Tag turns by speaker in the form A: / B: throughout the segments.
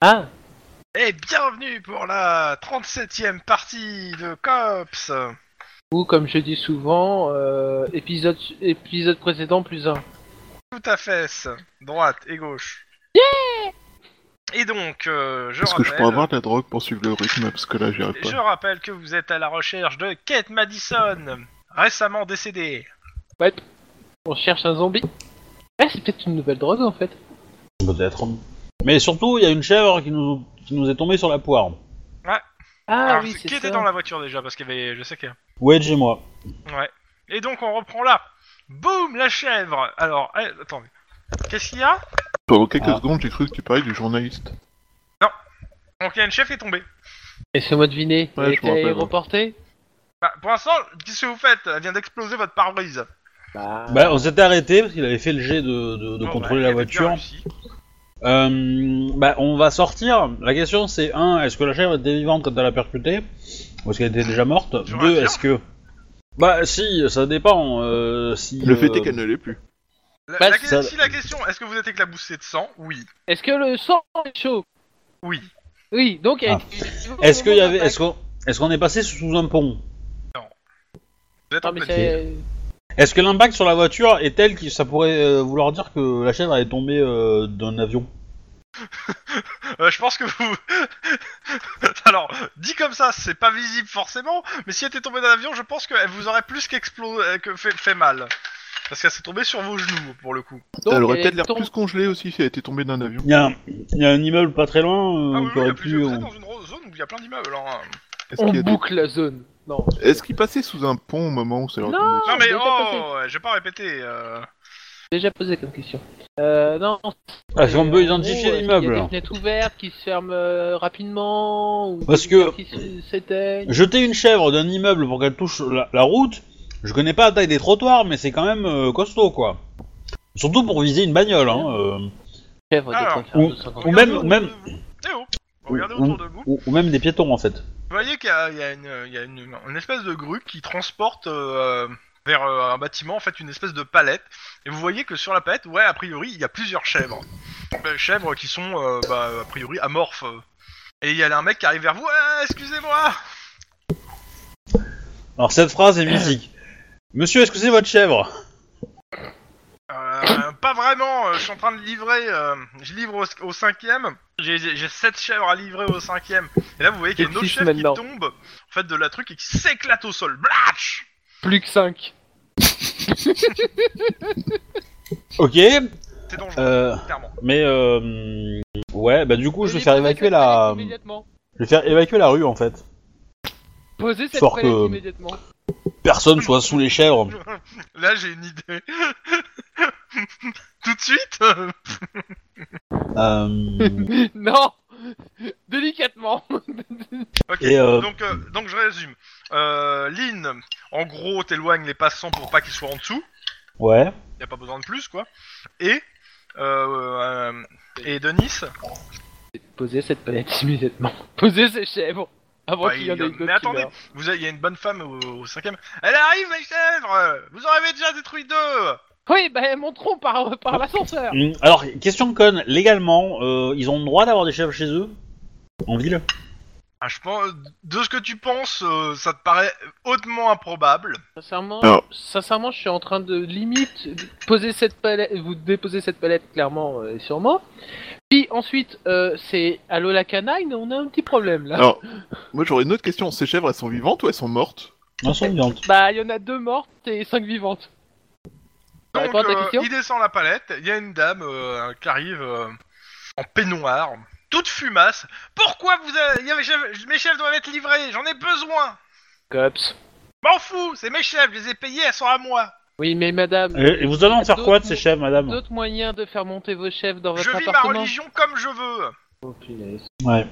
A: Ah
B: Et bienvenue pour la 37ème partie de Cops
A: Ou comme je dis souvent, euh, épisode, épisode précédent plus un.
B: Tout à fesse, droite et gauche. et donc, euh, je,
C: Est-ce que
B: rappelle,
C: je pourrais avoir de la drogue pour suivre le rythme Parce que là, j'y arrive
B: je
C: pas.
B: rappelle que vous êtes à la recherche de Kate Madison, récemment décédée.
A: Ouais. On cherche un zombie. Eh, c'est peut-être une nouvelle drogue en fait.
D: Peut-être. Mais surtout, il y a une chèvre qui nous, qui nous est tombée sur la poire.
A: Ah
B: Alors,
A: oui, c'est
B: qui
A: ça.
B: était dans la voiture déjà Parce qu'il y avait. Je sais qu'il y a-
D: Wedge et moi.
B: Ouais. Et donc, on reprend là. Boum, la chèvre Alors, eh, attendez. Qu'est-ce qu'il y a
C: Pendant quelques
D: Ah.
C: secondes, j'ai cru que tu parlais du journaliste.
B: Donc, il y a une chèvre qui est tombée.
A: Laissez-moi deviner,
C: Ouais,
A: elle
C: je
A: était
C: me rappelle, ouais.
A: aéroportée
B: Bah, pour l'instant, qu'est-ce que vous faites Elle vient d'exploser votre pare-brise.
A: Bah.
D: Bah, on s'était arrêté parce qu'il avait fait le jet de, de- de
B: Bon,
D: contrôler
B: bah,
D: la
B: elle a bien
D: voiture.
B: réussi.
D: Euh, bah, on va sortir. La question c'est un, est-ce que la chèvre était vivante quand elle a percuté Ou est-ce qu'elle était déjà morte
B: Sur la
D: Deux,
B: chèvre
D: est-ce que. Bah, si, ça dépend. euh, si,
C: Le fait
D: euh,
C: est qu'elle ne l'est plus.
B: La-
A: Bah,
B: la-
D: ça-
B: Si la question, est-ce que vous êtes éclaboussé de sang Oui.
A: Est-ce que le sang est chaud
B: Oui.
A: Oui, donc elle Ah,
D: Ah. Est-ce qu'il y avait. Est-ce qu'on est, qu'on est passé sous un pont
B: Vous êtes
A: Non,
B: en
A: Ah, mais
B: pleine-
A: c'est.
D: Est-ce que l'impact sur la voiture est tel que ça pourrait euh, vouloir dire que la chèvre elle est tombée euh, d'un avion
B: Euh, je pense que vous. Alors, dit comme ça, c'est pas visible forcément, mais si elle était tombée d'un avion, je pense qu'elle vous aurait plus qu'explosé, euh, que fait, fait mal. Parce qu'elle s'est tombée sur vos genoux, pour le coup.
A: Donc,
C: elle aurait
A: est
C: peut-être l'air
A: tombée-
C: plus congelée aussi si elle était tombée d'un avion.
D: Il y, a un- il y a un immeuble pas très loin euh,
B: ah oui, oui,
D: qui
B: il y
D: aurait
B: a
D: pu.
B: plusieurs- vous
D: euh,
B: êtes dans une ro- zone où il y a plein d'immeubles. hein.
C: Est-ce
A: On
C: qu'il y a des-
A: boucle la zone. Non.
C: Est-ce qu'il passait sous un pont au moment où ça leur
A: Non.
C: tombait
B: Non, mais
A: déjà
B: oh, ouais, je vais pas répéter. euh.
A: Déjà posé comme question. Euh, non.
D: Ah, si on peut
A: Euh,
D: identifier
A: en gros, est-ce qu'il y a
D: l'immeuble,
A: Des
D: là.
A: fenêtres ouvertes qui se ferment euh, rapidement ou
D: Parce
A: des lumières
D: que-
A: qui se- s'éteignent.
D: Jeter une chèvre d'un immeuble pour qu'elle touche la, la route, je connais pas la taille des trottoirs, mais c'est quand même euh, costaud quoi. Surtout pour viser une bagnole, hein, euh,
A: Chèvre de
B: Alors,
A: préférence
D: ou-
A: de 50.
D: ou même-
B: Regardez autour
D: même-
B: de vous. Eh oh,
D: Ou-
B: Regardez
D: ou-
B: autour de vous.
D: ou, ou même des piétons en fait.
B: Vous voyez qu'il y a, il y a une, il y a une- une espèce de grue qui transporte euh, vers euh, un bâtiment, en fait, une espèce de palette. Et vous voyez que sur la palette, ouais, a priori, il y a plusieurs chèvres. Euh, chèvres qui sont, euh, bah, a priori, amorphes. Et il y a un mec qui arrive vers vous. Ouais, excusez-moi
D: Alors cette phrase est mythique. Monsieur, est-ce que c'est votre chèvre
B: Euh, Pas vraiment, euh, je suis en train de livrer. euh, je livre au, au cinquième. J'ai j'ai sept chèvres à livrer au cinquième. Et là, vous voyez qu'il y a une
A: Et
B: autre
A: six
B: chèvre qui
A: maintenant.
B: tombe, en fait, de la truc et qui s'éclate au sol. Blatch
A: Plus que 5.
D: Ok,
B: C'est dangereux,
D: euh,
B: clairement.
D: mais euh, ouais, bah du coup je vais faire évacuer la,
A: Immédiatement.
D: je vais faire évacuer la rue en fait.
A: Posez cette
D: Sorte,
A: palette
D: euh,
A: immédiatement.
D: Personne soit sous les chèvres.
B: Là, j'ai une idée. Tout de suite
D: Euh,
A: Non Délicatement
B: Ok,
D: Et, euh,
B: donc, euh, donc je résume. Euh, Lynn, en gros, t'éloignes les passants pour pas qu'ils soient en dessous.
D: ouais.
B: Y a pas besoin de plus, quoi. Et... Euh, euh, et Denis
A: Posez cette palette immédiatement. Posez ces chèvres Avant
B: Bah,
A: qu'il y en
B: il y
A: ait
B: en-
A: une autre
B: mais
A: qui
B: attendez.
A: meure.
B: vous avez, y a une bonne femme au, au cinquième. Elle arrive, mes chèvres Vous en avez déjà détruit deux
A: Oui, bah montrons par, par l'ascenseur
D: Hum, Alors, question conne, légalement, euh, ils ont le droit d'avoir des chèvres chez eux En ville
B: Ah, je pense, De ce que tu penses, euh, ça te paraît hautement improbable.
A: Sincèrement,
C: Alors.
A: sincèrement, je suis en train de limite poser cette palette, vous déposer cette palette clairement euh, et sûrement. Puis ensuite, euh, c'est à Lola Canine, on a un petit problème là.
C: Alors, moi j'aurais une autre question. Ces chèvres, elles sont vivantes ou elles sont mortes
D: Non, sont vivantes.
A: Bah, il y en a deux mortes et cinq vivantes. Ça
B: Donc,
A: répond à ta
B: euh,
A: question
B: il descend la palette, il y a une dame euh, qui arrive euh, en peignoir, toute fumasse. Pourquoi vous avez... il y a mes, chefs... mes chefs doivent être livrés, j'en ai besoin
A: Cops.
B: M'en fous, c'est mes chefs, je les ai payés, elles sont à moi
A: Oui, mais madame,
D: Et, et vous allez en faire quoi de ces chèvres, madame
A: d'autres moyens de faire monter vos chefs dans votre
B: Je vis ma
A: appartement
B: religion comme je veux
A: Oh, punaise.
D: Ouais.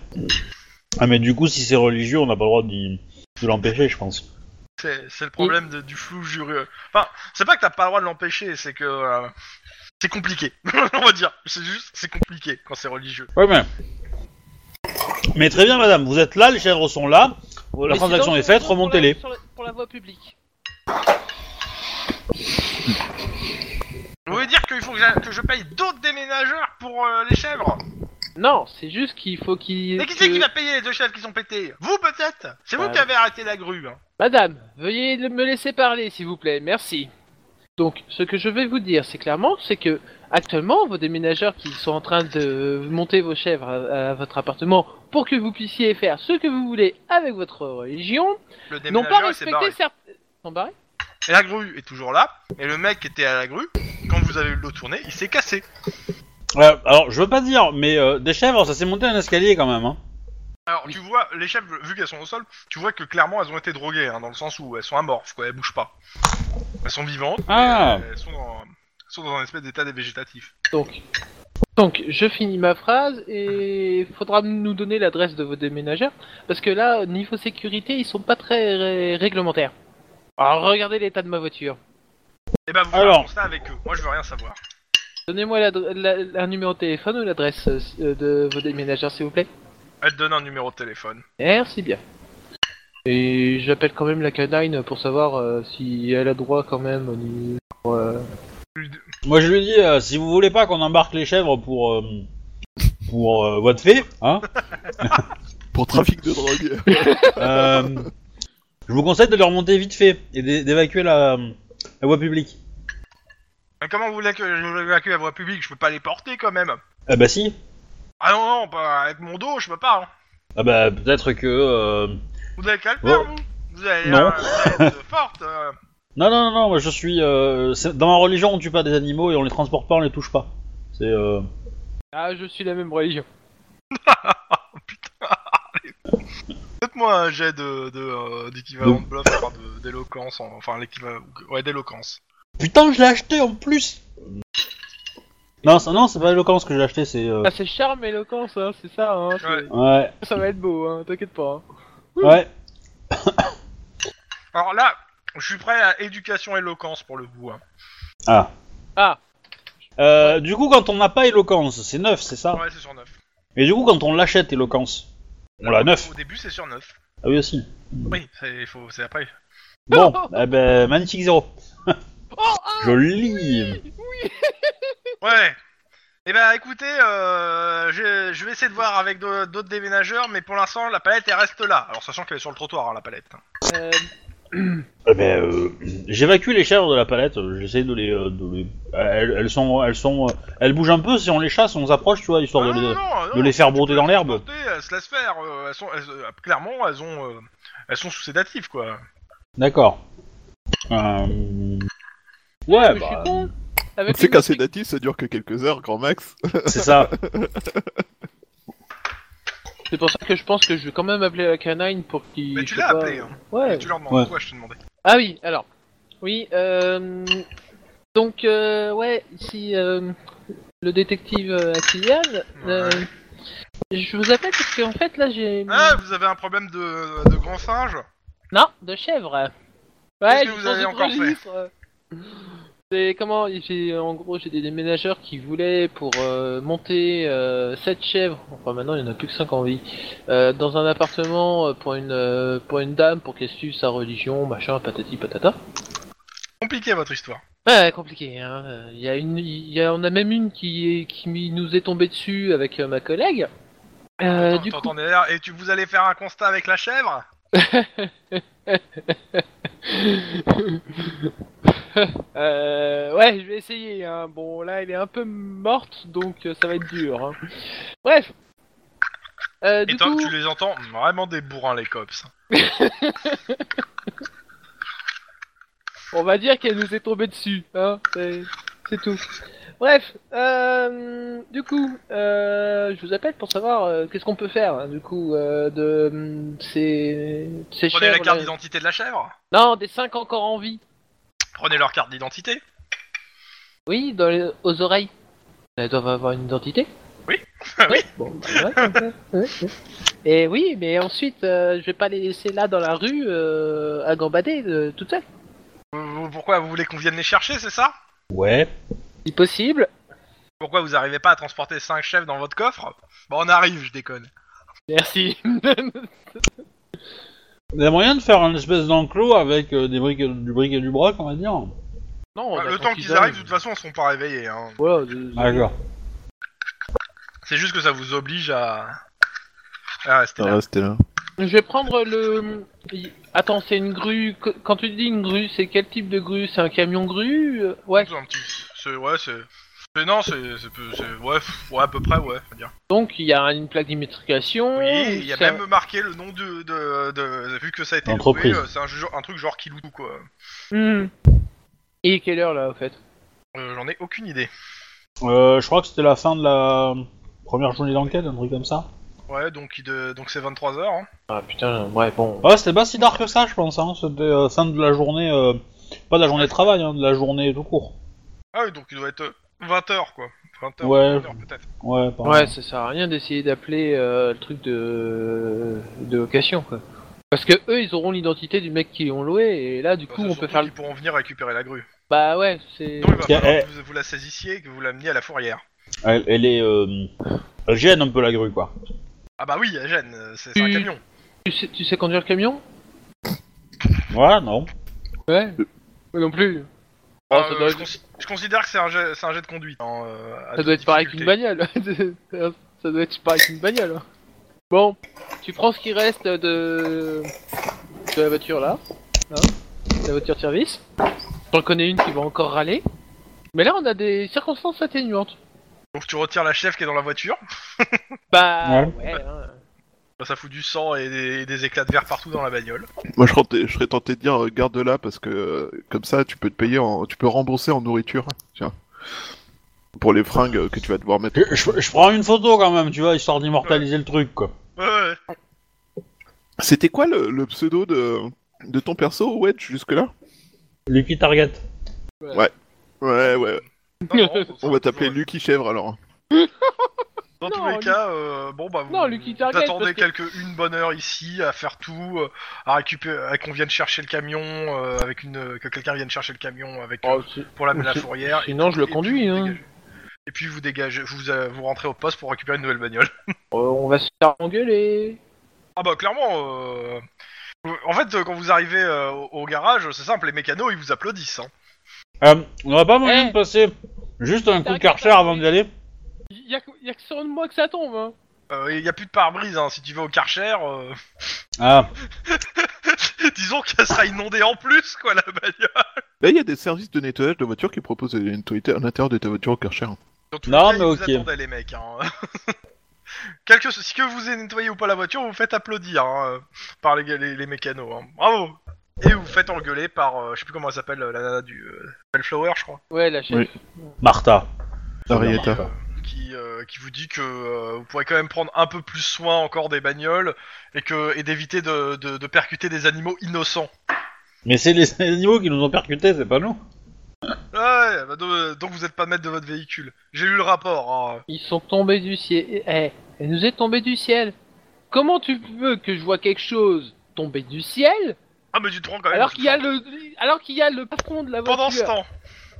D: Ah, mais du coup, si c'est religieux, on n'a pas le droit d'y- de l'empêcher, je pense.
B: C'est c'est le problème de- du flou jurieux. Enfin, c'est pas que t'as pas le droit de l'empêcher, c'est que... euh, c'est compliqué, on va dire. C'est juste, c'est compliqué quand c'est religieux.
D: Ouais, mais. Mais très bien, madame, vous êtes là, les chèvres sont là, Euh, la
A: Mais
D: transaction
A: c'est
D: est faite,
A: dangereux pour
D: remontez-les.
A: la- sur la- Pour la voie publique.
B: Vous voulez dire qu'il faut que, j'a- que je paye d'autres déménageurs pour euh, les chèvres
A: Non, c'est juste qu'il faut qu'il.
B: Mais qui c'est
A: que- Bah,
B: qui va payer les deux chèvres qui sont pétées Vous peut-être C'est vous
A: Ouais.
B: qui avez arrêté la grue. Hein.
A: Madame, veuillez le- me laisser parler, s'il vous plaît, merci. Donc, ce que je vais vous dire, c'est clairement, c'est que actuellement, vos déménageurs qui sont en train de monter vos chèvres à, à votre appartement pour que vous puissiez faire ce que vous voulez avec votre religion,
B: Le
A: n'ont pas
B: déménageur il s'est
A: respecté
B: barré.
A: certaines. Sont barrés
B: Et la grue est toujours là. Et le mec qui était à la grue, quand vous avez eu le dos tourné, il s'est cassé.
D: Ouais, alors, je veux pas dire, mais euh, des chèvres, ça s'est monté un escalier quand même. Hein.
B: Alors tu vois, les chèvres, vu qu'elles sont au sol, tu vois que clairement elles ont été droguées, hein, dans le sens où elles sont amorphes, quoi, elles bougent pas. Elles sont vivantes,
D: Ah.
B: mais elles Euh, sont dans, elles sont dans un espèce d'état végétatif.
A: Donc, donc, je finis ma phrase et faudra nous donner l'adresse de vos déménageurs parce que là, niveau sécurité, ils sont pas très ré- réglementaires. Alors, regardez l'état de ma voiture.
B: Et bah vous faites
D: Alors.
B: un constat avec eux, moi je veux rien savoir.
A: Donnez-moi l'adre- la- un numéro de téléphone ou l'adresse euh, de vos déménageurs, s'il vous plaît.
B: Elle te donne un numéro de téléphone.
A: Merci bien. Et j'appelle quand même la canine pour savoir euh, si elle a droit quand même. au euh. niveau-
D: Moi, je lui dis, euh, si vous voulez pas qu'on embarque les chèvres pour. euh, pour euh, voie de fait, hein,
C: Pour trafic de drogue.
D: euh, je vous conseille de les remonter vite fait et d'é- d'évacuer la, la voie publique.
B: Mais comment vous voulez que je évacue la voie publique Je peux pas les porter quand même.
D: Ah bah si.
B: Ah non, non, pas avec mon dos, je peux pas. hein.
D: Ah bah peut-être que. euh,
B: Vous avez qu'à le faire,
D: Oh.
B: vous Vous avez
D: Non.
B: forte. euh.
D: Non, non, non, non, moi, je suis. euh, c'est- Dans ma religion, on tue pas des animaux et on les transporte pas, on les touche pas. C'est. euh,
A: Ah, je suis la même religion.
B: Faites-moi un jet de, de, euh, d'équivalent de bluff, enfin, de- d'éloquence, en- enfin l'équivalent, ouais d'éloquence.
D: Putain, je l'ai acheté en plus Euh, Non, c'est- non c'est pas l'éloquence que j'ai acheté, c'est. euh,
A: Ah, c'est charme et éloquence, hein, c'est ça. Hein, c'est-
B: Ouais.
D: Ouais,
A: Ça va être beau, hein, t'inquiète pas. hein.
D: ouais.
B: Alors là, je suis prêt à éducation éloquence pour le bout. Hein.
D: Ah.
A: Ah.
D: Euh, du coup, quand on n'a pas éloquence, c'est neuf, c'est ça
B: Ouais, c'est sur 9.
D: Et du coup, quand on l'achète, éloquence, on l'a neuf.
B: Au début, c'est sur 9.
D: Ah oui, aussi.
B: Oui, c'est faut- c'est après.
D: Bon, eh ben, magnifique zéro.
A: Oh, ah
D: Joli
B: Ouais. Eh ben écoutez, euh, je, je vais essayer de voir avec d'au- d'autres déménageurs, mais pour l'instant, la palette, elle reste là. Alors, sachant qu'elle est sur le trottoir, hein, la palette.
A: Euh,
D: Eh ben, euh, j'évacue les chèvres de la palette, euh, j'essaie de les... euh, de les- Elles, elles sont... Elles sont... euh, Elles bougent un peu, si on les chasse, on s'approche, tu vois,
B: Ah
D: histoire de les...
B: non,
D: de les faire
B: tu peux
D: brouter dans l'herbe.
B: porter, Elles se laissent faire. euh, Elles sont, elles- euh, clairement, elles ont, euh, elles sont sous sédatives, quoi.
D: D'accord. Euh... Ouais,
A: je
D: bah,
A: suis con. Avec
C: C'est
A: une
C: qu'un
A: musique-
C: sédatif, ça dure que quelques heures, grand max.
D: c'est ça.
A: C'est pour ça que je pense que je vais quand même appeler la canine pour qu'il.
B: Mais tu
A: je sais
B: l'as
A: pas.
B: appelé. Hein.
A: Ouais.
B: Et Tu leur demandes
D: Ouais.
B: quoi Je te demandais.
A: Ah oui, alors. Oui, euh. Donc, euh, ouais, si euh, le détective euh, Akilian, euh,
B: Ouais.
A: je vous appelle parce qu'en fait là j'ai.
B: Ah, vous avez un problème de, de grand singe
A: Non, de chèvre.
B: Qu'est-ce
A: Ouais,
B: que
A: j'ai
B: vous
A: changé
B: avez
A: de
B: encore fait
A: registre. C'est comment j'ai- En gros, j'ai des déménageurs qui voulaient pour euh, monter 7 chèvres, enfin maintenant il n'y en a plus que 5 en vie, euh, dans un appartement euh, pour une, euh, pour une dame pour qu'elle suive sa religion, machin, patati patata.
B: Compliqué votre histoire.
A: Ouais, compliqué. Hein. Euh, Il y a une, il y a, on a même une qui, est, qui m'y- nous est tombée dessus avec euh, ma collègue. Euh,
B: T'en-
A: du coup,
B: t'entends derrière, et tu vous allez faire un constat avec la chèvre
A: Euh, ouais, je vais essayer. Hein. Bon, là, elle est un peu morte, donc euh, ça va être dur. hein. Bref. Euh,
B: Et
A: du
B: toi,
A: coup,
B: tu les entends vraiment des bourrins les cops.
A: on va dire qu'elle nous est tombée dessus. Hein. C'est c'est tout. Bref, euh, du coup, euh, je vous appelle pour savoir euh, qu'est-ce qu'on peut faire, hein, du coup, euh, de hum, ces, ces
B: Prenez la
A: chèvres,
B: carte
A: là.
B: d'identité de la chèvre.
A: Non, des cinq encore en vie.
B: Prenez leur carte d'identité.
A: Oui, dans les- aux oreilles. Elles doivent avoir une identité
B: Oui.
A: oui. Bon, bah, ouais, comme ça. Ouais, ouais. Et oui, mais ensuite, euh, je vais pas les laisser là dans la rue euh, à gambader euh, toutes seules.
B: Vous- vous- Pourquoi vous voulez qu'on vienne les chercher, c'est ça
D: Ouais.
A: Si possible.
B: Pourquoi vous arrivez pas à transporter 5 chèvres dans votre coffre Bon, on arrive, je déconne.
A: Merci.
D: Il y a moyen de faire un espèce d'enclos avec euh, des briques, du brick et du broc, on va dire.
A: non, on
B: Ouais, Ah, le
A: attend
B: temps Oh, bah, qu'ils arrivent, de
A: arrivent. Ah,
B: toute façon, ils seront pas réveillés. Hein.
A: Voilà, je- je-
D: D'accord.
B: C'est juste que ça vous oblige à, à rester là.
C: c'était là.
A: Je vais prendre le. Attends, c'est une grue. Qu- Quand tu dis une grue, c'est quel type de grue C'est un camion grue euh, Ouais.
B: C'est un petit. c'est- ouais, c'est. c'est- non, c'est. c'est peu- c'est- ouais, pff, ouais, à peu près, ouais. on va dire.
A: Donc il y a une plaque d'immatriculation.
B: Oui, il y a
A: ça-
B: même marqué le nom de. de, de- vu que ça a été
D: Entreprise.
B: loué, euh, c'est un, ju- un truc genre Kilou, quoi.
A: Hmm. Et quelle heure là, au fait
B: Euh, J'en ai aucune idée.
D: Euh, je crois que c'était la fin de la première journée d'enquête, un truc comme ça.
B: Ouais, donc il de- donc c'est 23h. Hein.
A: Ah putain, ouais, bon.
D: Ouais, c'était pas si tard que ça, je pense. Hein. C'était euh, fin de la journée, euh, pas de la journée de travail, hein, de la journée tout court.
B: Ah oui, donc il doit être 20h, quoi. 20h,
D: Ouais.
B: peut-être.
D: Ouais, par-
A: Ouais, ça sert à rien d'essayer d'appeler euh, le truc de... de location, quoi. Parce que eux, ils auront l'identité du mec qui l'ont loué, et là, du coup, on peut faire le...
B: Ils pourront venir récupérer la grue.
A: Bah ouais, c'est...
B: Donc il va
D: Tiens,
B: falloir
D: eh.
B: que vous, vous la saisissiez et que vous l'ameniez à la fourrière.
D: Elle, elle est. Euh, elle gêne un peu la grue, quoi.
B: Ah bah oui, elle gêne, euh, c'est c'est un
A: Oui.
B: camion.
A: Tu sais, tu sais conduire le camion
D: Ouais, non.
A: Ouais. Moi non plus. Oh,
B: Euh,
A: ça doit
B: je,
A: être-
B: consi- je considère que c'est un, jet- c'est un jet de conduite. hein, euh, à
A: Ça
B: deux
A: doit être pareil qu'une
B: difficultés.
A: bagnole. ça doit être pareil qu'une bagnole. hein. Bon, tu prends ce qui reste de, de la voiture là, hein, la voiture de service. J'en connais une qui va encore râler. Mais là, on a des circonstances atténuantes.
B: Donc tu retires la chef qui est dans la voiture.
A: Bah
D: Ouais.
A: ouais. hein.
B: Bah, ça fout du sang et des, et des éclats de verre partout dans la bagnole.
C: Moi, je, serais tenté- je serais tenté de dire, euh, garde-la, parce que euh, comme ça, tu peux te payer, en... tu peux rembourser en nourriture. Tiens. Pour les fringues euh, que tu vas devoir mettre.
D: Je, je- je prends une photo quand même, tu vois, histoire d'immortaliser le truc, quoi.
B: Ouais, ouais.
C: C'était quoi le, le pseudo de... de ton perso, Wedge, jusque-là
D: Lucky Target.
C: Ouais, Eh ouais.
B: Non, non, ça
C: On
B: sera
C: va t'appeler
B: toujours-
C: Lucky Chèvre alors.
B: Dans tous
A: Non,
B: les
A: Luc.
B: cas, euh, bon bah vous,
A: Non, Lucky
B: vous
A: Target,
B: attendez
A: parce que-
B: quelques une bonne heure ici à faire tout, euh, à récupérer, à qu'on vienne chercher le camion euh, avec une, euh, que quelqu'un vienne chercher le camion avec euh,
A: Oh, si-
B: pour la, la
A: si-
B: fourrière. et-
A: sinon, je le
B: et puis
A: conduis.
B: vous
A: hein.
B: dégagez. Et puis vous dégagez, vous euh, vous rentrez au poste pour récupérer une nouvelle bagnole.
A: Euh, on va se faire engueuler.
B: Ah bah clairement. euh, En fait, euh, quand vous arrivez euh, au- au garage, c'est simple, les mécanos ils vous applaudissent. Hein.
D: Euh, on aurait pas moyen
A: Eh.
D: de passer juste un coup de
A: Target, hein.
D: karcher avant d'y aller
A: Y'a que, y a que sur moi que ça tombe. Hein.
B: Euh, Il y a plus de pare-brise hein, si tu vas au Karcher. euh,
D: Ah,
B: Disons qu'elle sera inondée en plus quoi la bagnole.
C: Là, Eh, il y a des services de nettoyage de voiture qui proposent de nettoyer à l'intérieur de ta voiture au Karcher.
B: Dans tous
D: Non,
B: les cas,
D: mais
B: ils
D: ok.
B: vous attendaient, les mecs. Hein. Quel que, si que vous ayez nettoyé ou pas la voiture, vous vous faites applaudir hein, euh, par les, les, les mécanos. hein. Bravo Et vous vous faites engueuler par, euh, je sais plus comment elle s'appelle, euh, la nana du euh, Bellflower, je crois,
A: Ouais, la chef.
C: Oui.
D: Martha.
C: Arietta.
D: Martha.
B: qui, euh, qui vous dit que euh, vous pourrez quand même prendre un peu plus soin encore des bagnoles et, que, et d'éviter de, de, de percuter des animaux innocents.
D: Mais c'est les animaux qui nous ont percutés, c'est pas nous.
B: Ouais, bah, de- donc vous n'êtes pas maître de votre véhicule. J'ai lu le rapport. hein.
A: Ils sont tombés du ciel. Eh, eh, elle nous est tombée du ciel. Comment tu veux que je vois quelque chose tomber du ciel
B: Ah, mais tu te rends quand même
A: alors
B: compte.
A: qu'il y a le alors qu'il y a le patron de la voiture
B: Pendant ce temps.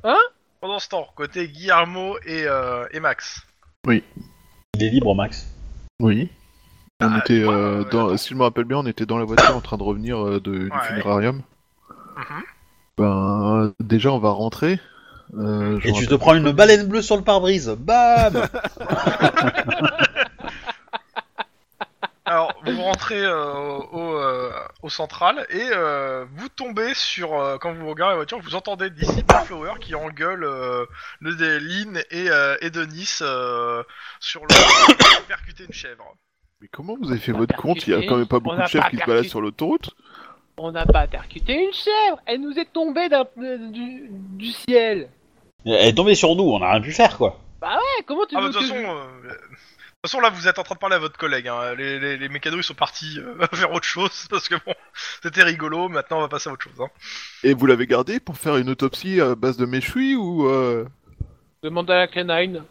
A: Hein
B: Pendant ce temps, côté Guillermo et, euh, et Max.
D: Il est libre, Max.
C: Oui. On
B: Ah,
C: était
B: ouais,
C: euh,
B: ouais,
C: dans,
B: d'accord.
C: si je me rappelle bien, on était dans la voiture en train de revenir euh, de- du
B: Ouais.
C: funérarium.
A: Mhm.
C: Ben, déjà, on va rentrer. Euh, je
D: Et tu
C: rentre-
D: te prends une baleine bleue sur le pare-brise. Bam
B: Alors, vous rentrez euh, au, euh, au central et euh, vous tombez sur. euh, quand vous regardez la voiture, vous entendez d'ici Flower qui engueule euh, le des Lynn et, euh, et Denis euh, sur le. percuter une chèvre.
C: Mais comment vous avez fait
A: On a
C: votre compte Il y a
A: percuté.
C: quand même pas
A: On
C: beaucoup
A: a
C: de chefs
A: pas
C: qui se
A: percuté.
C: baladent sur l'autoroute.
A: On n'a pas percuté une chèvre, elle nous est tombée d'un- euh, du, du ciel.
D: Elle est tombée sur nous, on a rien pu faire, quoi.
A: Eh, comment tu
B: Ah, bah,
A: veux
B: de
A: que
B: toute façon.
A: je...
B: euh, de toute façon, là, vous êtes en train de parler à votre collègue. hein. Les, les, les mécanos, ils sont partis euh, faire autre chose parce que bon, c'était rigolo. Maintenant, on va passer à autre chose. hein.
C: Et vous l'avez gardé pour faire une autopsie à base de méchoui ou euh,
A: demande à la canine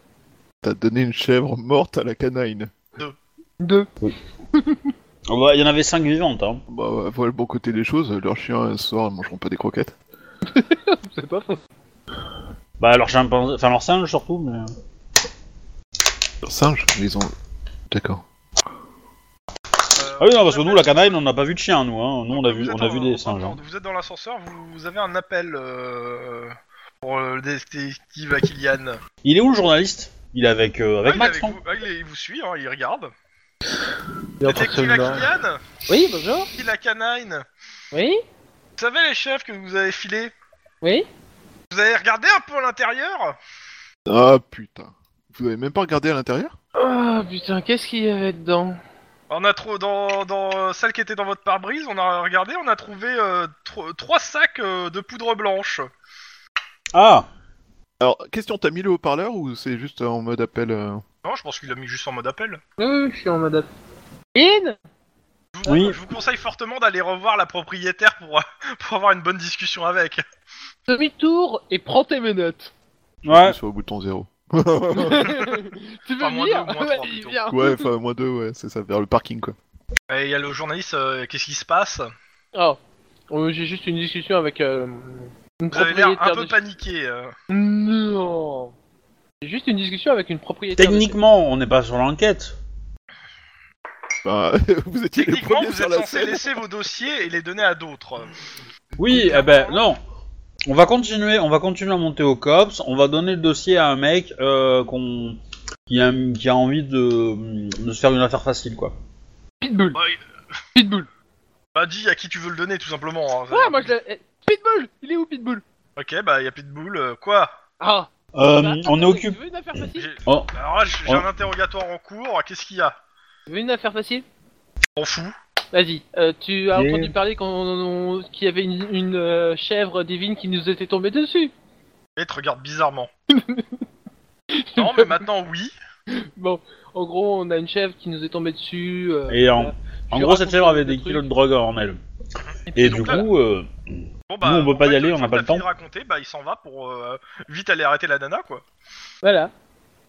C: t'as donné une chèvre morte à la canine
A: Deux.
D: Ah bah, Il y en avait cinq vivantes, hein.
C: Bah, ouais, voilà le bon côté des choses. Leurs chiens, ce soir, ils mangeront pas des croquettes.
A: C'est pas faux.
D: Bah, leur chimpanzé, enfin leur singe surtout, mais. euh.
C: Leurs singes, ils ont. D'accord.
B: Euh,
D: Ah oui, non, parce que nous, la canaille, on n'a pas vu de chien, nous, hein. Nous, on a
B: Vous
D: vu,
B: êtes
D: on a
B: en-
D: vu
B: en
D: des
B: train de-
D: singes. hein.
B: Vous êtes dans l'ascenseur, vous, vous avez un appel euh, pour euh, le détective Akilian.
D: Il est où le journaliste Il est avec, euh,
B: Ah,
D: avec
B: il, est
D: Max,
B: avec
D: non
B: vous, ah, il est- il vous suit, hein, il regarde.
A: Il est en train de se
B: Détective
A: marrer.
B: Akian,
A: Oui, bonjour.
B: il a canine.
A: Oui,
B: Vous savez les chefs que vous avez filés
A: oui.
B: Vous avez regardé un peu à l'intérieur
C: Ah putain. Vous avez même pas regardé à l'intérieur
A: Ah putain, qu'est-ce qu'il y avait dedans
B: On a trop dans, dans euh, celle qui était dans votre pare-brise, on a regardé, on a trouvé euh, tro- trois sacs euh, de poudre blanche.
D: Ah
C: Alors, question, t'as mis le haut-parleur ou c'est juste en mode appel euh
B: Non, je pense qu'il l'a mis juste en mode appel.
A: Oui, oui, je suis en mode. In
B: Je vous,
D: Oui.
B: je vous conseille fortement d'aller revoir la propriétaire pour, pour avoir une bonne discussion avec.
A: Demi-tour et prends tes menottes.
D: Ouais,
C: sur le bouton zéro
A: tu veux
B: Enfin, moins
A: venir
B: deux, moins
A: Vas-y,
B: trois, plutôt.
A: viens.
C: Ouais, enfin, moins deux, ouais, c'est ça, vers le parking quoi.
B: Et il y a le journaliste, euh, qu'est-ce qui se passe
A: Oh, Euh, j'ai juste une discussion avec euh, une
B: Vous avez l'air un
A: propriétaire.
B: peu
A: de-
B: paniqué. euh.
A: Non. J'ai juste une discussion avec une propriétaire. de-
D: techniquement, on n'est pas sur l'enquête.
C: Bah, vous étiez les
B: Techniquement,
C: premiers
B: vous
C: sur
B: êtes
C: la
B: censé
C: scène.
B: laisser vos dossiers et les donner à d'autres.
D: Oui, eh ben, non on va continuer, on va continuer à monter au cops, on va donner le dossier à un mec euh, qu'on- qui, a, qui a envie de, de se faire une affaire facile, quoi.
A: Pitbull.
B: Bah, il-
A: Pitbull.
B: Bah, dis à qui tu veux le donner, tout simplement. hein.
A: Ouais, moi je l'ai. eh, Pitbull. Il est où Pitbull
B: Ok, bah, y a Pitbull, euh, quoi
A: Ah.
D: Euh,
A: Bah,
D: on est
A: attendez,
D: occupé.
A: Tu veux une affaire facile
B: J'ai- Bah,
D: Oh.
B: Alors là, j'ai j'ai
D: Oh.
B: un interrogatoire en cours, qu'est-ce qu'il y a
A: Tu veux une affaire facile
B: On fout.
A: Vas-y, euh, tu as
D: Yeah.
A: entendu parler qu'on- on- qu'il y avait une, une, euh, chèvre divine qui nous était tombée dessus
B: Et te regarde bizarrement. non, mais maintenant, oui.
A: Bon, en gros, on a une chèvre qui nous est tombée dessus. euh,
D: Et en,
A: voilà.
D: en
A: Tu
D: gros,
A: racontes
D: cette chèvre avait
A: le
D: des
A: truc.
D: kilos de drogue en elle. Et du
B: donc là-
D: coup, euh,
B: Bon, bah,
D: Nous, on peut
B: en
D: pas y
B: fait,
D: aller,
B: une
D: on
B: fois
D: n'a pas
B: que
D: le
B: t'as fini
D: temps.
B: de raconter, bah, il s'en va pour euh, vite aller arrêter la nana, quoi.
A: Voilà.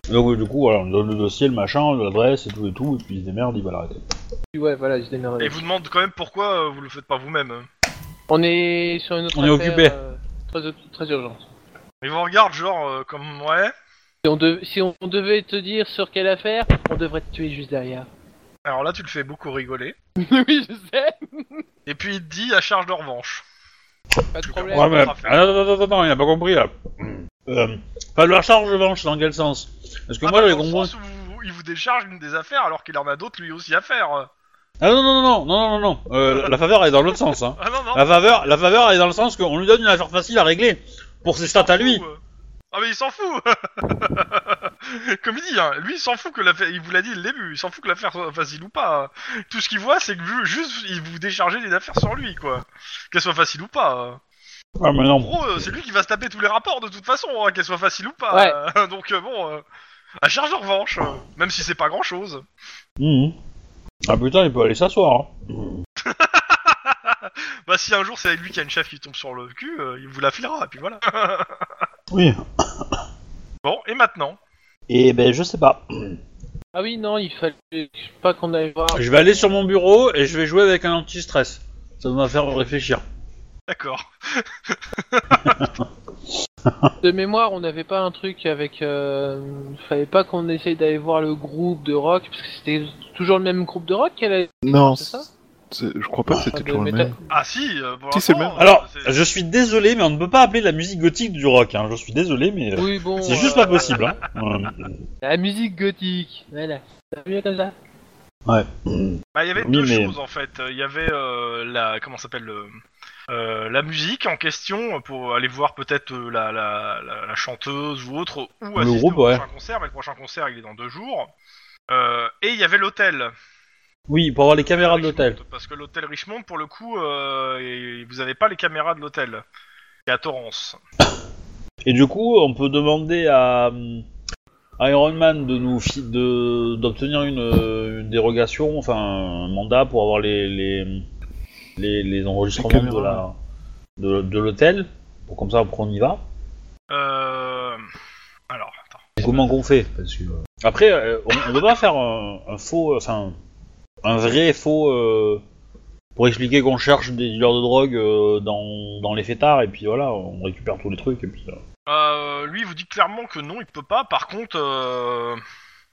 D: donc, euh, du coup, voilà, on donne le dossier, le machin, l'adresse et tout et tout, et puis il se démerde, il va l'arrêter.
A: Puis Ouais, voilà, je démerde.
B: Et vous demande quand même pourquoi euh, vous le faites pas vous-même.
A: On est sur une autre
D: On est
A: affaire,
D: occupé.
A: euh, très, très urgente.
B: Ils vous regardent, genre, euh, comme, ouais.
A: Si on, dev- si on devait te dire sur quelle affaire, on devrait te tuer juste derrière.
B: Alors là, tu le fais beaucoup rigoler.
A: oui, je sais.
B: Et puis, il te dit à charge de revanche.
A: Pas de
B: Ouais,
A: problème.
D: Ouais, mais.
B: on va faire.
D: Attends, attends, attends, attends, il a pas compris là. Euh, Enfin, la charge de manche, dans quel sens Parce que
B: Ah,
D: moi,
B: bah,
D: j'avais
B: dans le
D: compris.
B: sens où il vous décharge une des affaires alors qu'il en a d'autres lui aussi à faire.
D: Ah non, non, non, non, non, non, non, non. Euh, la- la faveur elle est dans l'autre sens, hein.
B: Ah non, non.
D: La faveur, la faveur elle est dans le sens qu'on lui donne une affaire facile à régler. Pour ses stats à bah lui.
B: Ah mais il s'en fout Comme il dit, hein, lui il s'en fout que l'affaire... Il vous l'a dit dès le début, il s'en fout que l'affaire soit facile ou pas. Tout ce qu'il voit c'est que vous- juste il vous déchargez des affaires sur lui quoi. Qu'elle soit facile ou pas. hein.
D: Ah, mais
B: En
D: non.
B: gros euh, c'est lui qui va se taper tous les rapports de toute façon, hein, qu'elle soit facile ou pas. Donc euh, bon, euh, à charge de revanche, euh, même si c'est pas grand chose.
D: Mhm. Ah putain, il peut aller s'asseoir. hein.
B: Bah si un jour c'est lui qui a une chef qui tombe sur le cul, euh, il vous la filera et puis voilà.
D: Oui.
B: Bon et maintenant
D: Et ben, je sais pas.
A: Ah oui, non, il fallait pas qu'on aille voir.
D: Je vais aller sur mon bureau et je vais jouer avec un anti-stress. Ça va me faire réfléchir.
B: D'accord.
A: De mémoire, on n'avait pas un truc avec. Euh... Fallait pas qu'on essaye d'aller voir le groupe de rock, parce que c'était toujours le même groupe de rock qu'elle avait.
C: Non,
A: C'est ça
C: c'est- je crois pas que c'était
A: de
C: toujours le
A: métal.
C: même.
B: Ah si, euh, pour
C: Si, c'est
B: l'instant,
C: le
B: euh,
D: Alors,
B: c'est-
D: je suis désolé, mais on ne peut pas appeler la musique gothique du rock. Hein. Je suis désolé, mais euh,
A: Oui, bon.
D: c'est juste
A: euh,
D: pas possible. Hein. Euh,
A: La musique gothique. Voilà. C'est mieux comme ça.
D: ouais.
B: Bah, il y avait
D: Oui,
B: deux
D: mais-
B: choses en fait. Il y avait euh, la comment ça s'appelle le- euh, la musique en question pour aller voir peut-être euh, la, la, la- la chanteuse ou autre ou assister
D: groupe,
B: au
D: ouais.
B: prochain concert. Mais le prochain concert il est dans deux jours. Euh, et il y avait l'hôtel.
D: Oui, pour avoir les caméras de l'hôtel.
B: Richmond, Parce que l'hôtel Richmond pour le coup, euh, et- vous avez pas les caméras de l'hôtel. C'est à Torrance.
D: Et du coup, on peut demander à euh, Iron Man de nous fi- de d'obtenir une, euh, une dérogation, enfin un mandat pour avoir les les, les, les enregistrements
C: Les caméras,
D: de la de, de l'hôtel. Pour comme ça, après on y va.
B: Euh... Alors attends.
D: Et comment qu'on fait Parce que, euh, Après, euh, on, ne peut pas faire un, un faux, euh, enfin un vrai faux euh, pour expliquer qu'on cherche des dealers de drogue euh, dans, dans les fêtards et puis voilà, on récupère tous les trucs et puis. euh,
B: Euh, lui, il vous dit clairement que non, il peut pas. Par contre, euh,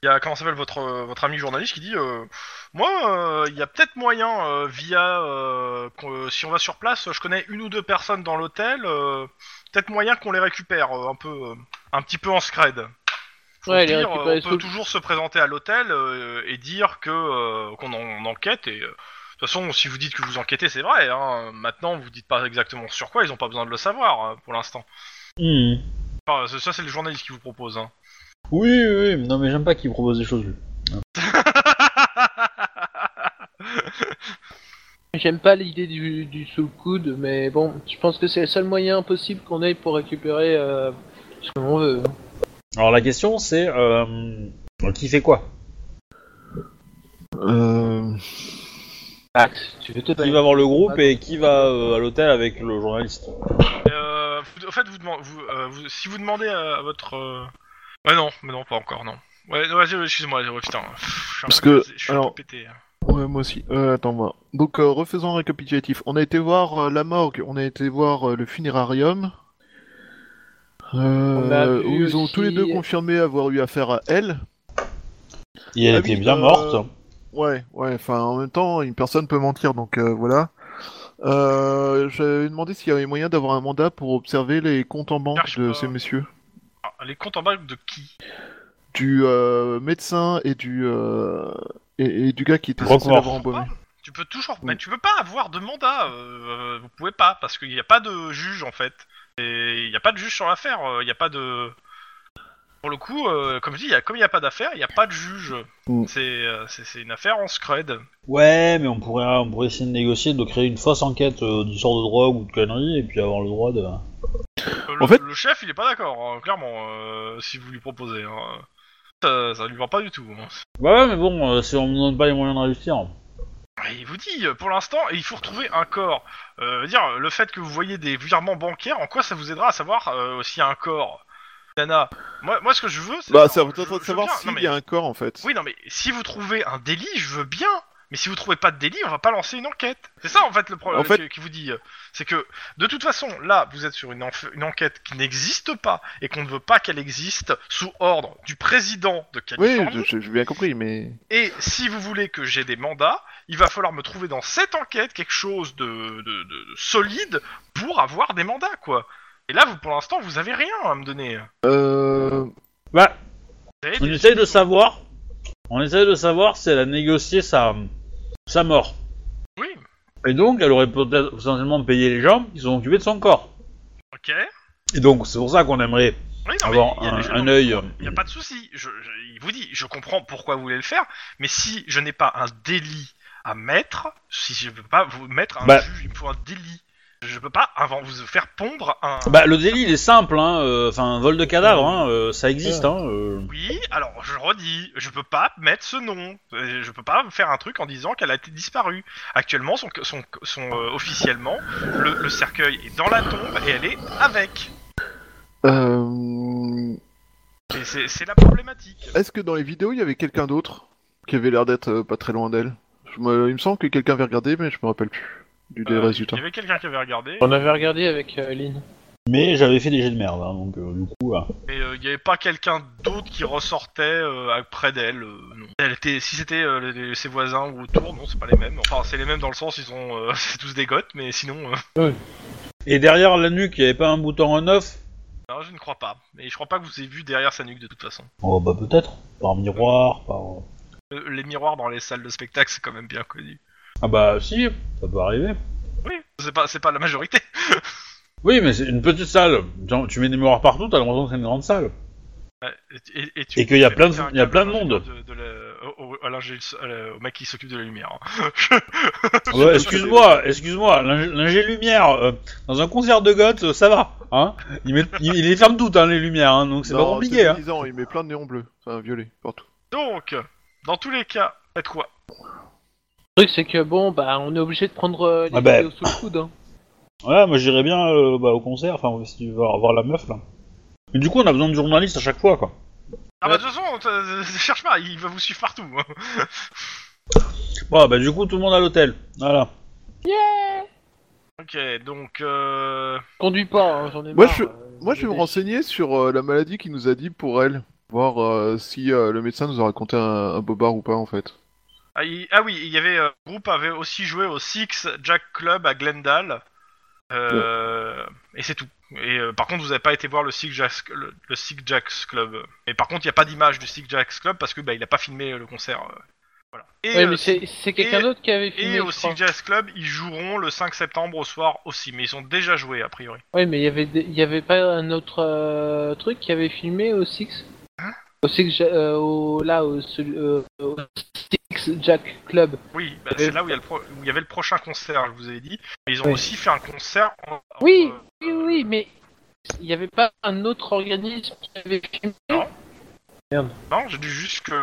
B: il y a comment s'appelle votre euh, votre ami journaliste qui dit, euh, moi, euh, il y a peut-être moyen euh, via euh, qu'on- euh, si on va sur place, je connais une ou deux personnes dans l'hôtel, euh, peut-être moyen qu'on les récupère euh, un peu, euh, un petit peu en scred.
A: Ouais,
B: Au
A: les
B: pire,
A: récupérer
B: euh, on
A: sous
B: peut
A: le-
B: toujours se présenter à l'hôtel euh, et dire que euh, qu'on en, on enquête et euh, de toute façon si vous dites que vous enquêtez c'est vrai hein. maintenant vous dites pas exactement sur quoi ils ont pas besoin de le savoir hein, pour l'instant
D: Hmm.
B: Enfin, ça ça, c'est le journaliste qui vous propose hein.
D: Oui, oui, oui, non mais j'aime pas qu'il propose des choses. lui.
A: J'aime pas l'idée du, du sous le coude, mais bon, je pense que c'est le seul moyen possible qu'on ait pour récupérer euh, ce que l'on veut.
D: Alors la question c'est euh, qui fait quoi
C: Euh...
A: Max, tu veux te
D: Qui
A: battre
D: va voir le groupe et qui va euh, à l'hôtel avec le journaliste
B: Euh, vous- en fait vous, deman- vous, euh, vous- si vous demandez à, à votre euh, ouais non mais non pas encore non ouais non, vas-y excuse-moi ouais, putain Pff, je suis un
C: Parce
B: peu-
C: que,
B: je suis un
C: alors-
B: peu pété hein.
C: Ouais, moi aussi. Euh, attends, moi. Donc, euh, refaisons un récapitulatif. On a été voir euh, la morgue, on a été voir euh, le funérarium. Euh,
A: On a vu
C: où ils ont
A: aussi-
C: tous les deux confirmé avoir eu affaire à elle.
D: Et elle
C: Ah
D: était
C: oui,
D: bien
C: euh,
D: morte.
C: Ouais, ouais, enfin, en même temps, une personne peut mentir, donc euh, voilà. Euh, J'avais demandé s'il y avait moyen d'avoir un mandat pour observer les comptes en banque
B: Cherche
C: de
B: pas.
C: ces messieurs.
B: Ah, les comptes en banque de qui
C: Du euh, médecin et du, euh, et, et du gars qui était censé
D: Roquefort.
C: l'avoir embaumé.
B: tu peux toujours
C: bah Oui.
B: mais tu peux pas avoir de mandat euh, vous pouvez pas parce qu'il n'y a pas de juge en fait et il n'y a pas de juge sur l'affaire euh, il n'y a pas de pour le coup euh, comme je dis il y a- comme il n'y a pas d'affaire il n'y a pas de juge
C: Mm.
B: c'est euh, c'est c'est une affaire en scred
D: Ouais, mais on pourrait, on pourrait essayer de négocier, de créer une fausse enquête euh, d'histoire de drogue ou de conneries et puis avoir le droit de.
B: Euh, le,
C: En fait-
B: le chef il est pas d'accord hein, clairement euh, si vous lui proposez hein. ça, ça lui va pas du tout hein.
D: Ouais, ouais, mais bon, euh, si on ne donne pas les moyens de réussir.
B: Et il vous dit, euh, pour l'instant, et il faut retrouver un corps. Euh, veut dire, le fait que vous voyez des virements bancaires, en quoi ça vous aidera à savoir euh, s'il y a un corps Nana, moi, moi ce que je veux, c'est...
C: Bah, ça va
B: je-
C: de
B: je
C: savoir
B: veux bien-
C: s'il
B: non, mais-
C: y a un corps, en fait.
B: Oui, non, mais si vous trouvez un délit, je veux bien. Mais si vous trouvez pas de délit, on va pas lancer une enquête. C'est ça, en fait, le problème
C: En fait-
B: qui, qui vous dit. euh, C'est que, de toute façon, là, vous êtes sur une, enf- une enquête qui n'existe pas, et qu'on ne veut pas qu'elle existe sous ordre du président de
C: Oui,
B: Californie.
C: je- je- j'ai bien compris, mais...
B: Et si vous voulez que j'ai des mandats, il va falloir me trouver dans cette enquête quelque chose de, de- de- de solide pour avoir des mandats, quoi. Et là, vous, pour l'instant, vous avez rien à me donner.
C: Euh...
D: Bah,
B: Vous avez
D: on
B: des-
D: essaye de savoir. On essaye de savoir si elle a négocié sa, sa mort.
B: Oui,
D: Et donc, elle aurait peut-être potentiellement payé les gens qui sont occupés de son corps.
B: ok.
D: Et donc, c'est pour ça qu'on aimerait
B: Ah Oui, non, mais
D: avoir
B: il y a- je-
D: un, un
B: non,
D: œil.
B: Il n'y a pas de souci. Je, je- il vous dit, je comprends pourquoi vous voulez le faire, mais si je n'ai pas un délit à mettre, si je ne peux pas vous mettre un
D: Bah.
B: juge, il me faut un délit. Je peux pas avant vous faire pondre un.
D: Bah, le délit, il est simple, hein. euh, Enfin, vol de cadavre, hein, euh, ça existe, hein. euh.
B: Oui, alors je redis, je peux pas mettre ce nom. Euh, Je peux pas faire un truc en disant qu'elle a été disparue. Actuellement, son, son, son, euh, officiellement, le, le cercueil est dans la tombe et elle est avec.
C: Euh...
B: Et c'est c'est la problématique.
C: Est-ce que dans les vidéos, il y avait quelqu'un d'autre qui avait l'air d'être euh, pas très loin d'elle Je me- Il me semble que quelqu'un avait regardé, mais je me rappelle plus du des
B: Euh,
C: résultats.
B: Il y avait quelqu'un qui avait regardé,
A: On avait regardé avec euh, Lynn.
D: Mais j'avais fait des jets de merde, hein, donc euh, du coup. ah.
B: mais euh, il n'y avait pas quelqu'un d'autre qui ressortait euh, près d'elle. euh, non. elle était, si c'était euh, les- les- ses voisins ou autour, non, c'est pas les mêmes. Enfin, c'est les mêmes dans le sens, ils ont, euh, c'est tous des gottes, mais sinon, euh,
D: Et derrière la nuque, il n'y avait pas un bouton en off
B: non, je ne crois pas. Mais je crois pas que vous ayez vu derrière sa nuque de toute façon.
D: Oh bah peut-être, par miroir, par...
B: Euh, Les miroirs dans les salles de spectacle, c'est quand même bien connu.
D: Ah bah si, ça peut arriver.
B: Oui, c'est pas, c'est pas la majorité.
D: Oui, mais c'est une petite salle. Genre, Tu mets des miroirs partout, t'as l'impression que c'est une grande salle.
B: Et, tu-
D: Et qu'il y a
B: tu-
D: plein de-
B: c'est un
D: il y a
B: câble
D: plein de
B: ingénieur
D: monde.
B: de- de la- au- au- à l'ingé- à la- au mec qui s'occupe de la lumière. hein.
D: Ah bah, excuse-moi, excuse-moi, l'ing- l'ingé lumière, euh, dans un concert de goth, euh, ça va, hein il, met- il- il les ferme toutes, hein, les lumières, hein, donc c'est pas
C: Non,
D: compliqué, hein.
C: dépaysant, il met plein de néons bleus, enfin violet, partout.
B: Donc, dans tous les cas, faites quoi
A: Le truc, c'est que bon, bah, on est obligé de prendre euh, les
D: Ah bah.
A: vidéos sous le coude. Hein.
D: Ouais, moi j'irais bien euh, bah, au concert, enfin, si tu veux voir la meuf, là. Mais du coup, on a besoin de journalistes à chaque fois, quoi.
B: Ah bah de toute façon, on te- cherche pas, il va vous suivre partout. hein.
D: Bon, bah du coup, tout le monde à l'hôtel, voilà.
B: ok, donc... Euh...
A: Conduis pas, hein, j'en ai
C: Moi,
A: marre.
C: je-
A: euh,
C: Moi, je vais me
A: des-
C: renseigner sur euh, la maladie qu'il nous a dit pour elle. Voir euh, si euh, le médecin nous a raconté un, un bobard ou pas, en fait.
B: Ah, il- ah oui, il y avait... euh, le groupe avait aussi joué au Six Jack Club à Glendale. Euh, Et c'est tout. Et euh, par contre, vous n'avez pas été voir le Sick Jacks, le, le Sick Jacks Club. Et par contre, il n'y a pas d'image du Sick Jacks Club parce que bah, il n'a pas filmé euh, le concert. euh, voilà. Et,
A: Ouais,
B: euh,
A: mais c'est c'est quelqu'un
B: et-
A: d'autre qui avait filmé.
B: et
A: je
B: au
A: crois.
B: Sick Jacks Club, ils joueront le 5 septembre au soir aussi, mais ils ont déjà joué a priori.
A: Oui, mais il y avait des- il y avait pas un autre euh, truc qui avait filmé au Six
C: Hein
A: Au Six Ja- euh, au- là au, celui- euh, au Six Jack Club.
B: Oui, bah,
A: Et-
B: c'est là où il y, a le pro- où il y avait le prochain concert, je vous ai dit. Et ils ont
A: Oui.
B: aussi fait un concert. en- euh,
A: Oui,
B: en-
A: oui, oui, mais il n'y avait pas un autre organisme qui avait filmé.
B: Non. Non, j'ai dit juste que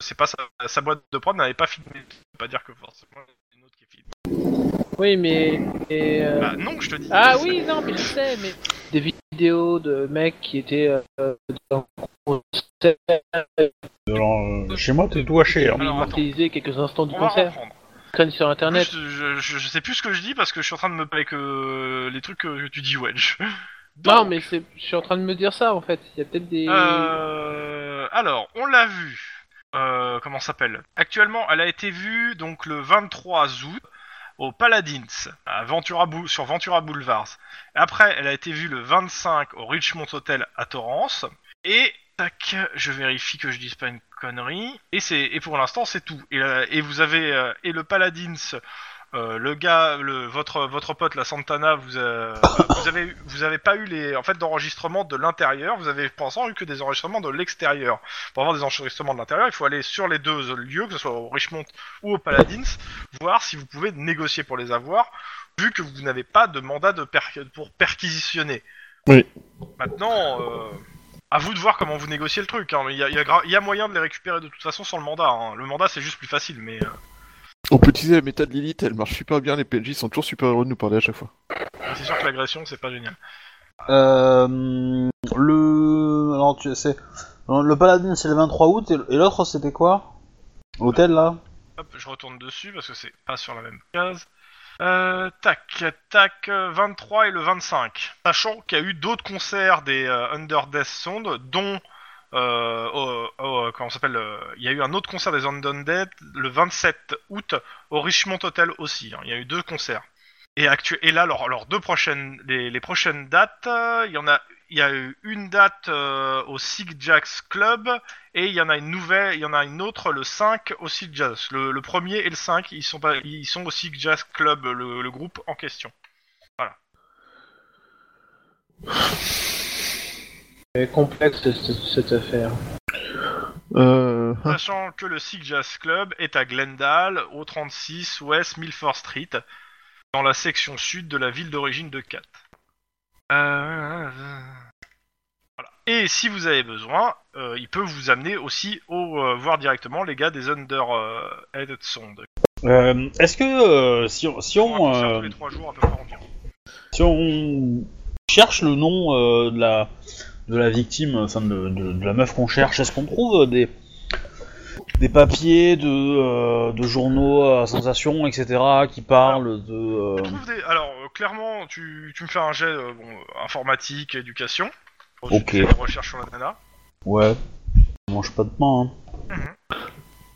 B: c'est pas sa, sa boîte de prod n'avait pas filmé. Ça veut pas dire que forcément il y en a une autre qui filme.
A: Oui, mais et, euh,
B: Bah non, je te dis.
A: ah oui, non, mais je sais, mais des vidéos de mecs qui étaient euh, dans le concert,
D: Alors, euh, chez moi, t'es tout haché. Hein.
A: qui
B: Alors, attends.
A: immortalisaient quelques instants du
B: On va
A: concert,
B: reprendre.
A: traînent sur internet.
B: Plus, je, je- je sais plus ce que je dis parce que je suis en train de me parler que euh, les trucs que, que tu dis Wedge.
A: Non,
B: Ah, Donc, Ah.
A: mais c'est- je suis en train de me dire ça en fait. Il y a peut-être des.
B: euh, alors, on l'a vu. Euh, comment ça s'appelle Actuellement, elle a été vue donc le 23 août au Paladins, à Ventura Bou- sur Ventura Boulevard. Après, elle a été vue le 25 au Richmond Hotel à Torrance. Et tac, je vérifie que je dise pas une connerie. Et c'est et pour l'instant c'est tout. Et, euh, et vous avez euh, et le Paladins, euh, le gars, le, votre votre pote la Santana, vous a- vous avez eu- vous avez pas eu les en fait d'enregistrement de l'intérieur. Vous avez pour l'instant eu que des enregistrements de l'extérieur. Pour avoir des enregistrements de l'intérieur, il faut aller sur les deux lieux, que ce soit au Richmond ou au Paladins, voir si vous pouvez négocier pour les avoir, vu que vous n'avez pas de mandat de per- pour perquisitionner.
C: Oui.
B: Maintenant. euh, à vous de voir comment vous négociez le truc. hein, mais Il y, a- il y a gra- il y a moyen de les récupérer de toute façon sans le mandat. hein. Le mandat, c'est juste plus facile, mais... euh,
C: On peut utiliser la méthode Lilith, elle marche super bien, les PNJ sont toujours super heureux de nous parler à chaque fois.
B: c'est sûr que l'agression, c'est pas génial.
D: Euh, le. Alors, tu sais. Le Paladin, c'est le 23 août, et et l'autre, c'était quoi L'hôtel, là
B: Hop, je retourne dessus, parce que c'est pas sur la même case. Euh, tac, tac, euh, 23 et le 25. Sachant qu'il y a eu d'autres concerts des euh, Under Death Sound, dont... Euh, au- au- comment ça s'appelle euh, Il y a eu un autre concert des Undead le 27 août au Richmond Hotel aussi. hein. Il y a eu deux concerts. Et, actu- et là, leurs leurs deux prochaines, les, les prochaines dates, euh, il y en a, il y a eu une date euh, au Sig Jacks Club et il y en a une nouvelle, il y en a une autre le 5 au Sig Jacks. Le, le premier et le 5, ils sont pas, ils sont au Sig Jacks Club, le, le groupe en question.
A: C'est complexe cette, cette affaire.
C: Euh... hein.
B: Sachant que le Sig Jacks Club est à Glendale, au 36 West Milford Street, dans la section sud de la ville d'origine de Kat. Euh, Voilà. Et si vous avez besoin, euh, il peut vous amener aussi au euh, voir directement les gars des Under euh, Headed Sound.
D: Euh, Est-ce que euh, si on, si
B: Ils font un
D: on,
B: concert
D: euh,
B: tous les trois jours à peu près environ.
D: si on cherche le nom euh, de la de la victime, enfin de, de- de la meuf qu'on cherche, est-ce qu'on trouve euh, des des papiers de, euh, de journaux à sensation, etc., qui parlent de... euh,
B: Tu trouves des- Alors, euh, clairement, tu, tu me fais un jet euh, bon, euh, informatique, éducation.
D: Ok.
B: Tu fais des recherches sur la nana.
D: Ouais, on mange pas de pain. Hein.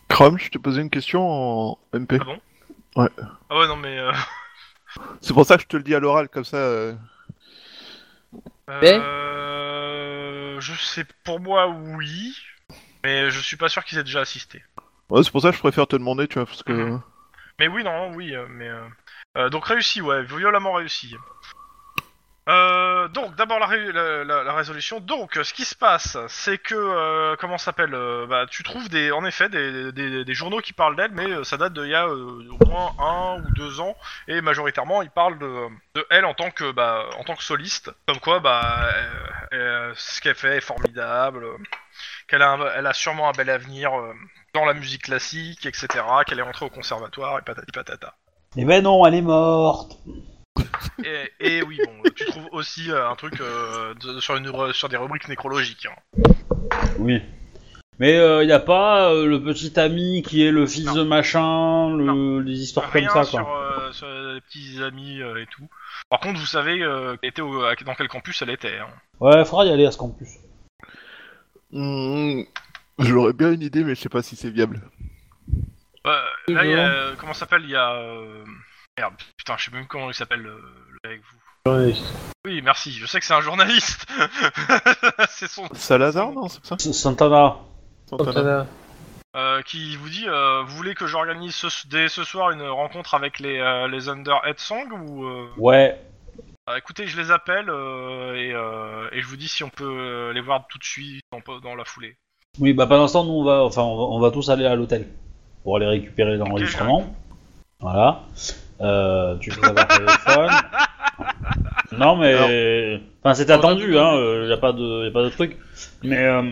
C: Chrome, je te posais une question en MP.
B: Ah bon Ah ouais, non, mais. euh,
C: C'est pour ça que je te le dis à l'oral, comme ça. euh,
A: Ben
B: euh, Je sais, pour moi, oui. Mais je suis pas sûr qu'ils aient déjà assisté.
C: Ouais, c'est pour ça que je préfère te demander, tu vois, parce que.
B: Mais oui, non, oui, euh, mais... euh, euh, donc réussi, ouais, violemment réussi. Euh, donc d'abord la, ré- la, la- la résolution. Donc euh, ce qui se passe, c'est que euh, comment ça s'appelle euh, Bah tu trouves des, en effet des, des- des journaux qui parlent d'elle, mais euh, ça date d'il y a euh, au moins un ou deux ans et majoritairement ils parlent de, de elle en tant que bah en tant que soliste. Comme quoi bah euh, euh, ce qu'elle fait est formidable, euh, qu'elle a un- elle a sûrement un bel avenir. euh, dans la musique classique, etc., qu'elle est rentrée au conservatoire et patati patata.
D: Eh ben non, elle est morte
B: Et, et oui, bon, tu trouves aussi euh, un truc euh, de- sur, une, re- sur des rubriques nécrologiques. hein.
D: Oui. Mais il y a pas euh, le petit ami qui est le fils
B: Non.
D: de machin, le, les histoires
B: Rien
D: comme ça, quoi.
B: sur, euh, sur les petits amis euh, et tout. Par contre, vous savez euh, qu'elle était au- à- dans quel campus elle était. hein.
D: Ouais, faudra y aller à ce campus.
C: Hmm, J'aurais bien une idée, mais je sais pas si c'est viable.
B: euh, Bah, là, il y a, comment ça s'appelle Il y a euh, Merde, putain, je sais même comment il s'appelle le, le mec avec vous.
A: Journaliste.
B: Oui, merci, je sais que c'est un journaliste C'est son.
C: Salazar, non, c'est ça
D: S- Santana.
C: Santana.
A: Santana.
B: Euh, qui vous dit euh, Vous voulez que j'organise ce- dès ce soir une rencontre avec les, euh, les Under Headsong ou. euh,
D: Ouais.
B: Ah, écoutez, je les appelle euh, et, euh, et je vous dis si on peut euh, les voir tout de suite dans, dans la foulée.
D: Oui, bah pendant ce temps, nous, on va, enfin, on va, on va tous aller à l'hôtel pour aller récupérer l'enregistrement. Voilà. Euh, tu fais avoir le téléphone. Non, mais. Enfin, c'était attendu, hein. euh, y a pas de, y a pas de truc. Mais euh,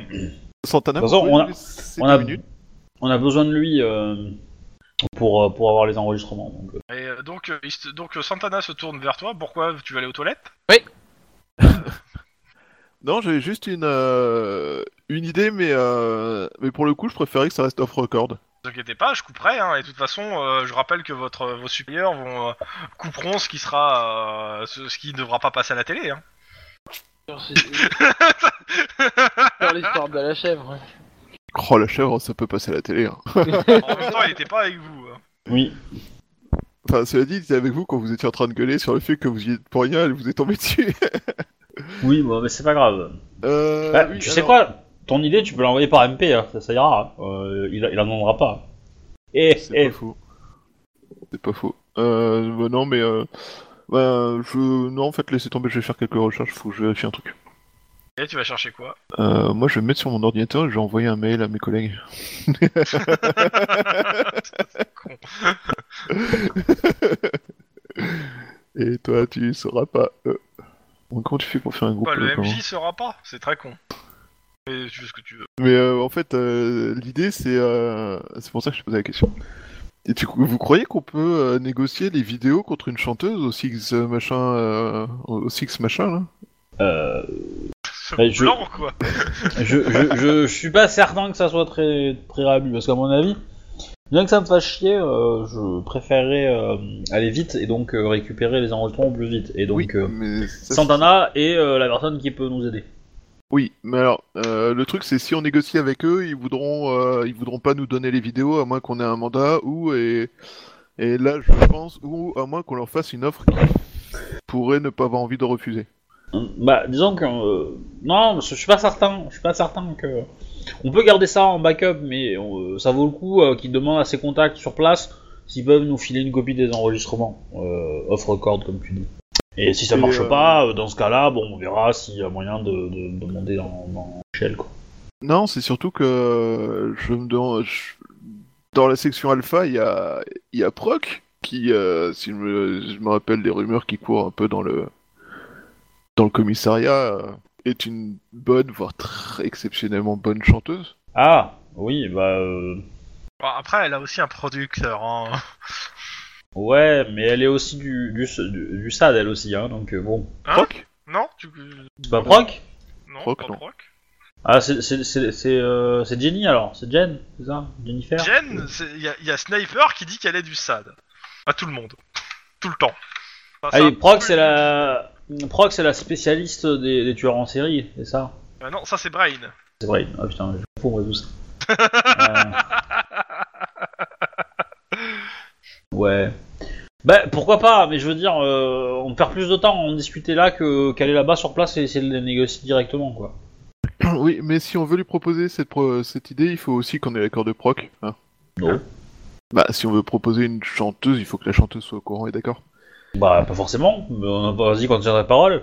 C: Santana,
D: De toute façon,
C: vous pouvez
D: on a-
C: lui laisser
D: on a-
C: deux minutes
D: on a besoin de lui euh, pour, euh, pour avoir les enregistrements. donc, euh.
B: Et euh, donc, euh, il se- donc euh, Santana se tourne vers toi. Pourquoi tu vas aller aux toilettes
C: Non, j'avais juste une, euh, une idée, mais, euh, mais pour le coup, je préférais que ça reste off-record.
B: Ne vous inquiétez pas, je couperai. Hein, et de toute façon, euh, je rappelle que votre, vos supérieurs vont euh, couperont ce qui sera, euh, ce, ce qui ne devra pas passer à la télé. Hein.
A: Sur sur l'histoire de la chèvre. ouais.
C: Oh, la chèvre, ça peut passer à la télé. hein.
B: en même temps, il n'était pas avec vous. hein.
D: Oui.
C: Enfin, cela dit, il était avec vous quand vous étiez en train de gueuler sur le fait que vous y êtes pour rien, elle vous est tombée dessus.
D: Oui, bah, mais c'est pas grave.
C: Euh,
D: Bah,
C: oui,
D: tu sais
C: alors,
D: quoi Ton idée, tu peux l'envoyer par MP, hein, ça, ça ira. hein. Euh, il, il en demandera pas. Et,
C: C'est pas faux. C'est pas faux. Euh, bah non, mais euh, bah, je... non, en fait, laissez tomber, je vais faire quelques recherches, faut que je vérifie un truc.
B: Et tu vas chercher quoi
C: Euh, moi, je vais me mettre sur mon ordinateur et je vais envoyer un mail à mes collègues.
B: Con.
C: Et toi, tu sauras pas. euh. Bon, Comment tu fais pour faire un groupe
B: Bah,
C: euh,
B: Le
C: comment
B: MJ sera pas. C'est très con. Mais tu fais ce que tu veux.
C: Mais euh, en fait, euh, l'idée, c'est euh, c'est pour ça que je te posais la question. Et tu, vous croyez qu'on peut euh, négocier les vidéos contre une chanteuse au Six euh, machin, euh, au Six machin là
D: euh,
B: Ce
D: Bah, je-
B: blanc quoi.
D: je, je, je, je suis pas certain que ça soit très, très rabu, parce qu'à mon avis, bien que ça me fasse chier, euh, je préférerais euh, aller vite et donc euh, récupérer les enregistrements au plus vite. Et donc, euh,
C: mais ça, c'est-
D: Santana est euh, la personne qui peut nous aider.
C: Oui, mais alors euh, le truc, c'est si on négocie avec eux, ils voudront, euh, ils voudront pas nous donner les vidéos à moins qu'on ait un mandat ou et et là, je pense ou à moins qu'on leur fasse une offre qu'ils pourraient ne pas avoir envie de refuser.
D: Hum, Bah, disons que. euh, non, parce que je suis pas certain. Je suis pas certain que. On peut garder ça en backup, mais euh, ça vaut le coup euh, qu'ils demandent à ses contacts sur place s'ils peuvent nous filer une copie des enregistrements euh, off record, comme tu dis. Et si ça
C: Et,
D: marche
C: euh,
D: pas, euh, dans ce cas-là, bon, on verra s'il y a moyen de, de, de demander dans, dans Shell, quoi.
C: Non, c'est surtout que euh, je me demande. je- Dans la section alpha, il y a, il y a Proc, qui, euh, si je me, je me rappelle des rumeurs qui courent un peu dans le, dans le commissariat, euh, est une bonne, voire très exceptionnellement bonne chanteuse.
D: Ah, oui, bah. euh,
B: Bon, après, elle a aussi un producteur. Hein.
D: ouais, mais elle est aussi du, du, du, du SAD, elle aussi, hein, donc euh, bon.
B: Hein
C: Proc
B: Non tu...
D: C'est pas proc
B: Non,
C: Proc,
B: pas
C: non.
B: proc.
D: Ah, c'est c'est- c'est- c'est, euh, c'est Jenny alors, c'est Jen, c'est ça Jennifer
B: Jen, il y, a- y a Sniper qui dit qu'elle est du SAD. À tout le monde. Tout le temps. Enfin,
D: Ah
B: ça-
D: oui, Proc, c'est la... Proc, c'est la spécialiste des, des tueurs en série, c'est ça
B: Ah non, ça c'est Brain.
D: C'est vrai, ah putain, je confonds moi tout ça. Euh. Ouais. Bah, pourquoi pas, mais je veux dire, euh, on perd plus de temps à en discuter là que- qu'aller là-bas sur place et essayer de les négocier directement, quoi.
C: Oui, mais si on veut lui proposer cette, pro- cette idée, il faut aussi qu'on ait l'accord de Proc. hein.
D: Non.
C: Bah, si on veut proposer une chanteuse, il faut que la chanteuse soit au courant et d'accord.
D: Bah, pas forcément, mais on a pas dit qu'on tient la parole.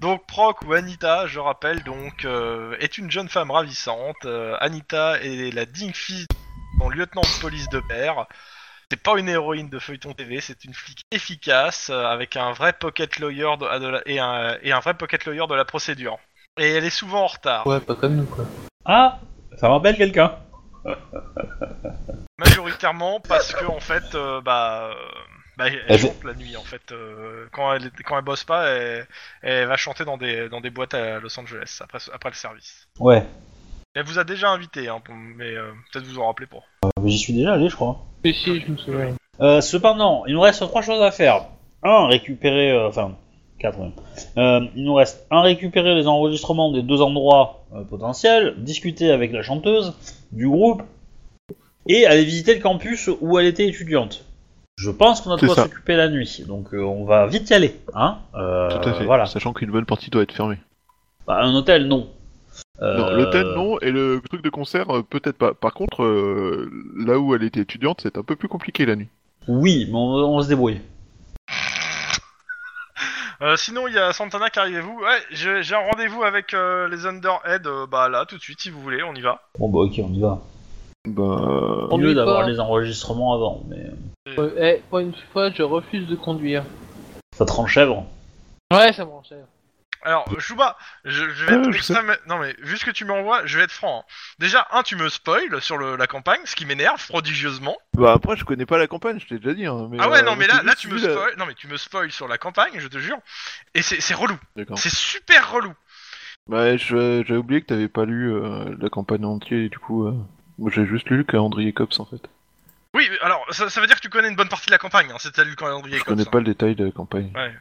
B: Donc Proc ou Anita, je rappelle donc, euh, est une jeune femme ravissante. Euh, Anita est la digne fille de son lieutenant de police de père. C'est pas une héroïne de feuilleton TV, c'est une flic efficace euh, avec un vrai pocket lawyer de- à de la- et, un, et un vrai pocket lawyer de la procédure. Et elle est souvent en retard.
A: Ouais, pas comme nous quoi.
D: Ah, ça me rappelle quelqu'un.
B: Majoritairement parce que en fait, euh, bah, euh, bah, elle,
D: Elle
B: chante la nuit en fait. euh, quand elle quand elle bosse pas, elle, elle va chanter dans des dans des boîtes à Los Angeles après après le service.
D: Ouais,
B: Elle vous a déjà invité, hein, pour- mais euh, peut-être vous en rappelez pas.
D: euh, mais j'y suis déjà allé, je crois.
A: Si, si, je me souviens.
D: Euh, cependant, il nous reste trois choses à faire. Un, récupérer, euh, enfin quatre. même. Euh, il nous reste un, récupérer les enregistrements des deux endroits euh, potentiels, discuter avec la chanteuse du groupe et aller visiter le campus où elle était étudiante. Je pense qu'on a de
C: C'est
D: quoi
C: ça.
D: s'occuper la nuit, donc euh, on va vite y aller, hein Euh,
C: Tout à fait.
D: Voilà.
C: Sachant qu'une bonne partie doit être fermée.
D: Bah, un hôtel, non.
C: Non,
D: Euh,
C: l'hôtel non, et le truc de concert euh, peut-être pas. Par contre, euh, là où elle était étudiante, c'est un peu plus compliqué la nuit.
D: Oui, mais on, on va se débrouille.
B: Euh, sinon, il y a Santana qui arrive. Vous, ouais, j'ai j'ai un rendez-vous avec euh, les Underhead. euh, bah là, tout de suite, si vous voulez, on y va.
D: Bon bah ok, on y va.
C: Bah,
A: Euh, On
D: Mieux
A: y
D: d'avoir
A: va.
D: les enregistrements avant, mais
A: Euh, eh, pour une fois, je refuse de conduire.
D: ça te rend chèvre.
A: Ouais, ça me rend cher.
B: Alors, Chouba, je, je vais
C: Ouais,
B: être
C: Euh, je sais.
B: extrême- Non mais vu ce que tu m'envoies, je vais être franc. hein. Déjà, un, tu me spoil sur le- la campagne, ce qui m'énerve prodigieusement.
C: bah après, je connais pas la campagne, je t'ai déjà dit. hein, mais,
B: Ah ouais,
C: euh,
B: non mais
C: j'ai
B: là,
C: juste
B: là tu me
C: vu la-
B: spoil. Non mais tu me spoil sur la campagne, je te jure. Et c'est c'est relou.
C: D'accord.
B: C'est super relou.
C: Bah, je- j'avais oublié que t'avais pas lu euh, la campagne en entier, et du coup, euh, moi j'ai juste lu le calendrier COPS en fait.
B: Oui, mais alors ça, ça veut dire que tu connais une bonne partie de la campagne. Hein, c'est t'as lu le calendrier
C: Je
B: comme
C: connais
B: ça.
C: pas le détail de la campagne.
B: Ouais.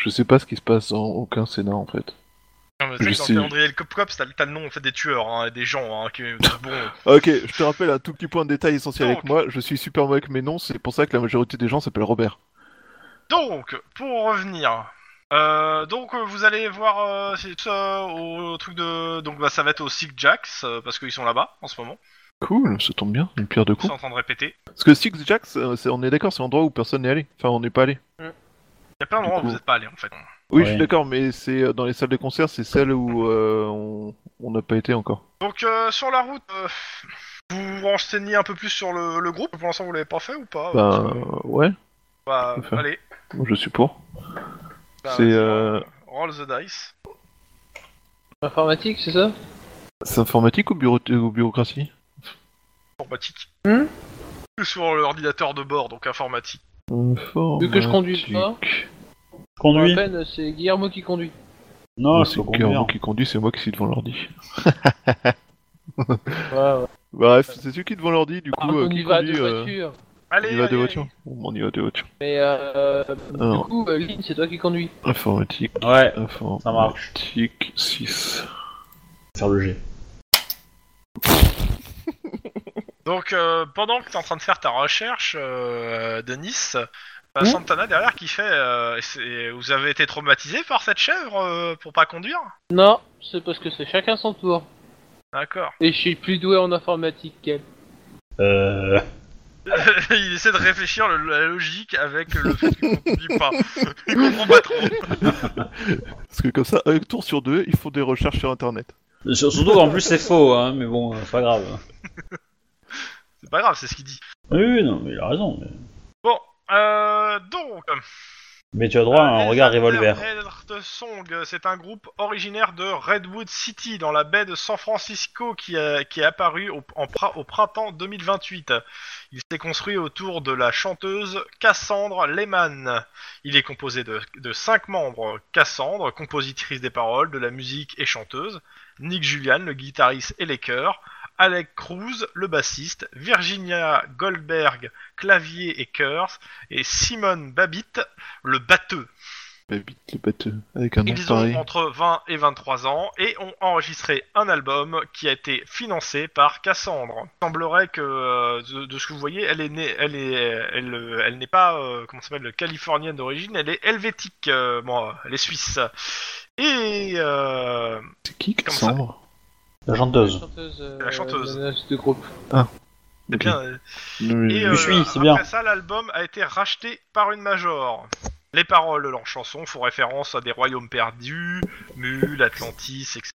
C: Je sais pas ce qui se passe dans aucun Sénat en fait.
B: Non, mais tu sais que
C: Je
B: dans
C: sais.
B: le calendrier Cop Cops, t'as le t'as le nom en fait des tueurs, hein, et des gens. Hein, qui... bon, euh,
C: Ok, je te rappelle un tout petit point de détail essentiel
B: Donc.
C: avec moi. Je suis super avec mes noms, c'est pour ça que la majorité des gens s'appellent Robert.
B: Donc, pour revenir. euh, donc euh, vous allez voir euh, c'est, euh, au, au truc de donc bah, ça va être au Sick Jacks euh, parce qu'ils sont là-bas en ce moment
C: Cool, ça tombe bien, une pierre de
B: ils sont
C: coups.
B: en train de répéter
C: Parce que Six Jacks, euh, c'est- on est d'accord, c'est l'endroit où personne n'est allé. Enfin, on n'est pas allé.
B: il y a plein d'endroits où
C: coup-
B: vous n'êtes pas allé en fait
C: Oui,
D: Ouais.
C: je suis d'accord, mais c'est euh, dans les salles de concert, c'est celle où euh, on on n'a pas été encore.
B: donc euh, sur la route euh, vous vous renseignez un peu plus sur le, le groupe pour l'instant vous l'avez pas fait ou pas
C: Bah, euh, ouais,
B: Bah,
C: je peux faire.
B: allez
C: moi, je suis pour.
B: Bah,
C: C'est,
B: vas-y,
C: euh,
B: roll the dice
A: Informatique, c'est ça
C: C'est informatique ou, bureau... ou bureaucratie
B: informatique
A: Hmm
B: plus sur l'ordinateur de bord donc informatique
A: Vu que je conduis pas.
C: Informatique.
A: Pour la
D: Conduis
A: peine, c'est Guillermo qui conduit. Ah,
D: Non, je
C: c'est
D: peux
C: Guillermo
D: conduire.
C: qui conduit, c'est moi qui suis devant l'ordi.
A: Ouais, ouais.
C: Bref, Bah, c'est celui qui est devant l'ordi, du
A: Ah,
C: coup, euh,
A: on
C: qui
A: y va
C: conduit,
A: de
C: euh,
A: voiture.
B: allez
C: On y va
B: allez,
C: des voitures. On y va des voitures.
A: Mais euh, du
C: Alors.
A: coup, euh, Lynn, c'est toi qui conduis.
C: Informatique,
D: Ouais,
C: informatique,
D: ça marche.
C: 6.
D: Faire le G.
B: Donc euh, pendant que t'es en train de faire ta recherche, euh, Denis, t'as
A: Oui.
B: Santana derrière qui fait euh, c'est- Vous avez été traumatisé par cette chèvre euh, pour pas conduire
A: Non, c'est parce que c'est chacun son tour.
B: D'accord.
A: Et je suis plus doué en informatique qu'elle.
D: Euh...
B: Il essaie de réfléchir le- la logique avec le fait qu'il conduit pas. Il comprend pas trop.
C: Parce que comme ça, un tour sur deux, ils font des recherches sur internet.
D: sur- Surtout qu'en plus c'est faux, hein, mais bon, euh, c'est pas grave.
B: C'est pas grave, c'est ce qu'il dit.
D: Oui, oui, non, mais il a raison. Mais,
B: Bon, euh, donc.
D: mais tu as droit à un
B: Les
D: regard
B: Under
D: revolver.
B: Earth Song, c'est un groupe originaire de Redwood City, dans la baie de San Francisco, qui, a- qui est apparu au, en pra- au printemps 2028. Il s'est construit autour de la chanteuse Cassandre Lehman. Il est composé de, de cinq membres. Cassandre, compositrice des paroles, de la musique et chanteuse. Nick Julian, le guitariste et les chœurs. Alec Cruz, le bassiste. Virginia Goldberg, clavier et chœurs. Et Simon Babbitt, le batteux.
C: Bah vite, les bêtes, euh,
D: Ah
C: avec un nom
B: Ils ont
C: pareil.
B: entre 20 et 23 ans et ont enregistré un album qui a été financé par Cassandre. Il semblerait que, euh, de, de ce que vous voyez, elle est née, elle est, elle, euh, elle n'est pas, euh, comment ça s'appelle, californienne d'origine, elle est helvétique, euh, bon, euh, elle est suisse. Et euh,
C: C'est qui
B: comme ça.
C: Cassandre
D: La
A: La
D: chanteuse.
A: chanteuse. euh,
B: La chanteuse.
A: la menace de groupe.
B: c'est
C: Ok.
B: bien, euh,
C: Non, mais-
B: Et
D: Je
B: euh,
D: suis, c'est
B: après
D: bien.
B: ça, l'album a été racheté par une major. Les paroles de leurs chansons font référence à des royaumes perdus, Mule, Atlantis, etc.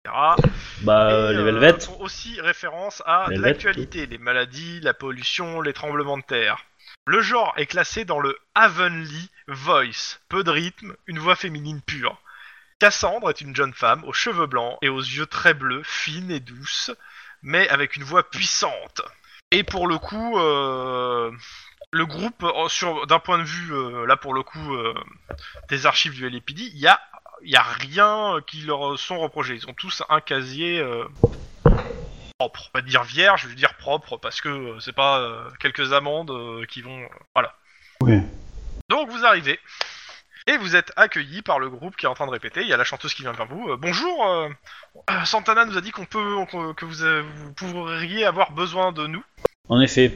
D: Bah, euh,
B: Et,
D: les
B: euh,
D: Velvets.
B: font aussi référence à
D: Les
B: de
D: Velvet,
B: l'actualité, les maladies, la pollution, les tremblements de terre. Le genre est classé dans le Heavenly Voice, peu de rythme, une voix féminine pure. Cassandre est une jeune femme aux cheveux blancs et aux yeux très bleus, fine et douce, mais avec une voix puissante. Et pour le coup, euh, le groupe, euh, sur- d'un point de vue, euh, là pour le coup, euh, des archives du LAPD, il y a, il y a rien euh, qui leur sont reprochés. Ils ont tous un casier euh, propre. Pas dire vierge, je veux dire propre, parce que euh, c'est pas euh, quelques amendes euh, qui vont... voilà.
D: Oui.
B: Donc vous arrivez, et vous êtes accueillis par le groupe qui est en train de répéter. Il y a la chanteuse qui vient vers vous. Euh, bonjour, euh, euh, Santana nous a dit qu'on peut qu'on- que vous, euh, vous pourriez avoir besoin de nous.
D: En effet,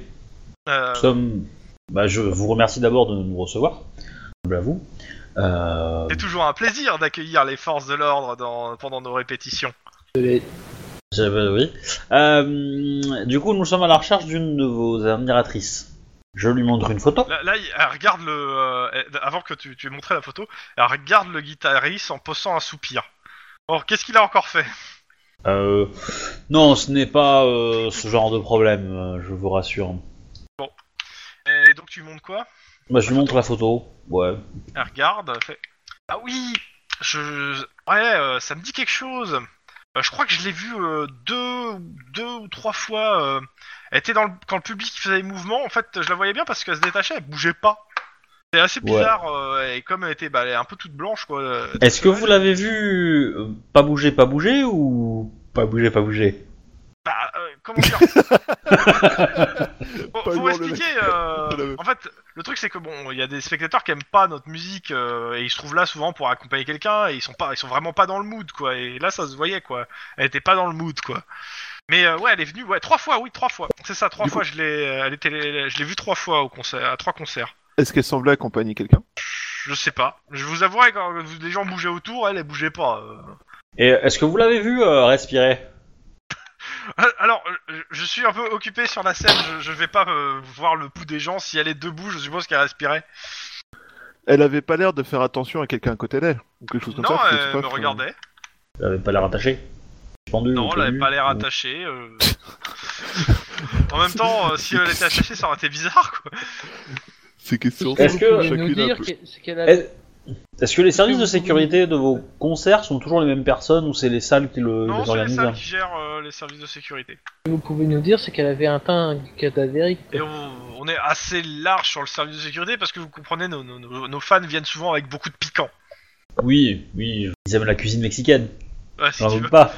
B: Euh,
D: nous sommes. Bah, je vous remercie d'abord de nous recevoir. Semble à vous. Euh,
B: C'est toujours un plaisir d'accueillir les forces de l'ordre dans- pendant nos répétitions.
D: j'avais- oui. Euh, du coup, nous sommes à la recherche d'une de vos admiratrices. Je lui montre une photo.
B: Là, là, elle regarde le. euh, elle- avant que tu, tu aies montré la photo, elle regarde le guitariste en poussant un soupir. Or, qu'est-ce qu'il a encore fait
D: Euh, non, ce n'est pas euh, ce genre de problème, euh, je vous rassure.
B: Et donc, tu montes quoi
D: Bah, je lui montre la photo. Ouais.
B: Elle regarde, elle fait Ah oui je... Ouais, euh, ça me dit quelque chose. Euh, je crois que je l'ai vu euh, deux, deux ou trois fois. euh, Elle était dans le... Quand le public faisait des mouvements, en fait, je la voyais bien parce qu'elle se détachait, elle bougeait pas. C'est assez
D: Ouais.
B: bizarre, euh, et comme elle était bah, elle est un peu toute blanche, quoi. euh,
D: Est-ce que vous l'avez vu euh, pas bouger, pas bouger ou pas bouger, pas bouger
B: Bah, euh, comment dire Pour, pour
C: hurler.
B: expliquer, euh,
C: Je l'avais.
B: en fait, le truc c'est que bon, il y a des spectateurs qui aiment pas notre musique euh, et ils se trouvent là souvent pour accompagner quelqu'un et ils sont pas, ils sont vraiment pas dans le mood quoi. Et là, ça se voyait quoi. Elle était pas dans le mood quoi. Mais euh, ouais, elle est venue, ouais, trois fois, oui, trois fois. C'est ça, trois
C: Du
B: fois. Je l'ai, euh, elle était, je l'ai vue trois fois au concert, à trois concerts.
C: Est-ce qu'elle semblait accompagner quelqu'un
B: Je sais pas. Je vous avouerai quand vous- les gens bougeaient autour, elle, elle bougeait pas. euh.
D: Et est-ce que vous l'avez vu euh, respirer
B: Ah, Alors, euh, je- je suis un peu occupé sur la scène, je, je vais pas euh, voir le pouls des gens. Si elle est debout, je suppose qu'elle respirait.
C: Elle avait pas l'air de faire attention à quelqu'un à côté d'elle ou quelque chose comme
B: Non,
C: ça. je sais
B: elle
C: pas, euh,
B: me
C: enfin,
B: regardait.
D: Elle avait pas l'air attachée. Pendu,
B: Non, elle avait pas l'air attachée. euh. en même temps, euh, si elle était attachée, ça aurait été bizarre, quoi.
C: Ces questions.
D: Est-ce
C: sont
D: que-
A: Vous pouvez nous
C: chacune un
A: dire
C: peu.
A: que- ce qu'elle a
D: Est- Est-ce que les services de sécurité de vos concerts sont toujours les mêmes personnes ou c'est les salles qui
B: Non,
D: le, les
B: c'est les
D: organisent
B: salles qui gèrent euh, les services de sécurité.
A: Vous pouvez nous dire, c'est qu'elle avait un teint cadavérique.
B: Et on, on est assez large sur le service de sécurité parce que vous comprenez, nos, nos- nos- nos fans viennent souvent avec beaucoup de piquants.
D: Oui, oui, ils aiment la cuisine mexicaine.
B: Ouais, Ah, si
D: J'en
B: tu
D: doute
B: veux.
D: pas.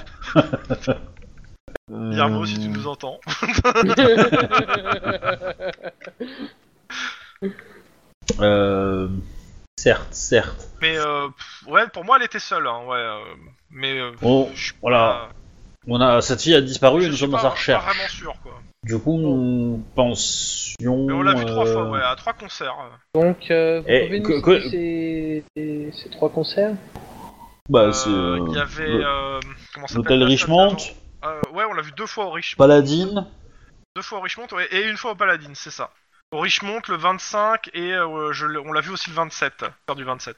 B: Guillermo, si tu
C: Euh,
B: nous entends.
D: Euh, certes, certes.
B: Mais euh, pff, ouais, pour moi, elle était seule, hein, ouais. euh, mais euh,
D: Oh,
B: je suis pas-
D: voilà. On a cette fille a disparu et
B: Euh, je
D: nous
B: suis
D: sommes
B: pas-
D: dans sa
B: pas
D: recherche.
B: vraiment sûr, quoi.
D: Du coup, nous pensions.
B: Mais on l'a vu trois
D: euh,
B: fois, ouais, à trois concerts.
A: Donc, euh, vous
D: Et
A: pouvez
C: Eh,
A: nous citer
D: que- que-
A: ces- ces- ces trois concerts
D: Bah,
B: Euh,
D: c'est.
B: Il y
D: euh,
B: avait.
D: le-
B: euh, comment ça s'appelle,
D: L'hôtel
B: la salle
D: Richmond,
B: d'avant Euh, Ouais, on l'a vu deux fois au Richmond.
D: Paladine.
B: Deux fois au Richmond ouais, et une fois au Paladin, c'est ça. Au Richmond le 25 et euh, je l'ai- on l'a vu aussi le 27, lors du 27.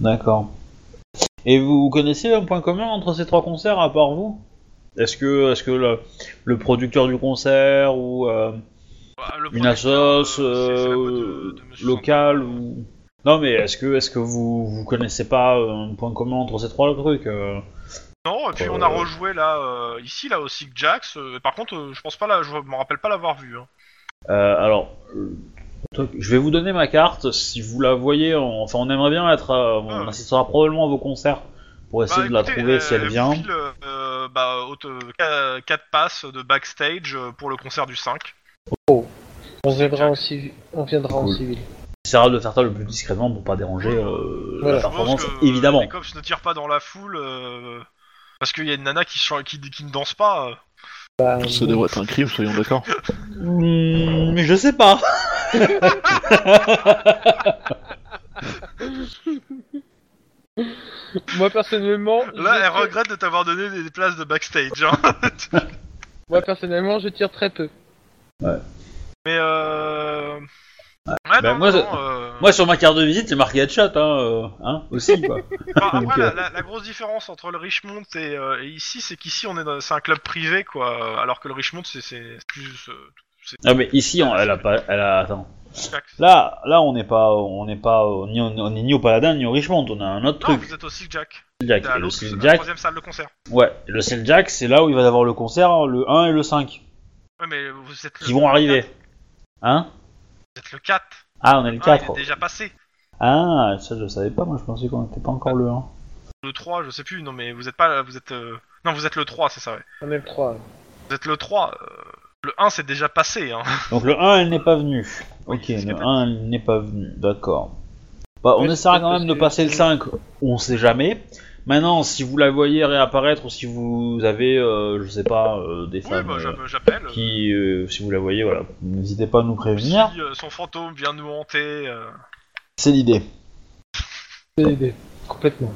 D: D'accord. Et vous, vous connaissez un point commun entre ces trois concerts à part vous Est-ce que, est-ce que le, le producteur du concert ou euh,
B: Bah, le
D: une
B: premier,
D: assoce
B: euh, c'est- c'est la
D: euh,
B: boîte de- de Monsieur
D: locale ou... Non mais est-ce que, est-ce que vous, vous connaissez pas euh, un point commun entre ces trois trucs euh
B: Sandberg. Non, et puis on a
D: Euh.
B: rejoué là, euh, ici, là aussi, Jax. euh, par contre, euh, je pense pas là, je me rappelle pas l'avoir vu. hein.
D: Euh, alors, euh, donc, je vais vous donner ma carte. Si vous la voyez, on- enfin, on aimerait bien être. euh, on
B: Ah.
D: assistera probablement à vos concerts pour essayer de la
B: écoutez,
D: trouver
B: euh,
D: si elle
B: vous
D: vient.
B: file, euh, bah, haute- euh, quatre passes de backstage euh, pour le concert du 5.
A: On viendra en civil. On viendra en
D: Cool.
A: civil.
D: J'essaierai de faire ça le plus discrètement pour pas déranger euh,
A: Voilà.
D: la
B: Je pense
D: performance,
B: que, euh,
D: évidemment.
B: Les cops ne tirent pas dans la foule euh, parce qu'il y a une nana qui, chan- qui, qui ne danse pas. euh.
A: Bah,
C: Ça
A: bon.
C: devrait être un crime, soyons d'accord.
D: Hmm, mais je sais pas.
A: Moi personnellement,
B: Là,
A: je-
B: elle regrette de t'avoir donné des places de backstage. hein.
A: moi personnellement, je tire très peu.
B: Mais euh... Ouais,
D: Bah,
B: non,
D: moi,
B: non,
D: je-
B: euh,
D: Moi, sur ma carte de visite, c'est marqué headshot, hein, euh, hein, aussi. Quoi.
B: enfin, après,
D: donc,
B: la,
D: euh,
B: la- la grosse différence entre le Richmond et, euh, et ici, c'est qu'ici, on est dans... c'est un club privé, quoi. Alors que le Richmond, c'est- c'est plus... euh,
D: ah, mais ici, on- elle a pas, elle a, attends.
B: tout Jax.
D: Là, là, on n'est pas, on n'est pas, euh, ni, on est ni au Paladin ni au Richmond. On a un autre
B: Non,
D: truc.
B: vous êtes aussi Jack.
D: le Jack.
B: T'es à
D: Et le
B: l'autre, la
D: Jack,
B: troisième salle de concert.
D: Ouais, le Cell Jack, c'est là où il va y avoir le concert, hein, le 1 et le 5,
B: Ouais, mais vous êtes le...
D: qui vont arriver. Hein
B: Vous êtes le 4.
D: Ah, on est le
B: Ah, il est
D: 4.
B: déjà passé.
D: Ah, ça je le savais pas, moi je pensais qu'on n'était pas encore le 1.
B: Le 3, je sais plus. Non, mais vous êtes pas... Vous êtes... euh, Non, vous êtes le 3, c'est ça, ouais.
A: On est le 3.
B: Vous êtes le 3. euh, Le 1, c'est déjà passé, hein.
D: Donc le 1, elle n'est pas venue.
B: Oui,
D: Ok,
B: c'est ce que
D: le
B: t'as
D: 1, elle n'est pas venue, d'accord. Bah, on
A: Ouais,
D: essaiera
A: c'est
D: quand même de
A: parce que-
D: passer le 5, on sait jamais. Maintenant, si vous la voyez réapparaître ou si vous avez, euh, je sais pas, euh, des
B: Oui,
D: femmes
B: bah,
D: euh,
B: j'a- j'appelle.
D: qui, euh, si vous la voyez, voilà, n'hésitez pas à nous prévenir.
B: Si euh, son fantôme vient nous hanter. euh,
D: C'est l'idée.
A: C'est l'idée. Complètement.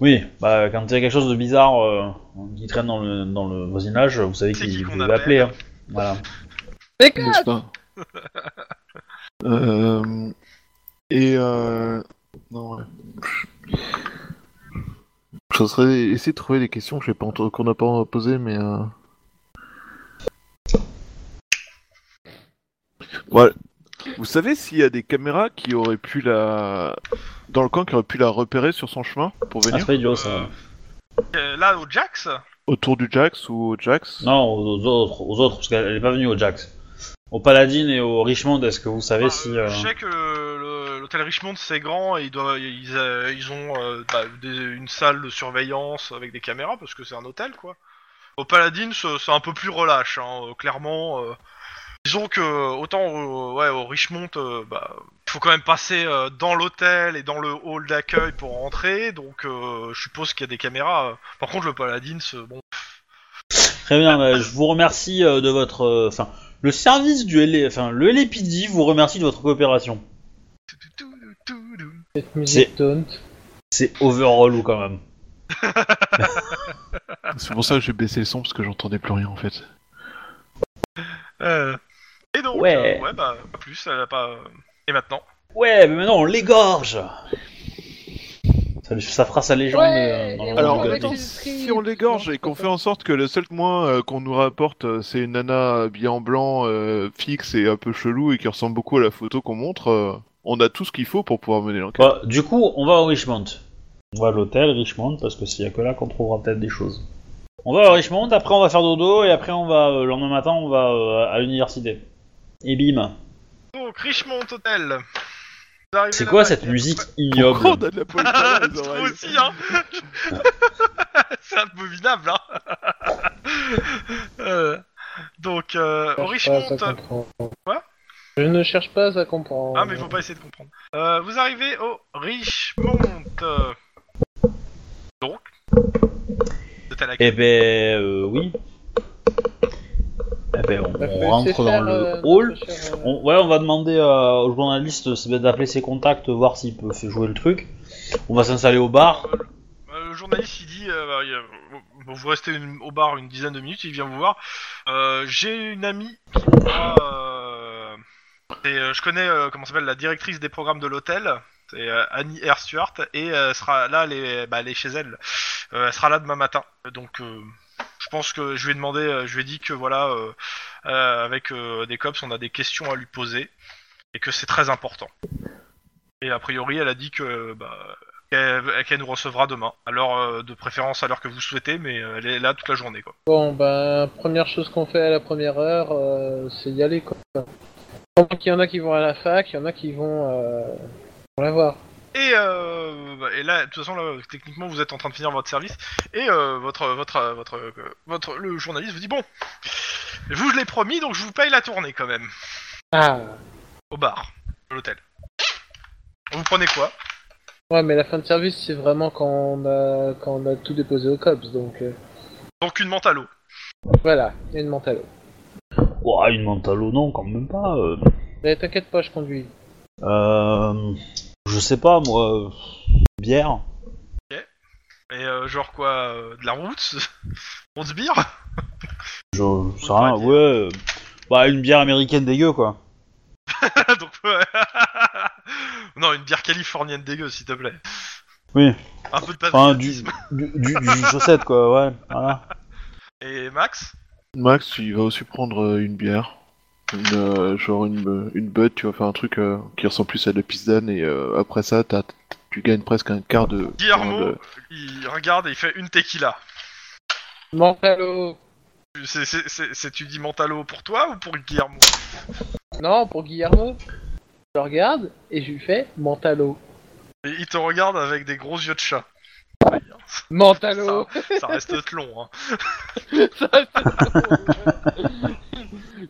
D: Oui, bah, quand il y a quelque chose de bizarre euh, qui traîne dans le, dans le voisinage, vous savez
B: C'est
D: qu'il
B: qui qu'on
D: vous
B: appelle
D: appelez. Hein. Voilà.
C: N'est-ce pas Euh, Et euh... non, ouais. Je serais essayer de trouver des questions que j'ai pas ent- qu'on n'a pas posées, mais euh... ouais. Vous savez s'il y a des caméras qui auraient pu la dans le camp qui auraient pu la repérer sur son chemin pour
D: Ah,
C: venir
D: c'est pas idiot, ça.
B: euh, euh, là, au Jax
C: autour du Jax ou au Jax
D: Non, aux, aux autres, aux autres, parce qu'elle n'est pas venue au Jax. Au Paladin et au Richmond, est-ce que vous savez
B: Bah,
D: si...
B: euh,
D: euh,
B: Je sais que le- l'hôtel Richmond c'est grand et ils, doivent- ils, euh, ils ont euh, bah, des- une salle de surveillance avec des caméras parce que c'est un hôtel quoi. Au Paladin c'est c'est un peu plus relâche, hein, euh, clairement. euh, disons que autant au, ouais, au Richmond, euh, bah, faut quand même passer euh, dans l'hôtel et dans le hall d'accueil pour rentrer, donc euh, je suppose qu'il y a des caméras. Par contre le Paladin, c'est- bon,
D: Très bien, bah, je vous remercie euh, de votre... euh, Enfin, le service du LA... Enfin, le LAPD vous remercie de votre coopération.
A: Cette musique taunt.
D: C'est overall ou quand même.
C: C'est pour ça que j'ai baissé le son parce que j'entendais plus rien en fait.
B: euh, et donc
D: Ouais.
B: euh, ouais bah pas plus, elle a pas. Et maintenant.
D: Ouais, mais maintenant, on l'égorge ça, ça fera sa légende
E: Ouais,
D: euh, dans
E: et
D: le
E: on
D: monde
C: Alors,
E: va
D: de-
E: mettre
C: attends,
E: une
C: si
E: prise,
C: on l'égorge et qu'on fait en sorte que le seul point euh, qu'on nous rapporte, euh, c'est une nana habillée en blanc, euh, fixe et un peu chelou et qui ressemble beaucoup à la photo qu'on montre, euh, on a tout ce qu'il faut pour pouvoir mener l'enquête.
D: Bah, du coup, on va au Richmond. On va à l'hôtel Richmond parce que s'il y a que là qu'on trouvera peut-être des choses. On va au Richmond, après on va faire dodo et après on va euh, le lendemain matin on va euh, à l'université. Et bim.
B: Donc, Richmond Hotel. Vous arrivez
D: C'est
B: là-bas,
D: quoi cette
B: il y a-
D: musique
C: Pourquoi
D: ignoble
C: on a de la poêle
B: Ah,
C: dans les
B: toi
C: oreilles
B: aussi, hein C'est abominable, hein Euh, Donc, euh, au
A: Je cherche
B: Richmond...
A: pas à comprendre.
B: Quoi
A: Je ne cherche pas à comprendre.
B: Ah, mais faut pas essayer de comprendre. Euh, vous arrivez au Richmond. euh, Donc... Vous êtes à la-
D: Eh ben euh, oui. Eh ben on,
A: Ça
D: on
A: peut
D: rentre
A: laisser
D: dans
A: faire,
D: le
A: euh,
D: hall.
A: notre cher, euh,
D: On, ouais, on va demander euh, au journaliste c'est d'appeler ses contacts, voir s'il peut faire jouer le truc. On va s'installer au bar.
B: Euh, le journaliste, il dit... euh, bah, il y a- bon, vous restez une- au bar une dizaine de minutes, il vient vous voir. Euh, J'ai une amie qui m'a... euh, c'est, euh, je connais, euh, comment ça s'appelle, la directrice des programmes de l'hôtel, c'est euh, Annie R. Stewart, et euh, elle sera là, elle est, bah, elle est chez elle. Euh, elle sera là demain matin. Donc, euh, je pense que je lui ai demandé, euh, je lui ai dit que voilà, euh, euh, avec euh, des cops, on a des questions à lui poser, et que c'est très important. Et a priori, elle a dit que bah, qu'elle qu'elle nous recevra demain, alors euh, de préférence à l'heure que vous souhaitez, mais euh, elle est là toute la journée. Quoi.
A: Bon, ben, première chose qu'on fait à la première heure, euh, c'est y aller, quoi. Pendant qu'il y en a qui vont à la fac, il y en a qui vont, euh, vont la voir.
B: Et, euh, bah, et là, de toute façon, là, techniquement, vous êtes en train de finir votre service. Et euh, votre, votre, euh, votre, euh, votre, le journaliste vous dit bon, vous je l'ai promis, donc je vous paye la tournée quand même
A: Ah
B: au bar, à l'hôtel. Vous prenez quoi
A: Ouais, mais la fin de service, c'est vraiment quand on a, quand on a tout déposé au COPS, donc euh,
B: Donc une menthe à l'eau.
A: voilà, il y a une mentalo.
D: Ouah, une mentalo, non, quand même pas. euh.
A: Mais t'inquiète pas, je conduis.
D: Euh, je sais pas, moi. euh, Bière.
B: Et euh, genre quoi, euh, de la route, on se bire.
D: Je, je sais rien, ouais. euh, Bah, une bière américaine dégueu, quoi.
B: donc ouais. non, une bière californienne dégueu, s'il te plaît.
D: Oui.
B: Un peu de
D: Enfin,
B: patriotisme.
D: du, du, du, du jus de chaussette, quoi, ouais. Voilà.
B: Et Max
C: Max, il va aussi prendre euh, une bière. Une, euh, genre une, une bud, tu vas faire un truc euh, qui ressemble plus à de la pisse d'âne et euh, après ça, t'as- tu gagnes presque un quart de...
B: Guillermo,
C: de-
B: il regarde et il fait une tequila.
A: Mentalo
B: C'est- c'est- c'est- c'est- tu dis Mentalo pour toi ou pour Guillermo
A: Non, pour Guillermo. Je le regarde et je lui fais Mentalo.
B: Et il te regarde avec des gros yeux de chat.
A: Mentalo
B: Ça reste long. Hein.
A: Ça, c'est trop.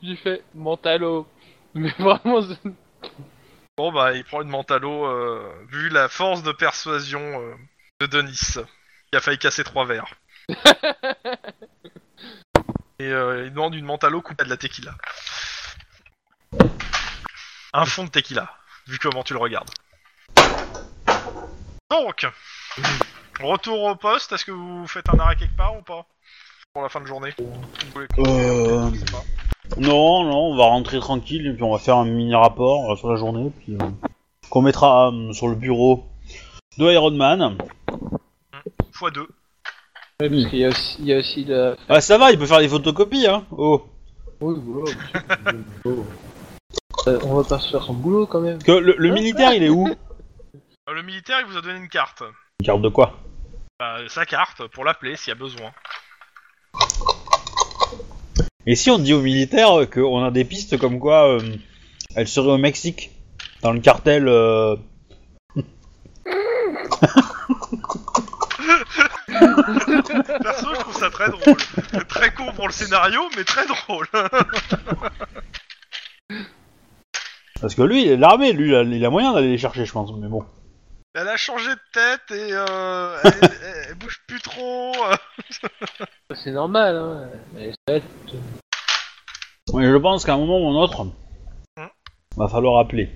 A: Je lui fais Mentalo. Mais vraiment, c'est-
B: Bon bah il prend une Mentalo euh, vu la force de persuasion euh, de Denis. qui a failli casser trois verres. et euh, il demande une mentalo coupée à de la tequila. Un fond de tequila, vu comment tu le regardes. Donc, retour au poste, est-ce que vous faites un arrêt quelque part ou pas Pour la fin de journée Vous voulez continuer,
D: Euh.
B: je sais pas.
D: Non, non, on va rentrer tranquille et puis on va faire un mini rapport euh, sur la journée puis euh, qu'on mettra euh, sur le bureau de Iron Man.
B: Fois deux.
A: Ouais, parce qu'il y a aussi, il y a aussi la.
D: Ah ça va, il peut faire des photocopies hein. Oh.
A: Oui, voilà, monsieur. Oh. Euh, on va pas se faire son boulot quand même.
D: Que le, le militaire il est où
B: Euh, Le militaire, il vous a donné une carte.
D: Une carte de quoi
B: Bah, sa carte pour l'appeler s'il y a besoin.
D: Et si on dit aux militaires euh, qu'on a des pistes comme quoi euh, elle serait au Mexique dans le cartel euh,
B: Perso, je trouve ça très drôle. très court pour le scénario, mais très drôle.
D: parce que lui il est de l'armée, lui il a, il a moyen d'aller les chercher je pense mais bon.
B: Elle a changé de tête et euh, elle, elle- elle bouge plus trop.
A: C'est normal, hein. Mais ça va être-
D: Mais je pense qu'à un moment ou un autre, va falloir appeler.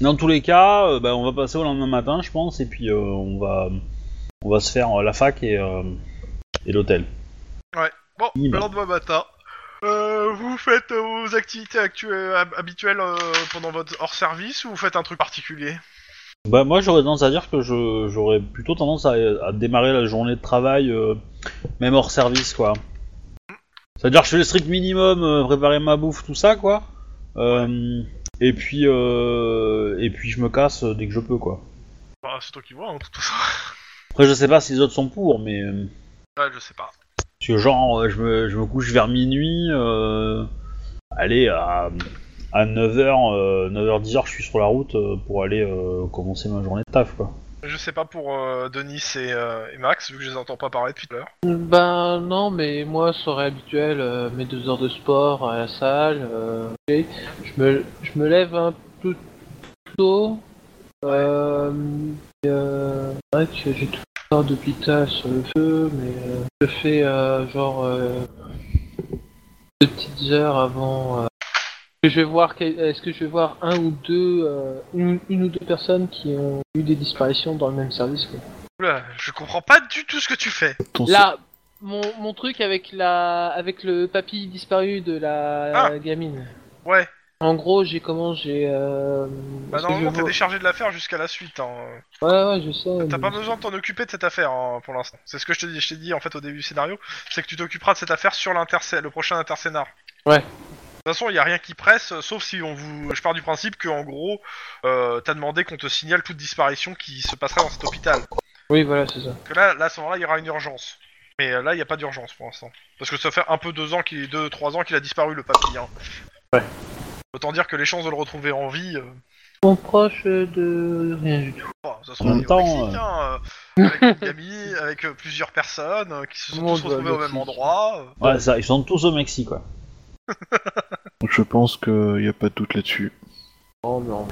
D: Dans tous les cas, euh, bah, on va passer au lendemain matin, je pense, et puis euh, on va on va se faire euh, la fac et, euh, et l'hôtel.
B: Bon,
D: Il
B: le
D: va.
B: lendemain matin, euh, vous faites euh, vos activités actuelles, hab- habituelles euh, pendant votre hors service ou vous faites un truc particulier
D: Bah moi j'aurais tendance à dire que je- j'aurais plutôt tendance à, à démarrer la journée de travail euh, même hors service quoi. C'est-à-dire que je fais le strict minimum, euh, préparer ma bouffe, tout ça quoi. Euh, et puis euh, et puis je me casse euh, dès que je peux quoi.
B: Bah, c'est toi qui vois, hein, de toute façon.
D: Après je sais pas si les autres sont pour, mais euh,
B: Ouais, je sais pas.
D: Parce que genre, euh, je me, je me couche vers minuit, euh, allez, à, à euh, 9h, 9h10, je suis sur la route euh, pour aller euh, commencer ma journée de taf, quoi.
B: Je sais pas pour euh, Denis et, euh, et Max, vu que je les entends pas parler depuis tout à l'heure.
A: Ben non, mais moi, soirée habituelle, euh, mes deux heures de sport à la salle. euh, ok. je, me, je me lève un peu tôt. Euh, et, euh, c'est vrai que j'ai tout le temps d'hôpital sur le feu, mais euh, je fais euh, genre euh, deux petites heures avant. euh, que je vais voir que- est-ce que je vais voir un ou deux euh, une, une ou deux personnes qui ont eu des disparitions dans le même service quoi.
B: Oula, je comprends pas du tout ce que tu fais.
C: Ton
A: Là, mon, mon truc avec la avec le papy disparu de la
B: Ah.
A: gamine.
B: Ouais,
A: En gros, j'ai comment j'ai. Euh,
B: bah
A: parce que je
B: normalement t'es
A: vois-
B: déchargé de l'affaire jusqu'à la suite. Hein.
A: Ouais, ouais, je sais.
B: T'as
A: mais-
B: pas besoin de t'en occuper de cette affaire hein, pour l'instant. C'est ce que je te dis, je t'ai dit en fait au début du scénario, c'est que tu t'occuperas de cette affaire sur l'intercé- le prochain intercénar.
A: Ouais.
B: De toute façon, il y a rien qui presse, euh, sauf si on vous. Je pars du principe que en gros, euh, t'as demandé qu'on te signale toute disparition qui se passerait dans cet hôpital.
A: Oui, voilà, c'est ça.
B: Que là, là, à ce moment-là, il y aura une urgence. Mais euh, là, il n'y a pas d'urgence pour l'instant. Parce que ça fait un peu deux ans qu'il, deux, trois ans qu'il a disparu le papy. hein.
A: Ouais.
B: Autant dire que les chances de le retrouver en vie. euh,
A: On proche euh, de rien du tout.
B: Bon, Oh, ça se
D: En
B: trouve,
D: même
B: il est au
D: temps,
B: Mexique, hein, euh, avec une gamine, avec euh, plusieurs personnes euh, qui se
A: Tout
B: sont
A: le monde
B: tous
A: va au
B: retrouvés au même
A: Mexique.
B: endroit. euh.
D: Ouais, ça, ils sont tous au Mexique, quoi.
C: Je pense qu'il n'y a pas de doute là-dessus.
A: Oh non.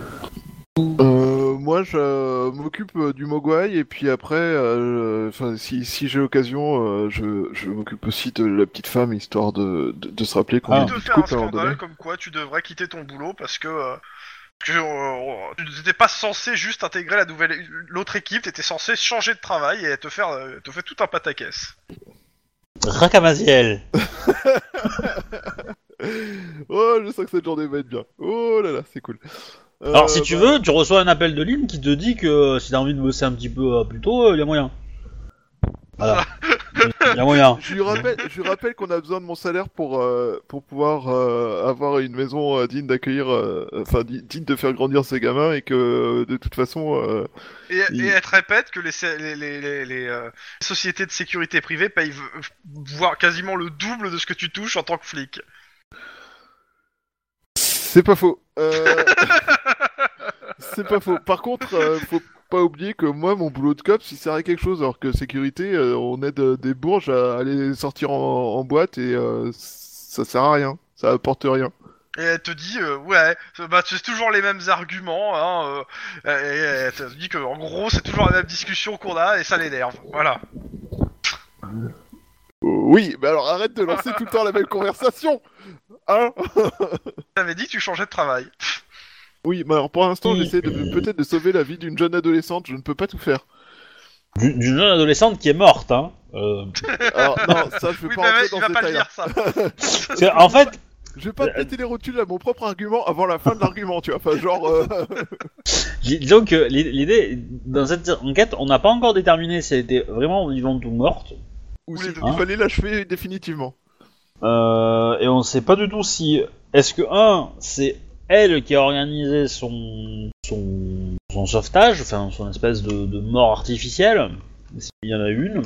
C: Euh, moi, je euh, m'occupe euh, du Mogwai et puis après, euh, enfin, si, si j'ai l'occasion, euh, je, je m'occupe aussi de la petite femme histoire de, de, de se rappeler qu'on
D: Ah.
C: est
B: Et de
C: une
B: faire un
C: couple à un moment donné.
B: scandale comme quoi tu devrais quitter ton boulot parce que, euh, que, euh, tu n'étais pas censé juste intégrer la nouvelle l'autre équipe, t'étais censé changer de travail et te faire euh, te faire tout un pataquès.
D: Racamaziel
C: Oh, je sens que cette journée va être bien. Oh là là, c'est cool. Euh,
D: Alors, si tu
C: bah,
D: veux, tu reçois un appel de Lynn qui te dit que euh, si t'as envie de bosser un petit peu euh, plus tôt, euh, il y a moyen. Voilà. Il y a moyen.
C: Je lui rappelle, je lui rappelle qu'on a besoin de mon salaire pour, euh, pour pouvoir euh, avoir une maison euh, digne d'accueillir, euh, enfin di- digne de faire grandir ses gamins et que euh, de toute façon, euh,
B: Et, et
C: Il-
B: elle te répète que les, sé- les, les, les- les, euh, sociétés de sécurité privée payent v- voire quasiment le double de ce que tu touches en tant que flic.
C: c'est pas faux. Euh, c'est pas faux. Par contre, euh, faut pas oublier que moi, mon boulot de cop, il sert à quelque chose, alors que sécurité, euh, on aide euh, des bourges à aller sortir en, en boîte et euh, ça sert à rien. Ça apporte rien.
B: Et elle te dit, euh, ouais, c'est- bah, c'est toujours les mêmes arguments, hein, euh, et elle te dit que, en gros, c'est toujours la même discussion qu'on a, et ça l'énerve, voilà.
C: Euh, Oui, mais alors arrête de lancer tout le temps la même conversation Hein
B: T'avais dit tu changeais de travail.
C: Oui, mais alors pour l'instant,
D: Oui.
C: j'essaie de- peut-être de sauver la vie d'une jeune adolescente, je ne peux pas tout faire.
D: Du- D'une jeune adolescente qui est morte, hein. Euh,
C: Alors non, ça je veux
B: Oui,
C: pas
B: mais vas-y,
C: rentrer dans
B: il
C: ce
B: va pas le
C: détail-là.
B: dire ça.
D: c'est- en fait,
C: Je vais pas te
D: Euh,
C: péter les rotules à mon propre argument avant la fin de l'argument, tu vois, pas genre... euh,
D: Dis- Disons que l'i- l'idée, dans cette enquête, on n'a pas encore déterminé si elle était vraiment vivante ou morte.
B: Ou
C: Ou si
B: les deux.
C: il fallait l'achever définitivement.
D: Euh, et on ne sait pas du tout si. Est-ce que, un, c'est elle qui a organisé son, son, son sauvetage, enfin son espèce de, de mort artificielle, s'il y en a une.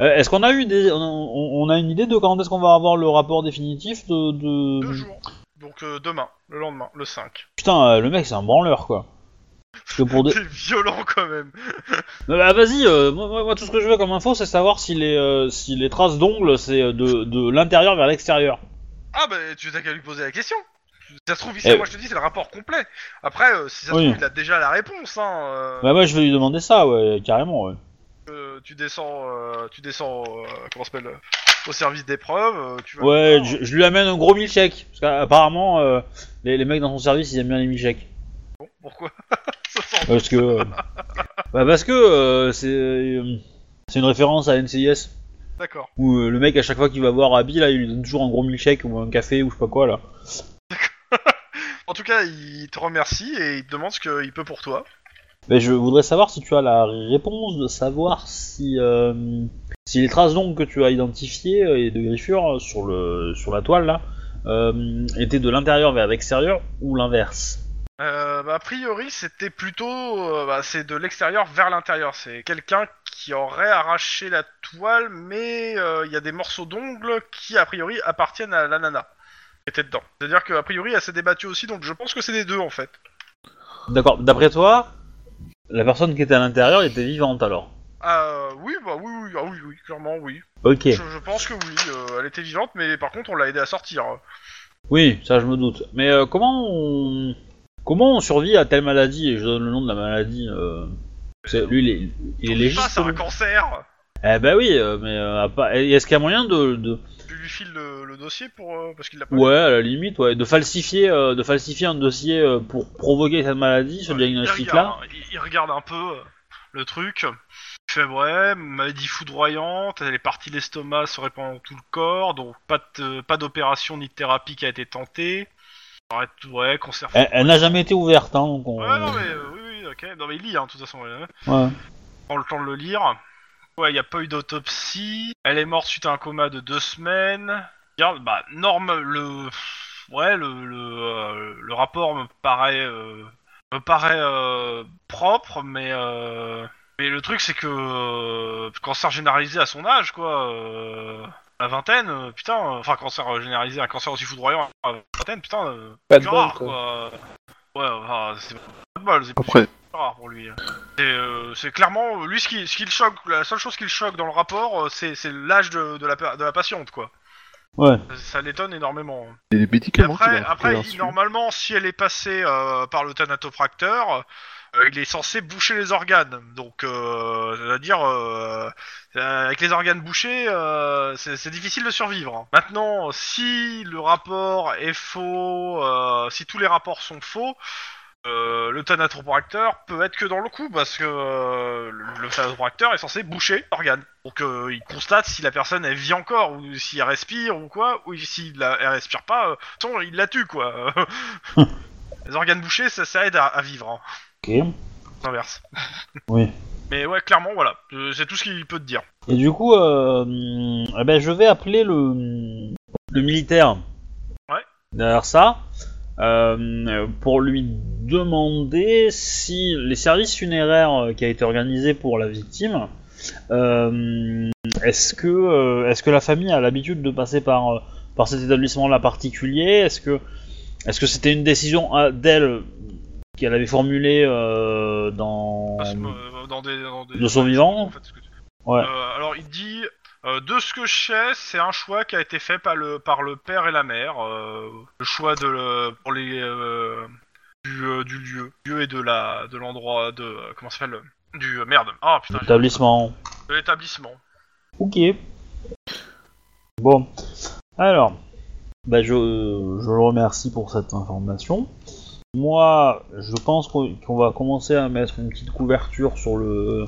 D: Euh, est-ce qu'on a eu des. On a, on- on a une idée de quand est-ce qu'on va avoir le rapport définitif de. de-
B: Deux jours. Donc euh, demain, le lendemain, le 5.
D: Putain, euh, le mec, c'est un branleur quoi. Parce que pour des-
B: C'est violent quand même.
D: Bah, bah, vas-y, euh, moi, moi- moi, tout ce que je veux comme info c'est savoir si les, euh, si les traces d'ongles c'est euh, de, de l'intérieur vers l'extérieur.
B: Ah bah tu t'as qu'à lui poser la question. Si Ça se trouve ici,
D: Eh.
B: moi je te dis c'est le rapport complet. Après, euh, si ça se
D: Oui.
B: trouve, il a déjà la réponse. Hein, euh,
D: Bah moi je vais lui demander ça, ouais, carrément. Ouais.
B: euh, tu descends, euh, tu descends, euh, comment ça s'appelle, euh, au service d'épreuve. euh, tu vas
D: Ouais,
B: voir.
D: je, je lui amène un gros milkshake, parce qu'apparemment euh, les, les mecs dans son service ils aiment bien les milkshakes.
B: Pourquoi Ça sent-
D: Parce que... euh, bah parce que euh, c'est euh, c'est une référence à NCIS,
B: D'accord,
D: où euh, le mec à chaque fois qu'il va voir Abby là il lui donne toujours un gros milkshake ou un café ou je sais pas quoi là.
B: En tout cas, il te remercie et il te demande ce qu'il peut pour toi.
D: Mais je voudrais savoir si tu as la réponse de savoir si, euh, si les traces d'ongles que tu as identifiées euh, et de griffures euh, sur, le, sur la toile là euh, étaient de l'intérieur vers l'extérieur ou l'inverse.
B: Euh, bah, a priori, c'était plutôt, euh, bah, c'est de l'extérieur vers l'intérieur. C'est quelqu'un qui aurait arraché la toile, mais euh, il y a des morceaux d'ongles qui a priori appartiennent à la nana qui était dedans. C'est-à-dire qu'a priori, elle s'est débattue aussi, donc je pense que c'est des deux en fait.
D: D'accord, d'après toi, la personne qui était à l'intérieur était vivante alors
B: Ah oui, bah oui, oui, ah, oui, oui, clairement oui.
D: Ok,
B: Je, je pense que oui. euh, elle était vivante, mais par contre, on l'a aidée à sortir.
D: oui, ça je me doute. Mais euh, comment on... Comment on survit à telle maladie Et je donne le nom de la maladie. euh, c'est- Lui, il est, il est
B: Je sais pas,
D: légiste.
B: c'est un
D: lui.
B: cancer.
D: Eh ben oui, euh, mais euh, à pas- est-ce qu'il y a moyen de- de,
B: Tu lui files le, le dossier pour euh, parce qu'il l'a pas.
D: Ouais, à la limite, ouais. De falsifier, euh, de falsifier un dossier euh, pour provoquer cette maladie, ce
B: Ouais, il
D: diagnostic-là.
B: regarde, hein, il- il regarde un peu euh, le truc. Il fait ouais, maladie foudroyante, les parties de l'estomac se répandent dans tout le corps, donc pas de- pas d'opération ni de thérapie qui a été tentée. Ouais, tout- ouais cancer.
D: Elle, elle n'a jamais été ouverte, hein, donc on...
B: Ouais, non mais euh, oui, oui, ok. Non mais il lit, hein, de toute façon. ouais, ouais.
D: Ouais.
B: Prends le temps de le lire. Ouais, il n'y a pas eu d'autopsie. Elle est morte suite à un coma de deux semaines. Regarde, bah, norme, le. Ouais, le, le, euh, le rapport me paraît. euh, me paraît euh, propre, mais. euh, mais le truc, c'est que. euh, cancer généralisé à son âge, quoi. euh, la vingtaine, euh, putain. euh, Enfin, cancer euh, généralisé, un cancer aussi foudroyant à la vingtaine, putain. euh,
A: Pas de
B: c'est
A: bol,
B: rare, quoi.
A: quoi.
B: Ouais, enfin, c'est pas de bol, c'est
C: Après,
B: rare pour lui. hein. C'est euh, c'est clairement lui ce qui, ce qui le choque. La seule chose qui le choque dans le rapport, euh, c'est c'est l'âge de, de la, pa- de la patiente, quoi.
D: Ouais.
B: Ça l'étonne énormément. hein.
C: il y a des
B: Et
C: médicaments
B: après,
C: qu'il a-
B: après
C: qu'il a
B: il-
C: reçus.
B: normalement, si elle est passée euh, par le thanatopracteur, euh, il est censé boucher les organes. Donc, euh, c'est-à-dire, euh, euh, avec les organes bouchés, euh, c'est c'est difficile de survivre. hein. Maintenant, si le rapport est faux, euh, si tous les rapports sont faux, euh, le thanatopracteur peut être que dans le coup parce que euh, le thanatopracteur est censé boucher l'organe. Donc euh, il constate si la personne elle vit encore ou si elle respire ou quoi, ou si la- elle respire pas, euh, de toute façon, il la tue quoi. Les organes bouchés ça, ça aide à, à vivre, hein.
D: Ok.
B: l'inverse.
D: Oui.
B: Mais ouais, clairement, voilà, Euh, c'est tout ce qu'il peut te dire.
D: Et du coup, euh, hum, eh ben, je vais appeler le, le militaire.
B: Ouais.
D: Derrière ça, euh, pour lui demander si les services funéraires euh, qui a été organisé pour la victime, euh, est-ce que, euh, est-ce que la famille a l'habitude de passer par, euh, par cet établissement-là particulier Est-ce que, est-ce que c'était une décision à- d'elle qu'elle avait formulée euh, dans
B: Parce que, euh, dans des, dans des-
D: de son vivant
B: en fait, ce que tu-
D: Ouais.
B: Euh, alors il dit euh, de ce que je sais, c'est un choix qui a été fait par le par le père et la mère. euh, le choix de le- pour les euh, du, euh, du lieu, lieu et de la de l'endroit de euh, comment ça s'appelle du euh, merde. Ah putain. j'ai-
D: l'établissement
B: De l'établissement.
D: Ok. Bon. Alors, bah je, je le remercie pour cette information. Moi, je pense qu'on qu'on va commencer à mettre une petite couverture sur le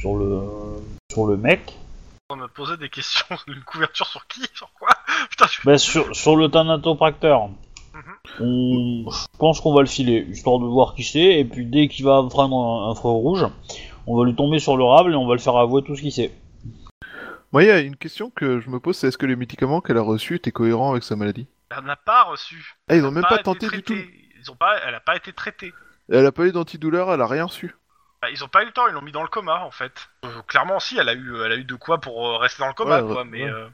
D: sur le sur le mec.
B: On me posait des questions, une couverture sur qui, sur quoi Putain, je-
D: Bah, sur, sur le Thanatopracteur.
B: Mm-hmm.
D: On- Je pense qu'on va le filer, histoire de voir qui c'est, et puis dès qu'il va prendre un, un feu rouge, on va lui tomber sur le rable et on va le faire avouer tout ce qu'il sait.
C: Moi, il y a une question que je me pose, c'est est-ce que les médicaments qu'elle a reçus étaient cohérents avec sa maladie
B: Elle n'a pas reçu.
C: Ah, ils n'ont même
B: Pas
C: pas,
B: été
C: tenté du tout.
B: traitée. Ils ont pas, elle a pas été traitée.
C: Elle a pas eu d'antidouleur, elle a rien reçu.
B: Bah, ils ont pas eu le temps, ils l'ont mis dans le coma en fait. Euh, clairement, si, elle a eu, elle a eu de quoi pour euh, rester dans le coma,
C: Ouais,
B: quoi.
C: ouais,
B: Mais
C: ouais.
B: euh,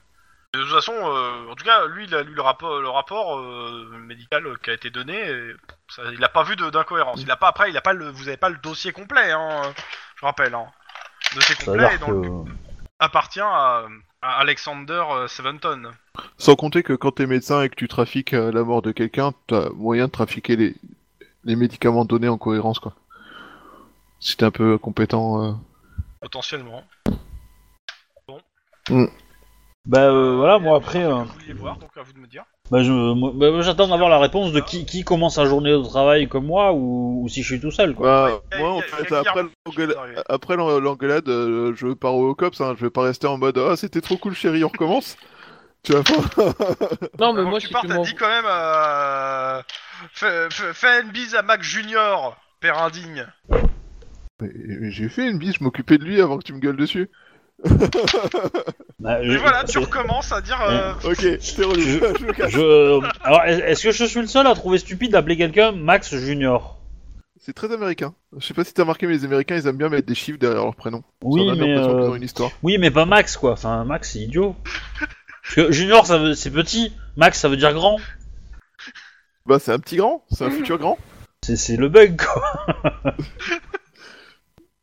B: de toute façon, euh, en tout cas, lui, il a lu le rapport, le rapport euh, médical qui a été donné. et, pff, ça, il a pas vu de- d'incohérence. Il a pas après, il a pas le, vous avez pas le dossier complet, hein. euh, Je rappelle, hein. Le dossier
D: Ça a l'air
B: complet donc,
D: que-
B: appartient à, à Alexander euh, Seventon.
C: Sans compter que quand t'es médecin et que tu trafiques euh, la mort de quelqu'un, t'as moyen de trafiquer les... les médicaments donnés en cohérence, quoi. Si t'es un peu compétent. euh.
B: Potentiellement.
D: Bah euh, voilà, moi
B: Et
D: après,
B: c'est ce que
D: euh,
B: Vous vouliez voir, donc à vous de me dire.
D: bah, je- moi- bah, moi, j'attends d'avoir la réponse de qui, qui commence sa journée de travail comme moi, ou, ou si je suis tout seul, quoi.
C: Bah,
B: Ouais,
C: moi,
B: y
C: en
B: a- y a
C: fait,
B: Guillermo qui
C: après
B: vient
C: l'engueulade-
B: d'arriver.
C: après l'en- l'engueulade, euh, je pars au COPS, hein, je vais pas rester en mode Ah, c'était trop cool, chérie, on recommence. tu vas pas.
A: Non, mais
B: Avant
A: moi,
B: que
A: si
B: tu partes,
A: tu
B: t'as
A: m'envoies.
B: dit quand même. Euh... Fais, fais- fais une bise à Mac Junior, père indigne.
C: Mais, mais j'ai fait une bise, je m'occupais de lui avant que tu me gueules dessus.
D: Bah,
B: Et
D: je-
B: voilà, tu
D: c'est-
B: recommences à dire. euh,
C: Ok, c'est relou. je me casse.
D: je... euh, Alors, est- est-ce que je suis le seul à trouver stupide d'appeler quelqu'un Max Junior
C: C'est très américain. Je sais pas si t'as remarqué, mais les américains ils aiment bien mettre des chiffres derrière leur prénom.
D: Oui,
C: ça donne
D: mais...
C: l'impression
D: euh,
C: qu'ils ont une histoire.
D: Oui, mais pas Max, quoi. Enfin, Max, c'est idiot. Parce que junior, ça veut, c'est petit. Max, ça veut dire grand.
C: Bah, c'est un petit grand, c'est un futur grand.
D: C'est, c'est le bug, quoi.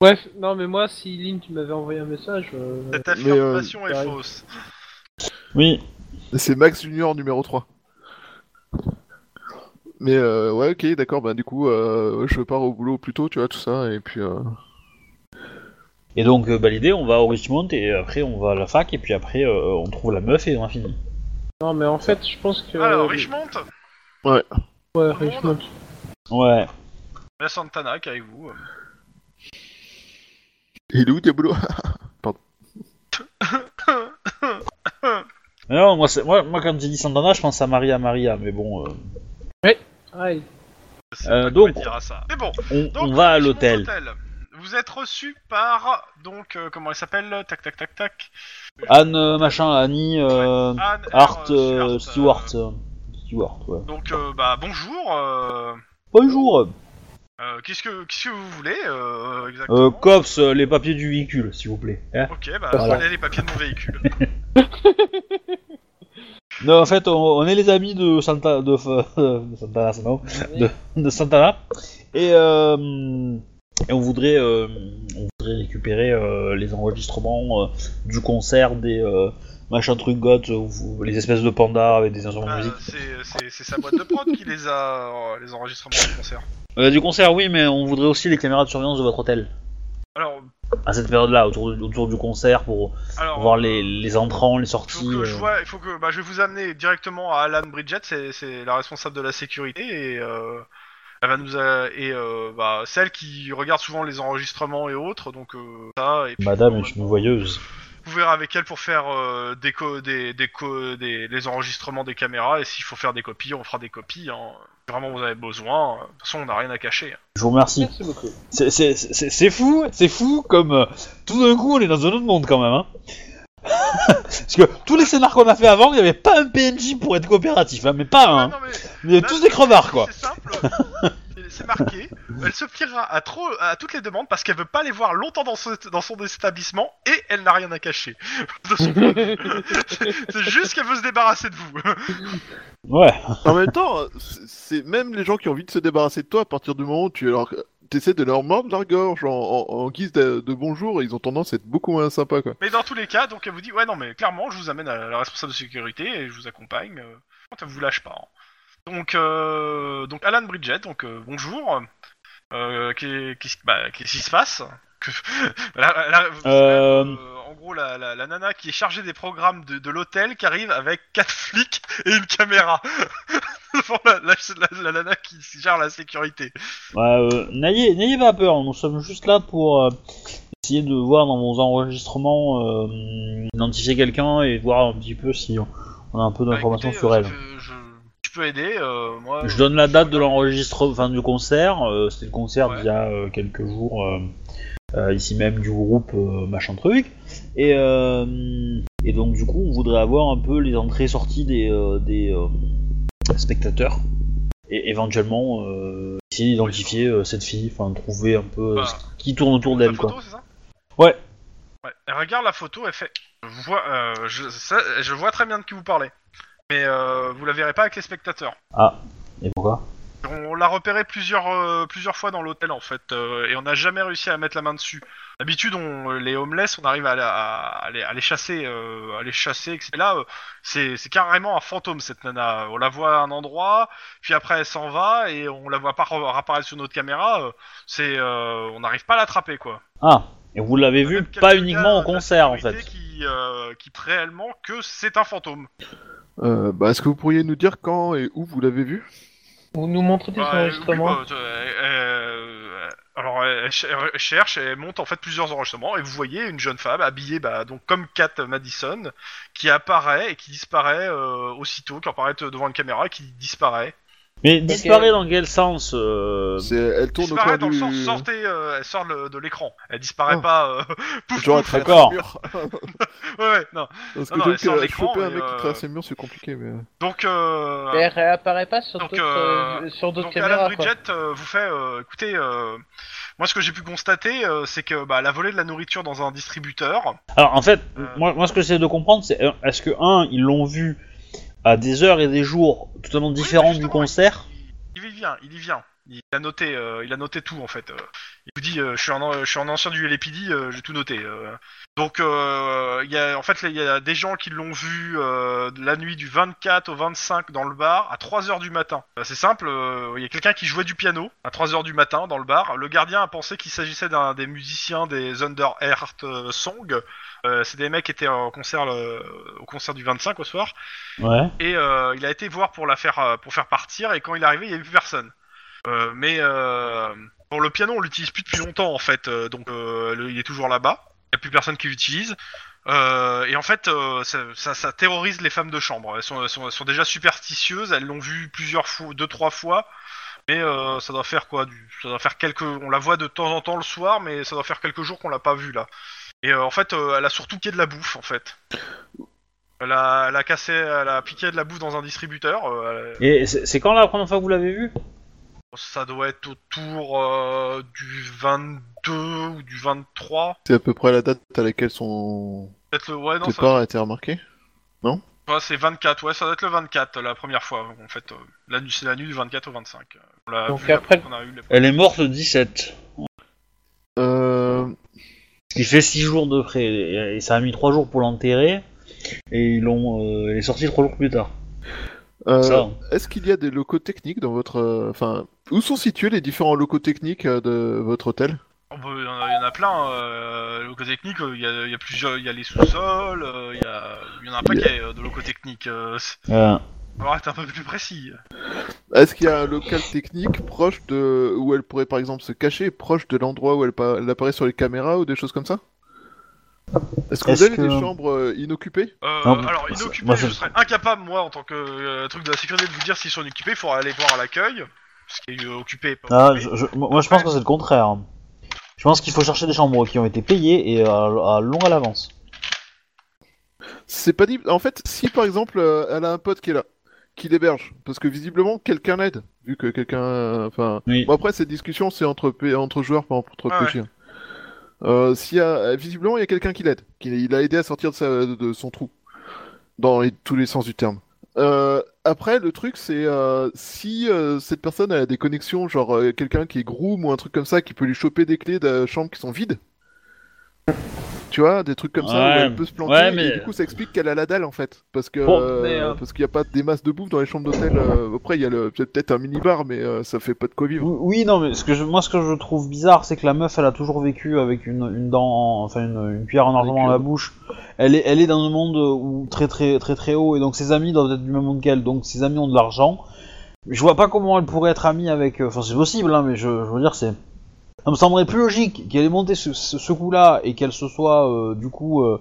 A: Bref, non, mais moi, si Lynn, tu m'avais envoyé un message. euh,
B: Cette
C: mais, euh,
B: affirmation est
A: pareil.
B: fausse.
D: Oui.
C: C'est Max Junior numéro 3. Mais euh, ouais, ok, d'accord, bah du coup, euh, je pars au boulot plus tôt, tu vois, tout ça, et puis. euh,
D: Et donc, euh, bah, l'idée, on va au Richmond, et après, on va à la fac, et puis après, euh, on trouve la meuf, et on a fini.
A: Non, mais en fait, je pense que.
B: Alors, Richmond,
A: Ouais, Richmond.
D: Ouais.
B: la Santana euh, qui est avec vous.
C: Il est où tes boulots
D: Mais non, moi, c'est, moi, moi, quand j'ai dit Santana, je pense à Maria Maria, mais bon, euh,
A: Ouais.
B: Je sais
D: Euh,
B: pas
D: donc-
B: quoi dire à ça. Mais bon,
D: on,
B: donc,
D: on va à
B: Richmond
D: l'hôtel.
B: Hotel. Vous êtes reçu par donc euh, comment elle s'appelle Tac tac tac tac.
D: Anne, euh, machin, Annie, euh,
B: Anne
D: Hart,
B: R.
D: euh,
B: euh,
D: Stewart. euh, Stewart, ouais.
B: Donc euh, bah bonjour. euh,
D: Bonjour.
B: euh, qu'est-ce que qu'est-ce que vous voulez euh, exactement
D: Euh, cops, euh, les papiers du véhicule, s'il vous plaît. hein.
B: Ok, bah
D: Voilà.
B: prenez les papiers de mon véhicule.
D: Non, en fait, on, on est les amis de Santa, de, de Santana, c'est marrant, de Santana, et, euh, et on voudrait, euh, on voudrait récupérer euh, les enregistrements euh, du concert des euh, machins trucs goth, euh, où- les espèces de pandas avec des instruments de
B: Euh,
D: musique.
B: c'est- c'est c'est sa boîte de prod qui les a euh, les enregistrements du concert.
D: Euh, du concert, oui, mais on voudrait aussi les caméras de surveillance de votre hôtel
B: Alors
D: à cette période-là, autour, du- autour du concert, pour
B: alors
D: voir les, les entrants, les
B: Il
D: sorties.
B: faut que je
D: euh.
B: vois, il faut que, bah, je vais vous amener directement à Alan Bridget, c'est c'est la responsable de la sécurité et euh, elle va nous a- et euh, bah, celle qui regarde souvent les enregistrements et autres, donc euh, ça et puis
D: Madame est une voyeuse.
B: vous verrez avec elle pour faire euh, des, co- des, des, co- des les enregistrements des caméras et s'il faut faire des copies, on fera des copies. Hein. Si Vraiment, vous avez besoin. euh, De toute façon, on n'a rien à cacher. hein.
D: Je vous remercie.
A: Merci beaucoup.
D: C'est- C'est c'est- c'est fou, c'est fou comme euh, tout d'un coup on est dans un autre monde quand même. Hein. Parce que tous les scénars qu'on a fait avant, il n'y avait pas un PNJ pour être coopératif, hein, mais pas
B: Ouais,
D: un. hein.
B: Ah, non, Bah mais-
D: Il y avait
B: Là,
D: tous des crevards quoi.
B: C'est simple. C'est- C'est marqué. Elle s'obstinera à trop à toutes les demandes parce qu'elle veut pas les voir longtemps dans, ce- dans son établissement et elle n'a rien à cacher. De son point de vue. C'est juste qu'elle veut se débarrasser de vous.
D: Ouais.
C: En même temps, c'est- c'est même les gens qui ont envie de se débarrasser de toi à partir du moment où tu leur essaies de leur mordre la gorge en, en- en guise de, de bonjour, ils ont tendance à être beaucoup moins sympas quoi.
B: Mais dans tous les cas, donc elle vous dit ouais non mais clairement je vous amène à la responsable de sécurité et je vous accompagne. euh, Elle vous lâche pas. hein. Donc euh, donc Alan Bridget donc euh, bonjour. Euh, qu'est- Qu'est-ce bah, qu'est-ce qui se passe La- la- vous savez,
D: Euh.
B: euh, en gros, la, la- la nana qui est chargée des programmes de, de l'hôtel qui arrive avec quatre flics et une caméra devant la, la- la- la nana qui gère la sécurité.
D: Bah, euh, n'ayez, n'ayez pas peur, nous sommes juste là pour euh, essayer de voir dans vos enregistrements, euh, identifier quelqu'un et voir un petit peu si on, on a un peu
B: Bah,
D: d'informations
B: écoutez,
D: sur
B: euh,
D: elle.
B: Je, je- je peux aider. euh, moi,
D: Je
B: euh,
D: donne la date de
B: regarde.
D: l'enregistrement, enfin du concert, euh, c'était le concert
B: Ouais.
D: d'il y a euh, quelques jours, euh, euh, ici même du groupe euh, machin truc, et, euh, et donc du coup on voudrait avoir un peu les entrées-sorties des, euh, des euh, spectateurs, et éventuellement euh, essayer d'identifier euh, cette fille, enfin trouver un peu euh,
B: Bah,
D: ce qui tourne autour
B: La
D: d'elle
B: photo,
D: quoi.
B: c'est ça
D: Ouais.
B: Ouais. Elle regarde la photo, elle fait. Je vois, euh, je, ça- je vois très bien de qui vous parlez, mais euh, vous la verrez pas avec les spectateurs.
D: Et pourquoi
B: On l'a repéré plusieurs euh, plusieurs fois dans l'hôtel en fait, euh, et on n'a jamais réussi à mettre la main dessus. D'habitude, on les homeless, on arrive à, la- à- à les, à les chasser, euh, à les chasser. etc. Là, euh, c'est c'est carrément un fantôme cette nana. On la voit à un endroit, puis après elle s'en va et on la voit pas re- réapparaître sur notre caméra. euh, C'est euh, on n'arrive pas à l'attraper quoi.
D: Ah, et vous l'avez vu
B: Quelqu'un
D: pas
B: de
D: uniquement
B: la
D: en concert en
B: sécurité
D: fait.
B: Qui, euh, qui prie réellement que c'est un fantôme.
C: Euh, bah, Est-ce que vous pourriez nous dire quand et où vous l'avez vu
A: Vous nous montrez des
B: Bah, euh,
A: enregistrements.
B: oui, bah, euh, euh, alors, elle, elle ch- elle cherche, elle monte en fait plusieurs enregistrements, et vous voyez une jeune femme habillée bah, donc comme Kat Madison, qui apparaît et qui disparaît euh, aussitôt, qui apparaît devant une caméra et qui disparaît.
D: Mais disparaît dans quel sens euh,
C: C'est- Elle tourne au
B: disparaît
C: coin
B: dans le
C: du...
B: sens, sortez, euh, elle sort le- de l'écran. Elle disparaît
C: Ah.
B: pas. euh, pouf,
C: Genre, elle
B: pouf.
C: traverse
D: D'accord.
C: un mur.
B: Ouais, ouais, non.
C: Parce que
B: Non, non,
C: je
B: elle sort
C: trouve que
B: l'écran,
C: choper un
B: mais,
C: mec
B: euh,
C: qui traverse les murs, c'est compliqué, mais...
B: Donc, euh,
A: Mais elle réapparaît pas sur
B: Donc,
A: d'autres
B: euh,
A: euh, sur d'autres
B: Donc Alan
A: caméras. quoi.
B: Bridget euh, vous fait, euh, écoutez, euh, moi ce que j'ai pu constater, euh, c'est que bah, elle a volé de la nourriture dans un distributeur.
D: Alors en fait,
B: Euh.
D: moi, moi ce que j'essaie de comprendre, c'est euh, est-ce que un, ils l'ont vu à des heures et des jours totalement différents du
B: justement,
D: concert
B: Il y vient, il y vient. Il a noté, euh, il a noté tout en fait. Euh, il vous dit, euh, je suis un, an- je suis un ancien du LAPD, euh, j'ai tout noté. euh. Donc, euh, il y a, en fait, il y a des gens qui l'ont vu euh, la nuit du 24 au 25 dans le bar à 3 heures du matin. Euh, C'est simple, euh, il y a quelqu'un qui jouait du piano à 3 heures du matin dans le bar. Le gardien a pensé qu'il s'agissait d'un des musiciens des Under Earth euh, Song. Euh, C'est des mecs qui étaient en concert, le- au concert du 25 au soir.
D: Ouais.
B: Et euh, il a été voir pour la faire euh, pour faire partir et quand il est arrivé, il n'y avait plus personne. Euh, mais euh, pour le piano, on l'utilise plus depuis longtemps en fait, euh, donc euh, le- il est toujours là-bas. Il n'y a plus personne qui l'utilise. Euh, et en fait, euh, ça, ça- ça terrorise les femmes de chambre. Elles sont, elles sont, elles sont déjà superstitieuses. Elles l'ont vu plusieurs fois, deux trois fois. Mais euh, ça doit faire quoi du, Ça doit faire quelques. On la voit de temps en temps le soir, mais ça doit faire quelques jours qu'on l'a pas vue là. Et euh, en fait, euh, elle a surtout piqué de la bouffe en fait. Elle a, elle a cassé, elle a piqué de la bouffe dans un distributeur. euh, elle-
D: Et c'est c'est quand la première fois que vous l'avez vu
B: ça doit être autour euh, du 22 ou du 23.
C: C'est à peu près la date à laquelle son
B: Peut-être le ouais non, ça,
C: départ a été remarqué
B: ouais, c'est 24. Ouais, ça doit être le 24 la première fois. En fait, euh, la nuit, c'est la nuit du 24 au 25. euh, On l'a
A: Donc
B: vu,
A: après-
B: on a eu les-
D: Elle est morte le 17.
C: euh...
D: Ce qui fait 6 jours de près. Et, et ça a mis 3 jours pour l'enterrer. Et ils l'ont, euh, elle est sortie 3 jours plus tard.
C: euh,
D: Ça.
C: Est-ce qu'il y a des locaux techniques dans votre... euh, Enfin, où sont situés les différents locaux techniques euh, de votre hôtel
B: Oh, bah, Il y, en a- il y en a plein. Euh, loco technique, euh, il y, a- il y a plusieurs. Il y a les sous-sols. euh, Il y, a- il y en a un paquet euh, de locaux techniques. Euh, c'est-
D: Euh,
B: faut avoir été un peu plus précis.
C: Est-ce qu'il y a un local technique proche de... où elle pourrait par exemple se cacher, proche de l'endroit où elle, pa- elle apparaît sur les caméras ou des choses comme ça Est-ce que vous
D: Est-ce
C: avez des
D: que-
C: chambres euh, inoccupées
B: Euh,
D: Non, mais-
B: alors, inoccupé,
D: moi,
B: je
D: je-
B: serais incapable, moi, en tant que euh, truc de la sécurité, de vous dire s'ils sont occupés. Il faudra aller voir à l'accueil, ce qui est euh, occupé. et Pas
D: ah,
B: occupé.
D: je- je- moi je pense que c'est le contraire. Je pense qu'il faut chercher des chambres qui ont été payées et à, à long à l'avance.
C: C'est pas dit. En fait, si par exemple euh, elle a un pote qui est là, qui l'héberge, parce que visiblement quelqu'un l'aide, vu que quelqu'un. euh, Enfin.
D: Oui.
C: Bon, après, cette discussion, c'est entre, P- entre joueurs, pas entre
B: Ah ouais.
C: PJ. Euh, s'il y a- euh, visiblement, il y a quelqu'un qui l'aide, qui il a aidé à sortir de, sa- de son trou, dans les- tous les sens du terme. Euh, après, le truc, c'est euh, si euh, cette personne elle a des connexions, genre euh, quelqu'un qui est groom ou un truc comme ça, qui peut lui choper des clés de chambres qui sont vides, Tu vois, des trucs comme ça où
D: Ouais.
C: elle peut se planter.
D: Ouais, mais-
C: Et du coup, ça explique qu'elle a la dalle en fait. Parce que
D: Bon,
C: euh,
D: mais, euh,
C: parce qu'il n'y a pas des masses de bouffe dans les chambres d'hôtel. euh, Après, il y a le- il y a peut-être un mini-bar, mais euh, ça fait pas de quoi vivre.
D: Oui, non, mais ce que je, moi, ce que je trouve bizarre, c'est que la meuf, elle a toujours vécu avec une, une dent, en- enfin une, une cuillère en argent dans la bouche. Elle est, elle est dans un monde euh, où très, très, très, très haut, et donc ses amis doivent être du même monde qu'elle. Donc ses amis ont de l'argent. Je vois pas comment elle pourrait être amie avec. euh, Enfin, c'est possible, hein, mais je, je veux dire, c'est. Ça me semblerait plus logique qu'elle ait monté ce, ce- ce coup-là et qu'elle se soit euh, du coup euh,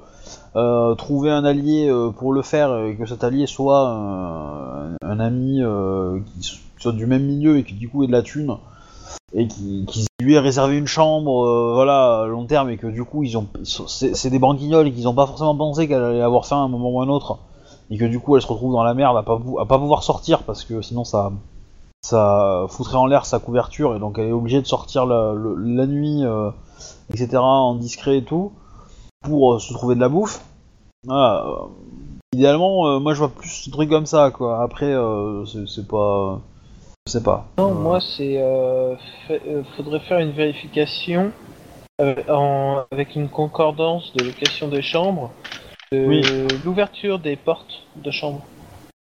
D: euh, trouvé un allié euh, pour le faire et que cet allié soit euh, un ami euh, qui s- soit du même milieu et qui du coup ait de la thune et qui, qui lui ait réservé une chambre euh, voilà à long terme et que du coup ils ont ils sont- c'est c'est des branquignoles et qu'ils ont pas forcément pensé qu'elle allait avoir faim à un moment ou un autre et que du coup elle se retrouve dans la merde à pas pou- à pas pouvoir sortir parce que sinon ça ça foutrait en l'air sa couverture et donc elle est obligée de sortir la, le- la nuit euh, etc en discret et tout pour euh, se trouver de la bouffe voilà, euh, idéalement euh, moi je vois plus ce truc comme ça quoi après euh, c'est c'est pas je sais pas
A: Non, moi, c'est. euh, fait- euh, faudrait faire une vérification euh, en- avec une concordance de location de chambre, de
D: Oui.
A: l'ouverture des portes de chambre.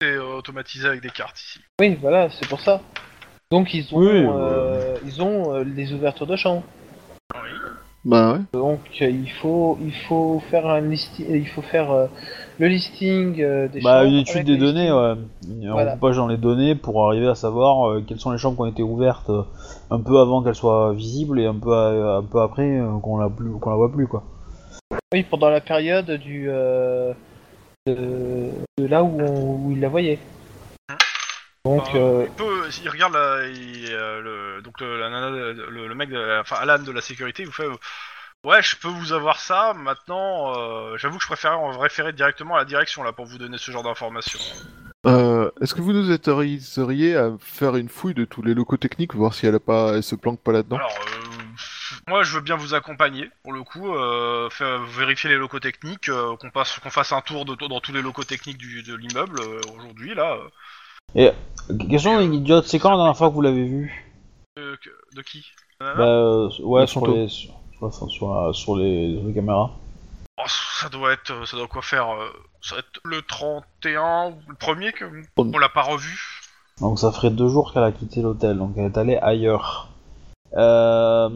B: C'est euh, automatisé avec des cartes ici.
A: Oui, voilà, c'est pour ça. Donc, ils ont,
D: Oui, ouais.
A: euh, ils ont euh, les ouvertures de chambre.
C: Bah ouais.
A: Donc, euh, il faut, il faut faire un listing, il faut faire euh, le listing euh, des
D: Bah,
A: chambres
D: une
A: avec
D: étude
A: le
D: des
A: listing.
D: données, ouais. Une
A: Voilà.
D: recoupage dans les données pour arriver à savoir euh, quelles sont les chambres qui ont été ouvertes euh, un peu avant qu'elles soient visibles et un peu, à- un peu après euh, qu'on la, plus- qu'on la voit plus, quoi.
A: Oui, pendant la période du euh, de, de là où, on- où il la voyait. Donc,
B: Euh,
A: euh,
B: Il, peut- il regarde la- il, euh, le, donc le, la nana de- le, le mec, de la- enfin Alan de la sécurité, il vous fait euh, Ouais, je peux vous avoir ça, maintenant, euh, j'avoue que je préférais en référer directement à la direction là pour vous donner ce genre d'informations.
C: Euh, Est-ce que vous nous autoriseriez à faire une fouille de tous les locaux techniques, voir si elle a pas, elle se planque pas là-dedans
B: Alors, euh, moi je veux bien vous accompagner pour le coup, euh, faire, vérifier les locaux techniques, euh, qu'on passe, qu'on fasse un tour de, dans tous les locaux techniques du, de l'immeuble euh, aujourd'hui là.
D: Qu- Question idiote, c'est quand la dernière fois que vous l'avez vu
B: Euh, que- de qui
D: Bah, euh, Ouais,
C: Le
D: sur
C: fantôme.
D: les, sur, sur- sur la- sur les, les caméras.
B: Oh, Ça doit être, ça doit quoi faire euh, Ça doit être le 31 ou le premier que on l'a pas revu.
D: Donc ça ferait deux jours qu'elle a quitté l'hôtel, donc elle est allée ailleurs. Euh,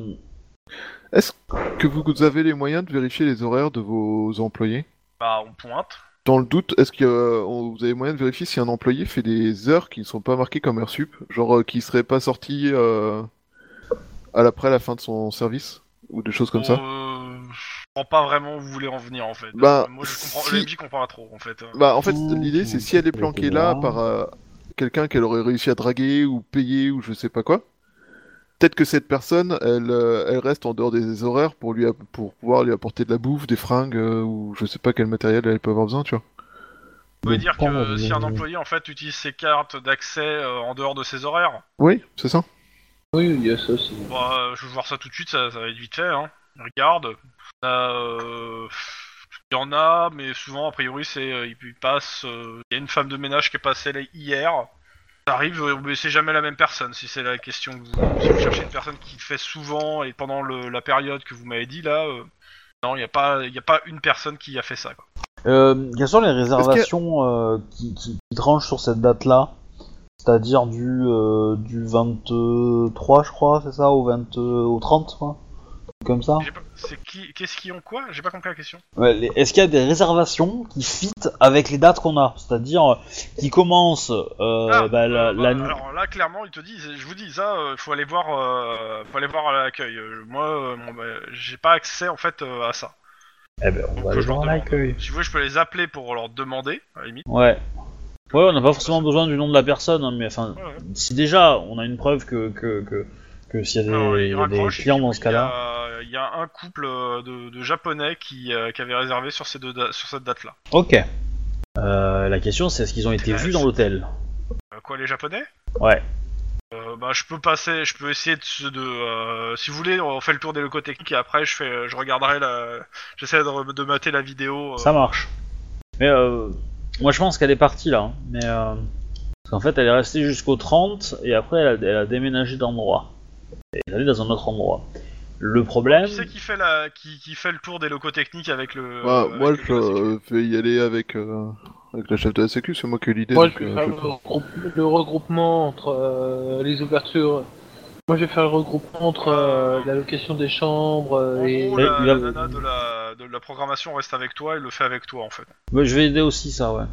C: Est-ce que vous avez les moyens de vérifier les horaires de vos employés
B: Bah, on pointe.
C: Dans le doute, est-ce que euh, on- vous avez moyen de vérifier si un employé fait des heures qui ne sont pas marquées comme heures sup, genre euh, qui serait pas sorti euh, à l'après la fin de son service ou des choses comme ça
B: Euh, je comprends pas vraiment où vous voulez en venir en fait.
C: Bah,
B: Euh, moi, je comprends.
C: si-
B: le MJ comprend pas trop en fait.
C: Bah en fait,
D: Ouh,
C: l'idée c'est si elle est planquée là
D: là.
C: par euh, quelqu'un qu'elle aurait réussi à draguer ou payer ou je sais pas quoi. Peut-être que cette personne, elle, euh, elle reste en dehors des horaires pour lui app- pour pouvoir lui apporter de la bouffe, des fringues euh, ou je sais pas quel matériel elle peut avoir besoin, tu vois.
B: Vous voulez dire
D: Bon,
B: que
D: bon,
B: si
D: bon,
B: un
D: bon.
B: employé en fait utilise ses cartes d'accès euh, en dehors de ses horaires,
C: Oui, c'est ça.
A: oui, il y a ça aussi.
B: bah, euh, je vais voir ça tout de suite. Ça, ça va être vite fait. Hein. Regarde. Euh, Il y en a, mais souvent a priori c'est euh, ils passent. euh, Il y a une femme de ménage qui est passée là hier. Ça arrive, euh, mais c'est jamais la même personne. Si c'est la question que vous, si vous cherchez une personne qui le fait souvent et pendant le- la période que vous m'avez dit là, euh, non, il n'y a pas, il y a pas une personne qui a fait ça. Quoi.
D: Euh, quelles sont les réservations euh, qui, qui, qui tranchent sur cette date-là C'est-à-dire du, euh, du 23, je crois, c'est ça Au, 20, au 30, quoi Comme ça
B: J'ai pas- C'est qui, qu'est-ce qui ont quoi J'ai pas compris la question.
D: Ouais, les- Est-ce qu'il y a des réservations qui fit avec les dates qu'on a C'est-à-dire euh, qui commencent euh,
B: Ah,
D: bah, la,
B: Euh,
D: la
B: bah,
D: nuit.
B: Alors là, clairement, il te dit, je vous dis ça, il faut aller voir, euh, faut aller voir à l'accueil. Euh, Moi, euh, bon, bah, j'ai pas accès en fait euh, à ça.
D: Eh ben, on
B: Donc,
D: va
B: je
D: aller
B: leur
D: voir
B: demande.
D: l'accueil.
B: Si vous voulez, je peux les appeler pour leur demander, à la limite.
D: Ouais. Ouais, on n'a pas forcément besoin du nom de la personne, hein, mais enfin,
B: Ouais, ouais.
D: si déjà on a une preuve que, que, que, que s'il y a des,
B: Alors,
D: il y a des
B: raccroche,
D: clients
B: et
D: dans
B: puis,
D: ce cas-là.
B: Il y a- il y, a un couple euh, de, de japonais qui, euh, qui avait réservé sur, ces deux da- sur cette date-là.
D: Ok. Euh, la question c'est est-ce qu'ils ont été vus dans l'hôtel
B: Euh, quoi, les japonais
D: Ouais.
B: Euh, bah, je peux passer, je peux essayer de, se- de euh, si vous voulez, on fait le tour des locaux techniques et après je fais, je regarderai la, j'essaie de, re- de mater la vidéo. euh.
D: Ça marche. Mais euh, moi je pense qu'elle est partie là. hein. Mais euh, parce qu'en fait elle est restée jusqu'au 30 et après elle a, elle a déménagé d'endroit. Elle est allée dans un autre endroit. Le problème.
B: Qui c'est qui fait la, qui, qui fait le tour des locaux techniques avec le.
C: Bah,
B: euh,
C: moi,
B: avec
C: je
B: le classique
C: euh, vais y aller avec, euh, avec la chef de la sécu, c'est moi qui ai l'idée.
A: Moi, je
C: donc,
A: vais
C: euh,
A: faire
C: je-
A: le, regroupe- le regroupement entre euh, les ouvertures. Moi, je vais faire le regroupement entre euh, la location des chambres euh,
B: En
A: et.
B: gros,
D: Mais
B: la,
D: il a-
B: la nana de la, de la programmation reste avec toi et le fait avec toi en fait.
D: Ouais, je vais aider aussi ça, ouais.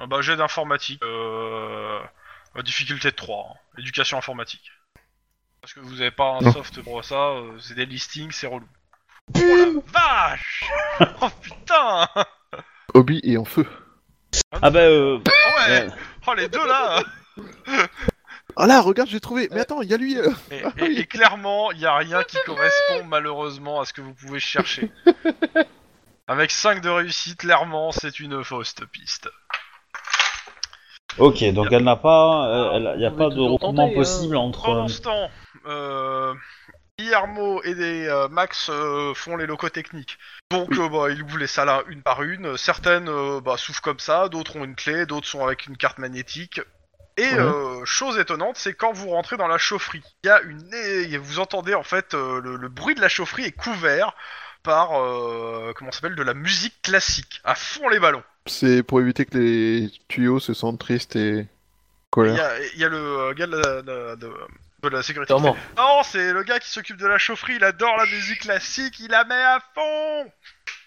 B: Euh, Bah, j'ai d'informatique. Euh, euh, difficulté de 3, hein. éducation informatique. Parce que vous avez pas un
C: Non.
B: soft pour ça, euh, c'est des listings, c'est relou. Oh la vache Oh putain
C: Obi est en feu.
D: Ah bah euh,
B: Ah ouais
D: ouais.
B: Oh les deux là
C: Ah là, regarde, j'ai trouvé. Mais attends, il y a lui. euh.
B: et, et- et clairement, il n'y a rien qui correspond malheureusement à ce que vous pouvez chercher. Avec 5 de réussite, clairement, c'est une fausse piste.
D: Ok, donc elle n'a pas, il n'y a
A: On
D: pas
A: est
D: de
A: toujours
D: regroupement
A: tenté, hein.
D: possible entre.
B: Pendant ce temps, euh, Guillermo et des, euh, Max euh, font les locaux techniques. Donc euh, bah, ils ouvrent les salles à- une par une. Certaines euh, bah, s'ouvrent comme ça, d'autres ont une clé, d'autres sont avec une carte magnétique. Et
C: Ouais.
B: euh, chose étonnante, c'est quand vous rentrez dans la chaufferie, il y a une, et vous entendez en fait euh, le, le bruit de la chaufferie est couvert par euh, comment ça s'appelle de la musique classique à fond les ballons.
C: C'est pour éviter que les tuyaux se sentent tristes et
B: Il y
C: colère.
B: a, il y a le euh, gars de la, de- de- de la sécurité qui
A: Sûrement.
B: Non, c'est le gars qui s'occupe de la chaufferie, il adore la musique classique, il la met à fond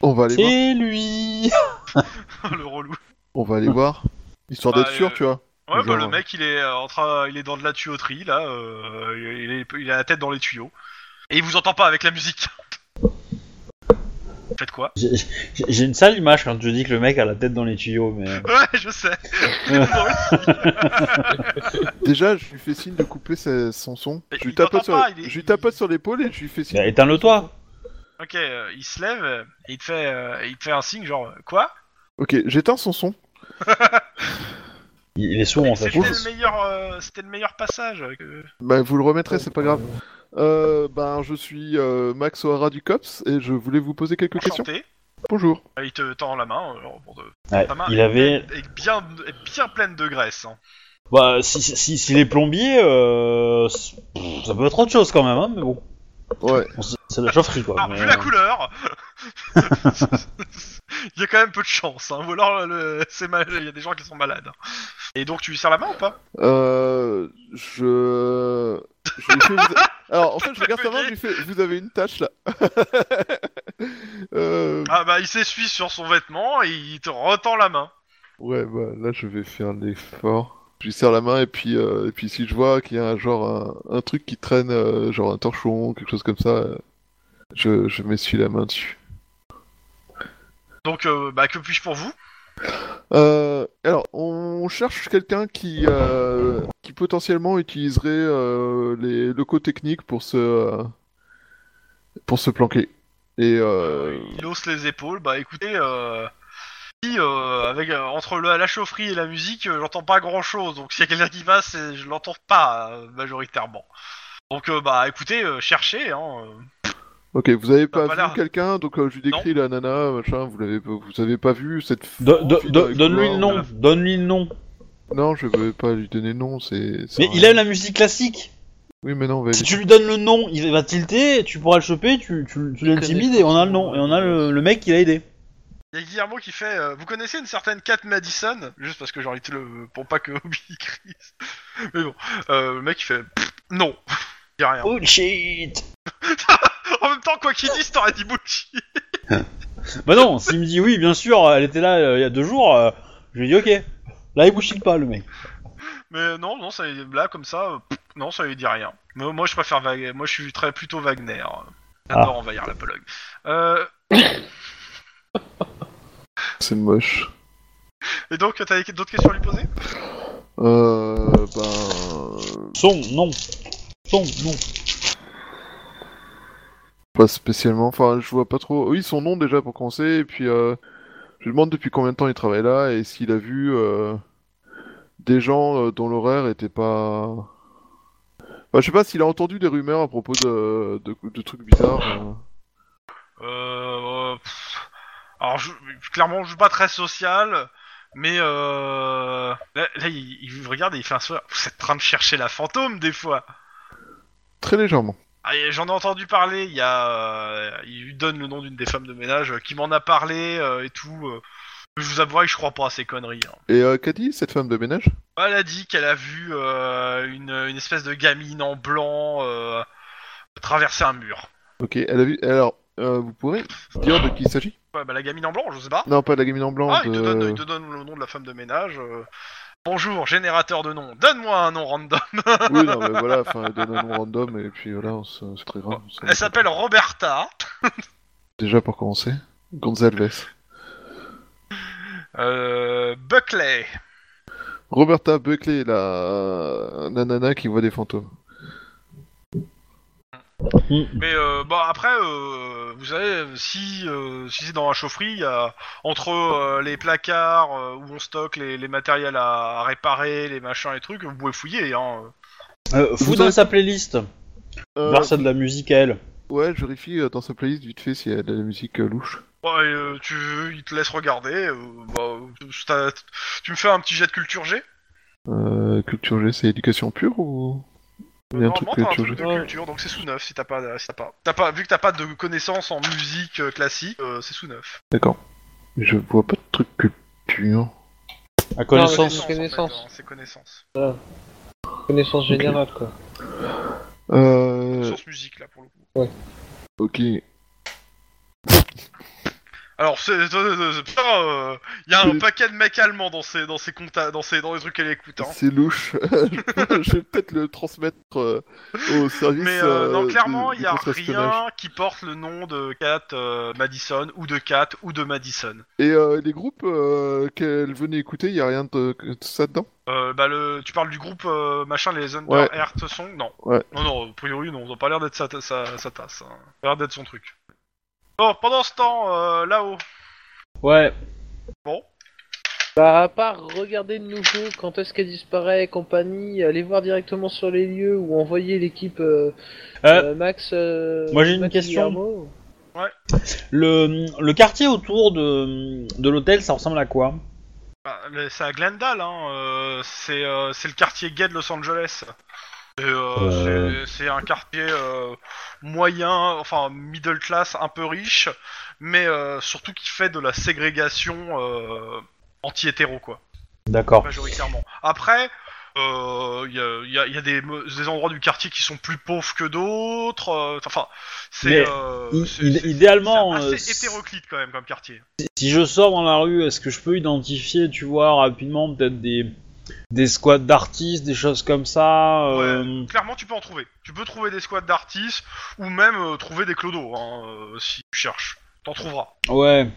C: On va aller voir.
D: Et lui
B: Oh, Le relou.
C: On va aller voir. Histoire
B: Bah,
C: d'être sûr,
B: euh,
C: tu vois.
B: Ouais, bah
C: Genre,
B: le
C: euh,
B: mec, il est, euh, en train, il est dans de la tuyauterie, là, euh, il, est, il a la tête dans les tuyaux. Et il vous entend pas avec la musique. Faites quoi
D: J'ai- j'ai- J'ai une sale image quand tu dis que le mec a la tête dans les tuyaux, mais. euh,
B: Ouais, je sais. Moi aussi.
C: Déjà, je lui fais signe de couper sa- son son.
B: Mais
C: Je lui
B: il t'entend
C: tapote sur,
B: pas, il est-
C: je lui tapote sur l'épaule et je lui fais signe.
D: Bah, éteins-le toi
B: ok, euh, il se lève euh, et il te fait, euh, il te fait un signe genre euh, quoi
C: Ok, j'éteins son son.
D: Il il est sourd en fait.
B: C'était le meilleur, euh, c'était le meilleur passage. euh,
C: Bah, vous le remettrez, c'est pas grave. Euh, ben, je suis euh, Max O'Hara du COPS et je voulais vous poser quelques questions.
B: enchanté.
C: Bonjour.
B: Euh, Il te tend la main. euh, alors, pour de-
D: Ouais,
B: ta main
D: il
B: est-
D: avait.
B: est bien, est bien pleine de graisse. hein.
D: Bah, si, si, si, si les plombiers, euh, c'est- pff, ça peut être autre chose quand même, hein, mais bon.
C: Ouais.
D: Bon, c'est- C'est de la chaufferie quoi.
B: Alors,
D: mais,
B: Ah, vu la
D: euh,
B: couleur, il y a quand même peu de chance. Hein. Ou alors, le- c'est mal... il y a des gens qui sont malades. Et donc, tu lui serres la main ou pas
C: Euh, je. je lui fais- vous- Alors, en fait, je regarde sa main, je lui fais. Vous avez une tâche là. Euh,
B: Ah bah, il s'essuie sur son vêtement et il te retend la main.
C: Ouais, bah là, je vais faire l'effort. Je lui serre la main et puis, euh, et puis si je vois qu'il y a un genre un, un truc qui traîne, euh, genre un torchon, quelque chose comme ça, euh, je, je m'essuie la main dessus.
B: Donc, euh, bah, que puis-je pour vous
C: Euh, alors, on cherche quelqu'un qui, euh, qui potentiellement utiliserait euh, les locaux techniques pour se, euh, pour se planquer. Et euh,
B: Il hausse les épaules. Bah, écoutez, euh, si, euh, avec, euh, entre le- la chaufferie et la musique, euh, j'entends pas grand-chose. Donc, s'il y a quelqu'un qui passe, c'est- je l'entends pas, euh, majoritairement. Donc, euh, bah, écoutez, euh, cherchez. Hein, euh.
C: ok, vous avez
B: Bah,
C: pas
B: voilà.
C: vu quelqu'un, donc euh, je lui décris la nana, machin. Vous l'avez, pas- vous avez pas vu cette.
D: do- do-
C: fille dans
D: do-
C: les
D: Donne-lui le
C: couloirs,
D: nom, donne-lui le nom.
C: ou- Non, je vais pas lui donner le nom. C'est. c'est
D: Mais
C: un-
D: il aime la musique classique
C: Oui, mais non, on va
D: Si
C: éviter.
D: tu lui donnes le nom, il va tilter, tu pourras le choper, tu, tu, tu l'intimides et on a le nom, et on a le, le mec qui l'a aidé.
B: Il y a Guillermo qui fait euh, Vous connaissez une certaine Kat Madison Juste parce que j'ai envie de le. pour pas que Obi crise. Mais bon, euh, le mec il fait Pff, Non Il dit rien.
D: Oh shit
B: En même temps, quoi qu'il dise, t'aurais dit bullshit
D: Bah non, s'il me dit oui, bien sûr, elle était là euh, il y a deux jours, euh, je lui dis ok. Là, il bullshit pas, le mec.
B: Mais non, non, ça, là comme ça, euh, pff, non, ça lui dit rien. Mais moi je préfère. Wag- Moi je suis très plutôt Wagner. J'adore envahir la Pologne. Euh,
C: C'est moche.
B: et donc, t'avais d'autres questions à lui poser
C: Euh, ben,
D: Son, non. Son, non.
C: pas spécialement. Enfin, je vois pas trop. Oui, son nom déjà pour commencer, et puis euh, je lui demande depuis combien de temps il travaille là et s'il a vu euh, des gens euh, dont l'horaire était pas. Enfin, je sais pas s'il a entendu des rumeurs à propos de, de, de trucs bizarres. euh.
B: Euh, euh, pff, alors, je, clairement, je suis pas très social, mais euh, là, là, il, il vous regarde et il fait un sourire. Vous êtes en train de chercher la fantôme des fois.
C: Très légèrement.
B: Ah, et J'en ai entendu parler, il y a, euh, il lui donne le nom d'une des femmes de ménage euh, qui m'en a parlé euh, et tout. euh. Je vous avouerai que je crois pas à ces conneries. hein.
C: Et euh, qu'a dit cette femme de ménage
B: Elle a dit qu'elle a vu euh, une, une espèce de gamine en blanc euh, traverser un mur.
C: Ok, elle a vu. Alors, euh, vous pourrez dire de qui il s'agit
B: Ouais, bah, la gamine en blanc, je sais pas.
C: Non, pas de la gamine en blanc.
B: Ah, il,
C: de-
B: te donne, il te donne le nom de la femme de ménage. euh. Bonjour, générateur de nom. Donne-moi un nom random.
C: Oui, non, mais voilà, enfin, elle donne un nom random et puis voilà, on se- c'est très grave. on s'en-
B: Oh, Elle s'appelle Roberta.
C: Déjà pour commencer, Gonzalves.
B: Euh, Buckley.
C: Roberta Buckley, la... la nana qui voit des fantômes.
B: Mais euh, bah après, euh, vous savez, si, euh, si c'est dans la chaufferie, il y a- entre euh, les placards euh, où on stocke les, les matériels à, à réparer, les machins et trucs, vous pouvez fouiller. Hein.
D: Euh,
C: Vous
D: fous dans
C: avez-
D: sa playlist.
C: Euh,
D: Voir ça de la musique à elle.
C: Ouais, je vérifie euh, dans sa playlist vite fait si elle a de la musique euh, louche.
B: Ouais, euh, tu, il te laisse regarder. euh, bah, tu- t'as- tu me fais un petit jet de culture G
C: Euh, culture G, c'est éducation pure ou Il y a un truc
B: Normalement, t'as un
C: culture
B: truc de
C: G.
A: Ouais.
B: culture, donc c'est sous 9 si t'as pas, si t'as pas. t'as pas. Vu que t'as pas de connaissances en musique euh, classique, euh, c'est sous 9.
C: D'accord. Mais Je vois pas de truc culture.
D: À connaissance.
A: Non, connaissances.
B: c'est connaissances.
A: Connaissance
C: Ok.
A: générale, quoi.
C: Euh...
B: Source musique là pour le coup.
C: Ok.
B: Alors, c'est. euh, euh, euh, putain, euh, y a un
C: C'est-
B: paquet de mecs allemands dans ces, dans ces compta- dans ces, dans les trucs qu'elle écoute. Hein.
C: C'est louche. je vais peut-être le transmettre euh, au service.
B: Mais euh, non,
C: euh,
B: clairement, il
C: du- du
B: y a
C: contre-espionnage.
B: rien qui porte le nom de Kat euh, Madison ou de Kat ou de Madison.
C: Et euh, les groupes euh, qu'elle venait écouter, il y a rien de, de ça dedans
B: Euh, bah le, tu parles du groupe euh, machin les Under
C: Ouais.
B: Earth Song Non.
C: Ouais.
B: Non non, a priori non, ils ont pas l'air d'être sa, sa, sa tasse. Hein. Ça a l'air d'être son truc. Bon, pendant ce temps, euh, là-haut.
D: Ouais.
B: Bon.
A: Bah, à part regarder de nouveau quand est-ce qu'elle disparaît et compagnie, aller voir directement sur les lieux ou envoyer l'équipe euh,
D: Euh,
A: euh, Max. euh,
D: moi, j'ai une
A: Max
D: question.
A: Guillermo.
D: Le, le quartier autour de, de l'hôtel, ça ressemble à quoi
B: Bah, le- c'est à Glendale, hein. euh, c'est euh, c'est le quartier gay de Los Angeles. Et, euh,
D: Euh.
B: C'est c'est un quartier euh, moyen, enfin middle class, un peu riche, mais euh, surtout qui fait de la ségrégation euh, anti-hétéro quoi.
D: D'accord.
B: majoritairement. Après, euh, il y a, il y a des, me- des endroits du quartier qui sont plus pauvres que d'autres. euh, Enfin, c'est
D: Mais
B: euh,
D: i-
B: c'est-
D: id-
B: c'est-
D: idéalement,
B: c'est
D: euh,
B: assez
D: s-
B: hétéroclite quand même comme quartier.
D: Si je sors dans la rue, est-ce que je peux identifier, tu vois, rapidement, peut-être des, des squads d'artistes, des choses comme ça euh,
B: Clairement, tu peux en trouver. Tu peux trouver des squads d'artistes ou même euh, trouver des clodos hein, euh, si tu cherches. T'en trouveras.
D: ouais.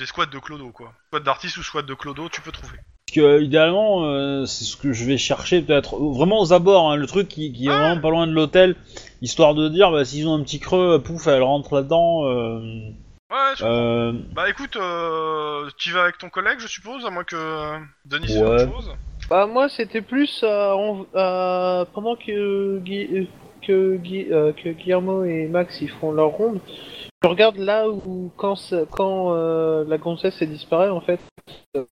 B: Des squads de clodos quoi. Squads d'artistes ou squads de clodos, tu peux trouver.
D: Parce que, euh, idéalement, euh, c'est ce que je vais chercher, peut-être euh, vraiment aux abords, hein, le truc qui, qui est vraiment pas loin de l'hôtel, histoire de dire, bah, s'ils ont un petit creux, euh, pouf, elle rentre là-dedans. euh,
B: Ouais. je-
D: euh,
B: Bah écoute, euh, tu y vas avec ton collègue, je suppose, à moins que euh, Denis fasse
D: Ouais.
B: autre chose.
A: Bah, moi, c'était plus euh, on- euh, pendant que, euh, Gui- euh, que, Gui- euh, que Guillermo et Max ils font leur ronde. Je regarde là où, quand, ça- quand euh, la gonzesse est disparaît, en fait, euh,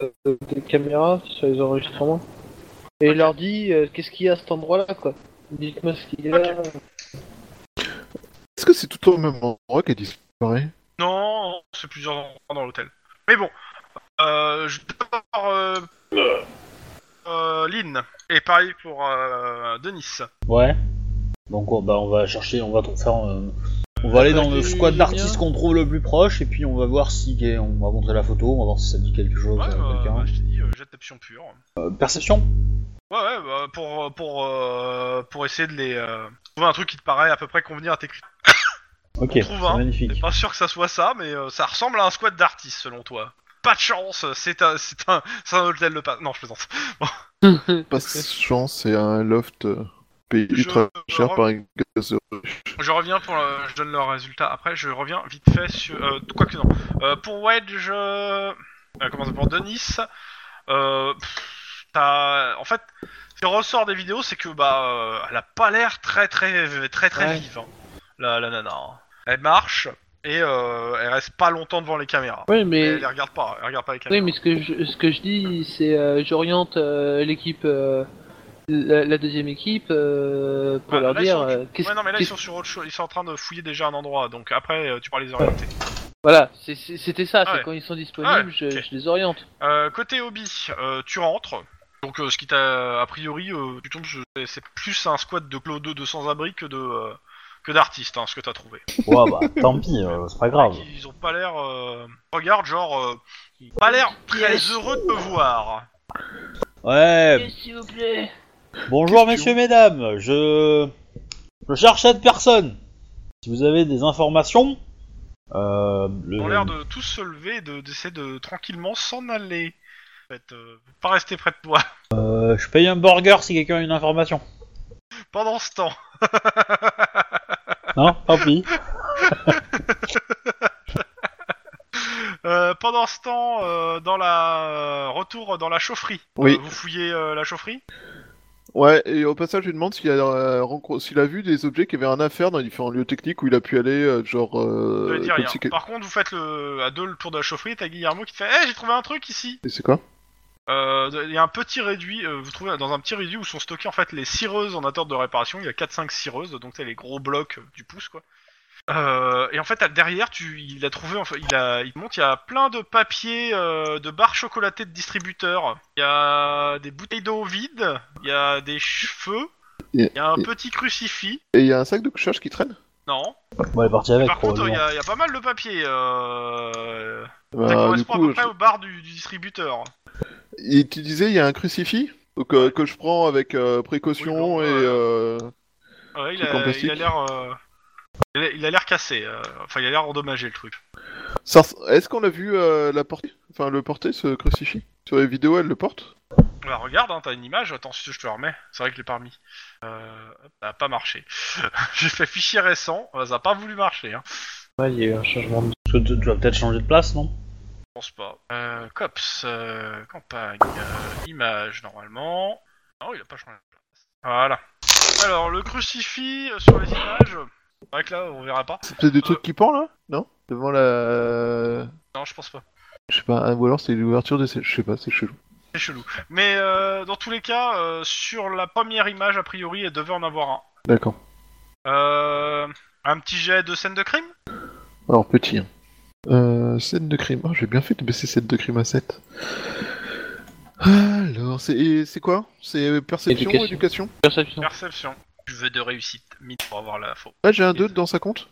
A: des caméras sur les enregistrements. Et leur dit euh, qu'est-ce qu'il y a à cet endroit-là, quoi. Dites-moi ce qu'il y a.
C: Est-ce que c'est tout au même endroit qu'elle disparaît
B: Non, c'est plusieurs endroits dans l'hôtel. Mais bon, euh, je dois voir euh, euh, Lynn. Et pareil pour euh, Denis.
D: Ouais. Donc on- bah, on va chercher, on va tr- faire, euh, on va aller dans
B: Bah,
D: le
A: du
D: squad d'artistes
A: Julien
D: qu'on trouve le plus proche et puis on va voir si on va montrer la photo, on va voir si ça dit quelque chose
B: Ouais,
D: à
B: euh,
D: quelqu'un.
B: bah, je t'ai dit, euh, jet d'option pure.
D: Euh, perception.
B: Ouais, ouais, bah, pour, pour, euh, pour essayer de les. euh, trouver un truc qui te paraît à peu près convenir à tes critères.
D: Ok.
B: On trouve hein. un. T'es
D: Magnifique.
B: pas sûr que ça soit ça, mais euh, ça ressemble à un squat d'artistes selon toi. Pas de chance, c'est un, c'est un, c'est un hôtel de passe. Non, je plaisante.
C: Pas de chance, c'est un loft euh, payé
B: Je-
C: ultra cher
B: je-
C: par une gosse riche.
B: Je reviens pour. le- je donne le résultat après. Je reviens vite fait sur. Euh, quoi que non. Euh, pour Wedge. euh, euh, comment ça Pour Denis. Euh, pff, t'as- en fait, ce qui ressort des vidéos, c'est que bah, euh, elle a pas l'air très très très très,
A: Ouais.
B: vive. hein, la, la nana. hein. Elle marche et euh, elle reste pas longtemps devant les caméras.
A: Ouais, mais.
B: Elle les regarde pas. Elle regarde pas les
A: Oui,
B: caméras.
A: mais ce que je, ce que je dis, c'est euh, j'oriente euh, l'équipe euh, la, la deuxième équipe euh, pour
B: Ah,
A: leur
B: là, ils
A: dire
B: sont
A: euh, qu'est-ce
B: Ouais, non, mais là, ils
A: qu'est-ce-
B: sont sur autre chose. Ils sont en train de fouiller déjà un endroit, donc après, euh, tu pourras les orienter.
A: Voilà, c'est- c'est- c'était ça,
B: Ah
A: c'est
B: ouais.
A: quand ils sont disponibles,
B: Ah ouais,
A: je,
B: ok.
A: je les oriente.
B: Euh, côté hobby, euh, tu rentres. Donc, euh, ce qui t'a. A priori, euh, tu tombes. sur- C'est plus un squat de clodo de sans-abri que de. euh, que d'artistes, hein, ce que t'as trouvé.
D: Ouais, bah tant pis, euh, c'est pas grave.
B: Ils ont pas l'air. euh, Regarde, genre. euh, ils ont pas l'air très heureux de te voir.
D: Ouais,
A: S'il vous plaît.
D: bonjour
C: Question.
D: messieurs, mesdames, je... je cherche cette personne. Si vous avez des informations, euh, le-
B: Ils ont l'air de tous se lever et de- d'essayer de, tranquillement s'en aller. En fait, euh, faut pas rester près de toi
D: euh, je paye un burger si quelqu'un a une information.
B: pendant ce temps.
D: Non, tant pis.
B: Euh, pendant ce temps, euh, dans la euh, retour dans la chaufferie.
C: Oui.
B: Euh, vous fouillez euh, la chaufferie
C: Ouais, et au passage, je lui demande s'il a, euh, rencontre- s'il a vu des objets qui avaient rien à faire dans les différents lieux techniques où il a pu aller, euh, genre.
B: Vous
C: Euh,
B: ne dire
C: comme
B: rien.
C: si que-
B: Par contre, vous faites le, à deux le tour de la chaufferie. T'as Guillermo qui te fait Eh, j'ai trouvé un truc ici.
C: Et C'est quoi
B: Euh, Il y a un petit réduit. euh, vous trouvez dans un petit réduit où sont stockées en fait les cireuses en attente de réparation. Il y a 4-5 cireuses, donc t'as les gros blocs euh, du pouce quoi. Euh, et en fait, à- derrière, tu, il a trouvé, en fait, il a, il te montre, il y a plein de papiers euh, de barres chocolatées de distributeurs. Il y a des bouteilles d'eau vide. Il y a des cheveux.
C: Yeah,
B: Il y a un
C: yeah.
B: petit crucifix.
C: Et il y a un sac de couchage qui traîne
B: Non.
D: Bon, elle est partie avec,
B: Par contre, il y,
D: probablement.
B: a- il y a pas mal de papiers. euh,
C: Bah,
B: Ça
C: du
B: correspond à
C: coup,
B: peu près
C: je-
B: aux barres du, du distributeur.
C: Et tu disais, il y a un crucifix donc, euh, que je prends avec euh,
B: Oui,
C: précaution
B: bon,
C: et.
B: ouais.
C: euh,
B: Ouais, il,
C: Truc en
B: a,
C: plastique.
B: il a l'air, euh, il a- il a l'air cassé. euh, enfin, il a l'air endommagé le truc.
C: ça res- Est-ce qu'on a vu euh, la portée Enfin, le porter, ce crucifix Sur les vidéos, elle le porte
B: Bah regarde, hein, t'as une image. Attends, si je te la remets. C'est vrai que je l'ai pas remis. Euh, hop, ça a pas marché. J'ai fait fichier récent. euh, Ça a pas voulu marcher. Hein.
A: Ouais, il y a eu un changement de...
D: Parce que tu, tu vas peut-être changer de place, non
B: Je pense pas. Euh, cops, euh, campagne, euh, image normalement. Non, il a pas changé de place. Voilà. Alors le crucifix euh, sur les images. C'est vrai que là, on verra pas.
C: C'est peut-être des trucs qui pendent là Non Devant la.
B: Non, je pense pas.
C: Je sais pas, ou alors c'est l'ouverture de. ces- Je sais pas, c'est chelou.
B: C'est chelou. Mais euh, dans tous les cas, euh, sur la première image, a priori, elle devait en avoir un.
C: D'accord.
B: Euh, un petit jet de scène de crime
C: Alors, petit. hein. Euh, scène de crime. Oh, j'ai bien fait de baisser scène de crime à 7. Alors, c'est et c'est quoi C'est euh, perception ou
A: Éducation.
C: éducation
A: Perception.
B: Perception. Tu veux de réussite, mine pour avoir la faute.
C: Ouais, Ah, j'ai un 2 dans sa compte.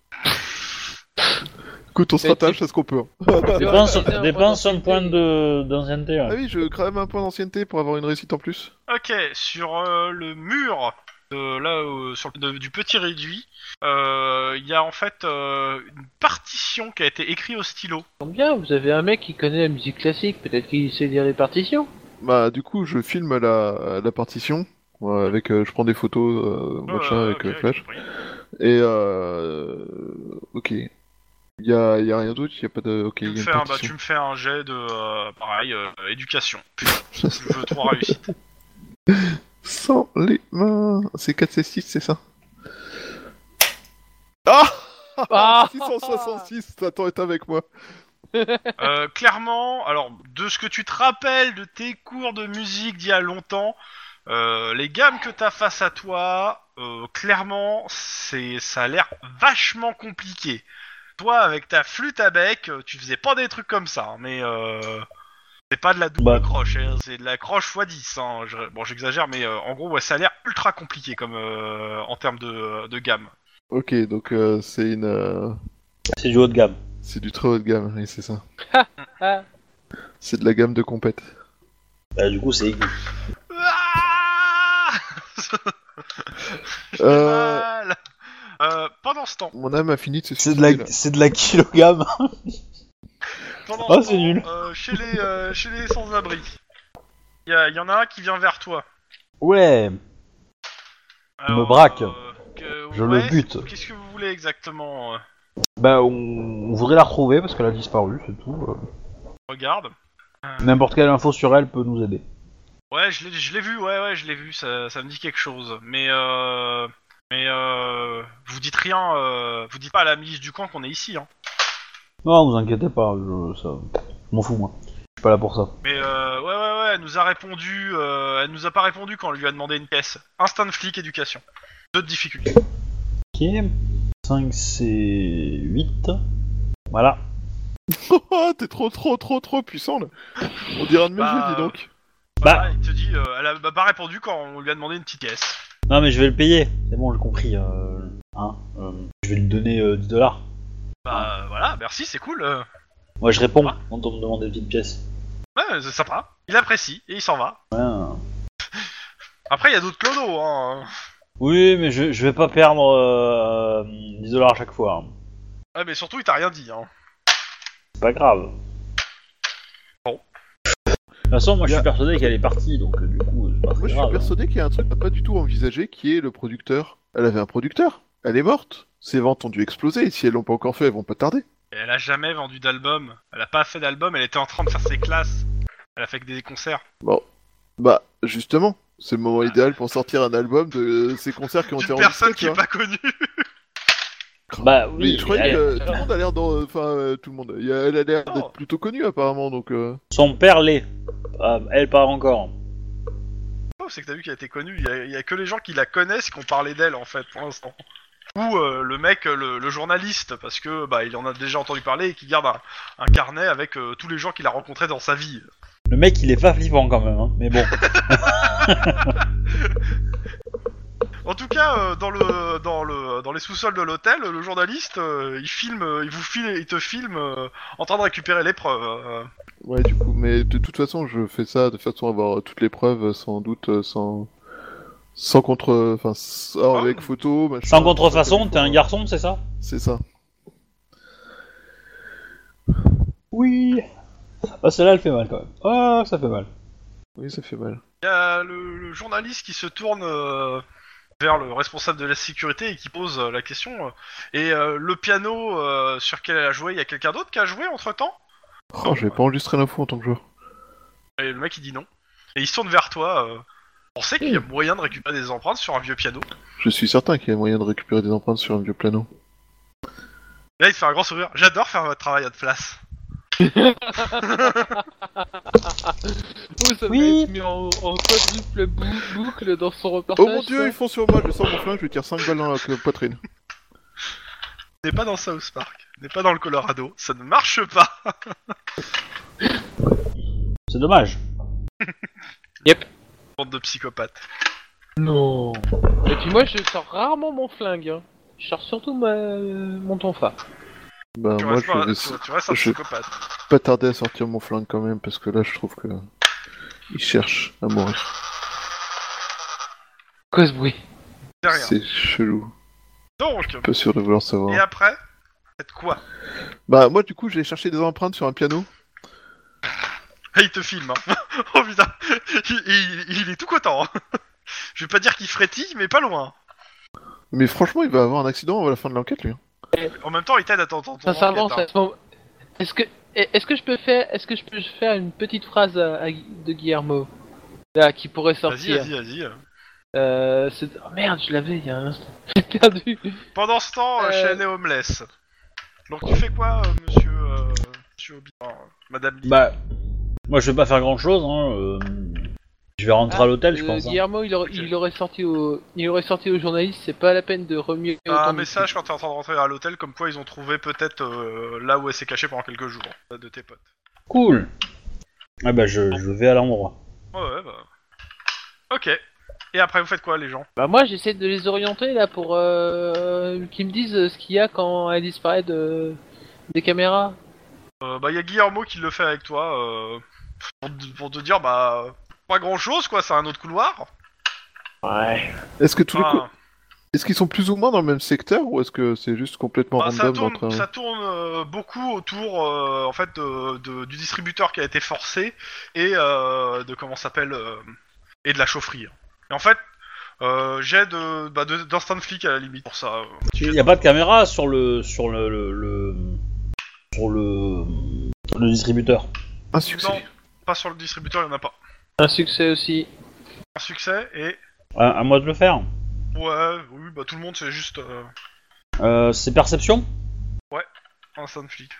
C: Écoute, on se
A: Et
C: rattache à ce qu'on peut. hein.
D: Dépense,
A: Ouais, c'est un
D: dépense
A: point
D: un point de- d'ancienneté.
C: Ah
D: ouais.
C: oui, je crame un point d'ancienneté pour avoir une réussite en plus.
B: Ok, sur euh, le mur, de, là, euh, sur le- de- du petit réduit, euh, il y a en fait euh, une partition qui a été écrite au stylo.
A: Tant bien, vous avez un mec qui connaît la musique classique, peut-être qu'il sait lire les partitions.
C: Bah, du coup, je filme la, la partition. ouais, avec, euh, je prends des photos, euh, machin,
B: Euh,
C: avec
B: ok,
C: euh, flash.
B: compris.
C: Et euh... Ok. Il y a, y a rien d'autre, il y a pas de... Ok,
B: Tu
C: il y
B: me
C: a une
B: fais un, bah, tu
C: partition.
B: me fais un jet de, euh, pareil, euh, éducation. Putain, tu veux trois réussites.
C: Sans les mains C'est 4 C6, c'est ça Ah
A: Ah
C: 666, Satan est avec moi.
B: Euh, clairement, alors de ce que tu te rappelles de tes cours de musique d'il y a longtemps, euh, les gammes que t'as face à toi, euh, clairement, c'est ça a l'air vachement compliqué. Toi, avec ta flûte à bec, euh, tu faisais pas des trucs comme ça, hein, mais euh, c'est pas de la double
D: Bah.
B: croche, hein, c'est de la croche x 10. hein, je- bon, j'exagère, mais euh, en gros, ouais, ça a l'air ultra compliqué comme euh, en termes de, de gamme.
C: Ok, donc euh, c'est une... euh,
D: C'est du haut de gamme.
C: C'est du très haut de gamme, oui, c'est ça.
A: ah.
C: C'est de la gamme de compète.
D: Bah, du coup, c'est aigu.
B: Ah
C: Euh...
B: Mal. Euh, pendant ce temps,
C: Mon âme a fini de se
D: C'est de la,
C: suicider, là.
D: c'est de la kilogramme.
B: Pendant
D: Oh,
B: ce
D: c'est
B: temps,
D: nul.
B: euh, chez les, euh, chez les sans-abri, il y, a- y en a un qui vient vers toi.
D: Ouais.
B: Alors,
D: me braque.
B: euh, que-
D: Je
B: ouais,
D: le bute.
B: Qu'est-ce que vous voulez exactement euh,
D: Bah, on, on voudrait la retrouver parce qu'elle a disparu, c'est tout. euh.
B: Regarde.
D: N'importe quelle info sur elle peut nous aider.
B: Ouais, je l'ai- je l'ai vu, ouais, ouais, je l'ai vu, ça, ça me dit quelque chose. Mais, euh, mais euh, vous dites rien, euh, vous dites pas à la milice du camp qu'on est ici. Hein.
D: Non, vous inquiétez pas, je, ça, je m'en fous, moi. Je suis pas là pour ça.
B: Mais euh, ouais, ouais, ouais, elle nous a répondu, euh, elle nous a pas répondu quand on lui a demandé une caisse. Instinct de flic, éducation. Deux de difficulté.
D: Ok. 5, c'est 8. Voilà.
C: Oh, t'es trop, trop, trop, trop puissant là. On dirait un de mes
B: Bah,
C: jeux, dis donc.
D: Bah.
B: Voilà, il te dit, euh, elle a bah, pas répondu quand on lui a demandé une petite caisse.
D: Non, mais je vais le payer. C'est bon, j'ai compris. euh, hein, euh, je vais lui donner euh, 10 dollars.
B: Bah euh, voilà, merci, c'est cool. euh.
D: Moi, je réponds quand on me demande des petites pièces.
B: Ouais, c'est sympa. Il apprécie et il s'en va.
D: Ouais. hein.
B: Après, il y a d'autres clodos. Hein.
D: Oui, mais je, je vais pas perdre euh, 10 dollars à chaque fois. hein.
B: Ouais, mais surtout, il t'a rien dit. Hein.
D: C'est pas grave.
B: Bon.
D: De toute façon, moi, je
C: Bien.
D: suis persuadé qu'elle est partie, donc euh, du coup, c'est pas très
C: Moi, je suis
B: hein.
D: grave.
C: persuadé qu'il y a un truc qu'on n'a pas du tout envisagé qui est le producteur. Elle avait un producteur. Elle est morte. Ses ventes ont dû exploser. Et si elles l'ont pas encore fait, elles vont pas tarder.
B: Et elle a jamais vendu d'album. Elle a pas fait d'album, elle était en train de faire ses classes. Elle a fait que des concerts.
C: Bah, justement, c'est le moment idéal pour sortir un album de euh, ces concerts qui ont été
B: D'une
C: enregistrés.
B: personne
C: tu
B: qui est
C: vois.
B: pas connue.
D: Bah oui,
C: Mais je croyais
D: elle-
C: que tout le monde a l'air d'en- Enfin, euh, tout le monde. Il y a- Elle a l'air
B: Non.
C: d'être plutôt connue, apparemment, donc... euh,
D: son père l'est. Euh, elle part encore.
B: Oh, c'est que t'as vu qu'elle était connue. Il y, a- il y a que les gens qui la connaissent qui ont parlé d'elle en fait pour l'instant. Ou euh, le mec, le, le journaliste, parce que bah il en a déjà entendu parler et qui garde un, un carnet avec euh, tous les gens qu'il a rencontrés dans sa vie.
D: Le mec, il est pas flippant quand même, hein. mais bon.
B: En tout cas, euh, dans le dans le dans les sous-sols de l'hôtel, le journaliste, euh, il filme, euh, il vous file, il te filme euh, en train de récupérer l'épreuve. euh.
C: Ouais, du coup, mais de toute façon, je fais ça de façon à avoir toutes les preuves, sans doute, euh, sans... Sans contre... Enfin, sans-
B: Ah.
C: avec photo, machin...
D: Sans contrefaçon,
C: comme il
D: t'es un
C: faut.
D: garçon, c'est ça
C: C'est ça.
D: Oui. Ah, celle-là, elle fait mal quand même. Ah, ça fait mal.
C: Oui, ça fait mal.
B: Il y a le, le journaliste qui se tourne euh, vers le responsable de la sécurité et qui pose euh, la question. euh, et euh, le piano euh, sur lequel elle a joué, il y a quelqu'un d'autre qui a joué entre temps
C: Oh, je vais pas enregistrer l'info en tant que joueur.
B: Et le mec il dit non. Et il se tourne vers toi. euh, on sait qu'il y a moyen de récupérer des empreintes sur un vieux piano.
C: Je suis certain qu'il y a moyen de récupérer des empreintes sur un vieux piano.
B: Là il te fait un grand sourire. J'adore faire votre travail à de place.
A: Ouh, ça
D: Oui.
A: va être mis en, en quadruple bou- boucle dans son reportage.
C: Oh mon dieu,
A: ça.
C: ils font sur moi, je sors mon flingue, je lui tire 5 balles dans la poitrine.
B: N'est pas dans South Park. N'est pas dans le Colorado. Ça ne marche pas.
D: C'est dommage.
B: Bande de psychopathes.
A: Non. Et puis moi, je sors rarement mon flingue. hein. Je sors surtout ma... mon tonfa.
C: Bah,
B: tu,
C: moi,
B: restes pas-
C: je vais
B: tu- tu restes un
C: je-
B: psychopathe.
C: pas tarder à sortir mon flingue quand même, parce que là, je trouve que. Il cherche à mourir.
A: Quoi ce bruit
B: C'est rien.
C: C'est chelou.
B: Donc,
C: Pas sûr de vouloir
B: et
C: savoir.
B: après Faites quoi
C: Bah, moi, du coup, j'ai cherché des empreintes sur un piano.
B: Et il te filme. hein. oh putain il, il- il est tout content. hein. Je vais pas dire qu'il frétille, mais pas loin.
C: Mais franchement, il va avoir un accident à la fin de l'enquête, lui. hein.
B: En même temps, il t'aide à ton, ton- ton
A: Sincèrement,
B: enquête, hein.
A: ça se moment- Est-ce que est-ce que je peux faire est-ce que je peux faire une petite phrase à- à Gu- de Guillermo là qui pourrait
B: hein. Vas-y,
A: sortir
B: vas-y, vas-y.
A: Euh, c'est- oh, merde, je l'avais il y a un instant. J'ai perdu.
B: Pendant ce temps, euh,
A: Euh.
B: Shane est homeless. Donc tu fais quoi, euh, monsieur, euh, monsieur Obi- enfin, Madame Lee
D: Bah, moi, je vais pas faire grand chose. Hein. euh, Je vais rentrer à l'hôtel, je
A: Euh,
D: pense. hein.
A: Guillermo, il, aurait, il aurait sorti au il aurait sorti au journaliste, c'est pas la peine de remuer
B: T'as
A: autant
B: un
A: de
B: message quand t'es en train de rentrer à l'hôtel, comme quoi ils ont trouvé peut-être euh, là où elle s'est cachée pendant quelques jours, euh, de tes potes.
D: Cool. Ah bah, je, je vais à l'endroit.
B: Ouais, ouais, bah. Ok. Et après, vous faites quoi, les gens
A: Bah moi j'essaie de les orienter là pour euh, qu'ils me disent euh, ce qu'il y a quand elle disparaît de... des caméras.
B: euh, Bah, il y a Guillermo qui le fait avec toi, euh, pour, te- pour te dire, bah, pas grand-chose, quoi, c'est un autre couloir.
A: Ouais.
C: Est-ce que tous les.
B: Enfin,
C: co- Est-ce qu'ils sont plus ou moins dans le même secteur, ou est-ce que c'est juste complètement
B: bah, ça
C: random
B: tourne,
C: entre.
B: ça tourne euh, beaucoup autour, euh, en fait, de- de- du distributeur qui a été forcé et euh, de comment ça s'appelle euh, et de la chaufferie. Et en fait, euh, j'ai de, bah, de- d'instinct de flic à la limite pour ça. euh.
D: Il n'y a pas de caméra sur le sur le, le, le- sur le le distributeur.
C: Un succès.
B: Non, pas sur le distributeur, il n'y en a pas.
A: Un succès aussi.
B: Un succès et
D: À, à moi de le faire.
B: ouais, oui, bah tout le monde c'est juste euh,
D: Euh, c'est perception.
B: instinct de flic.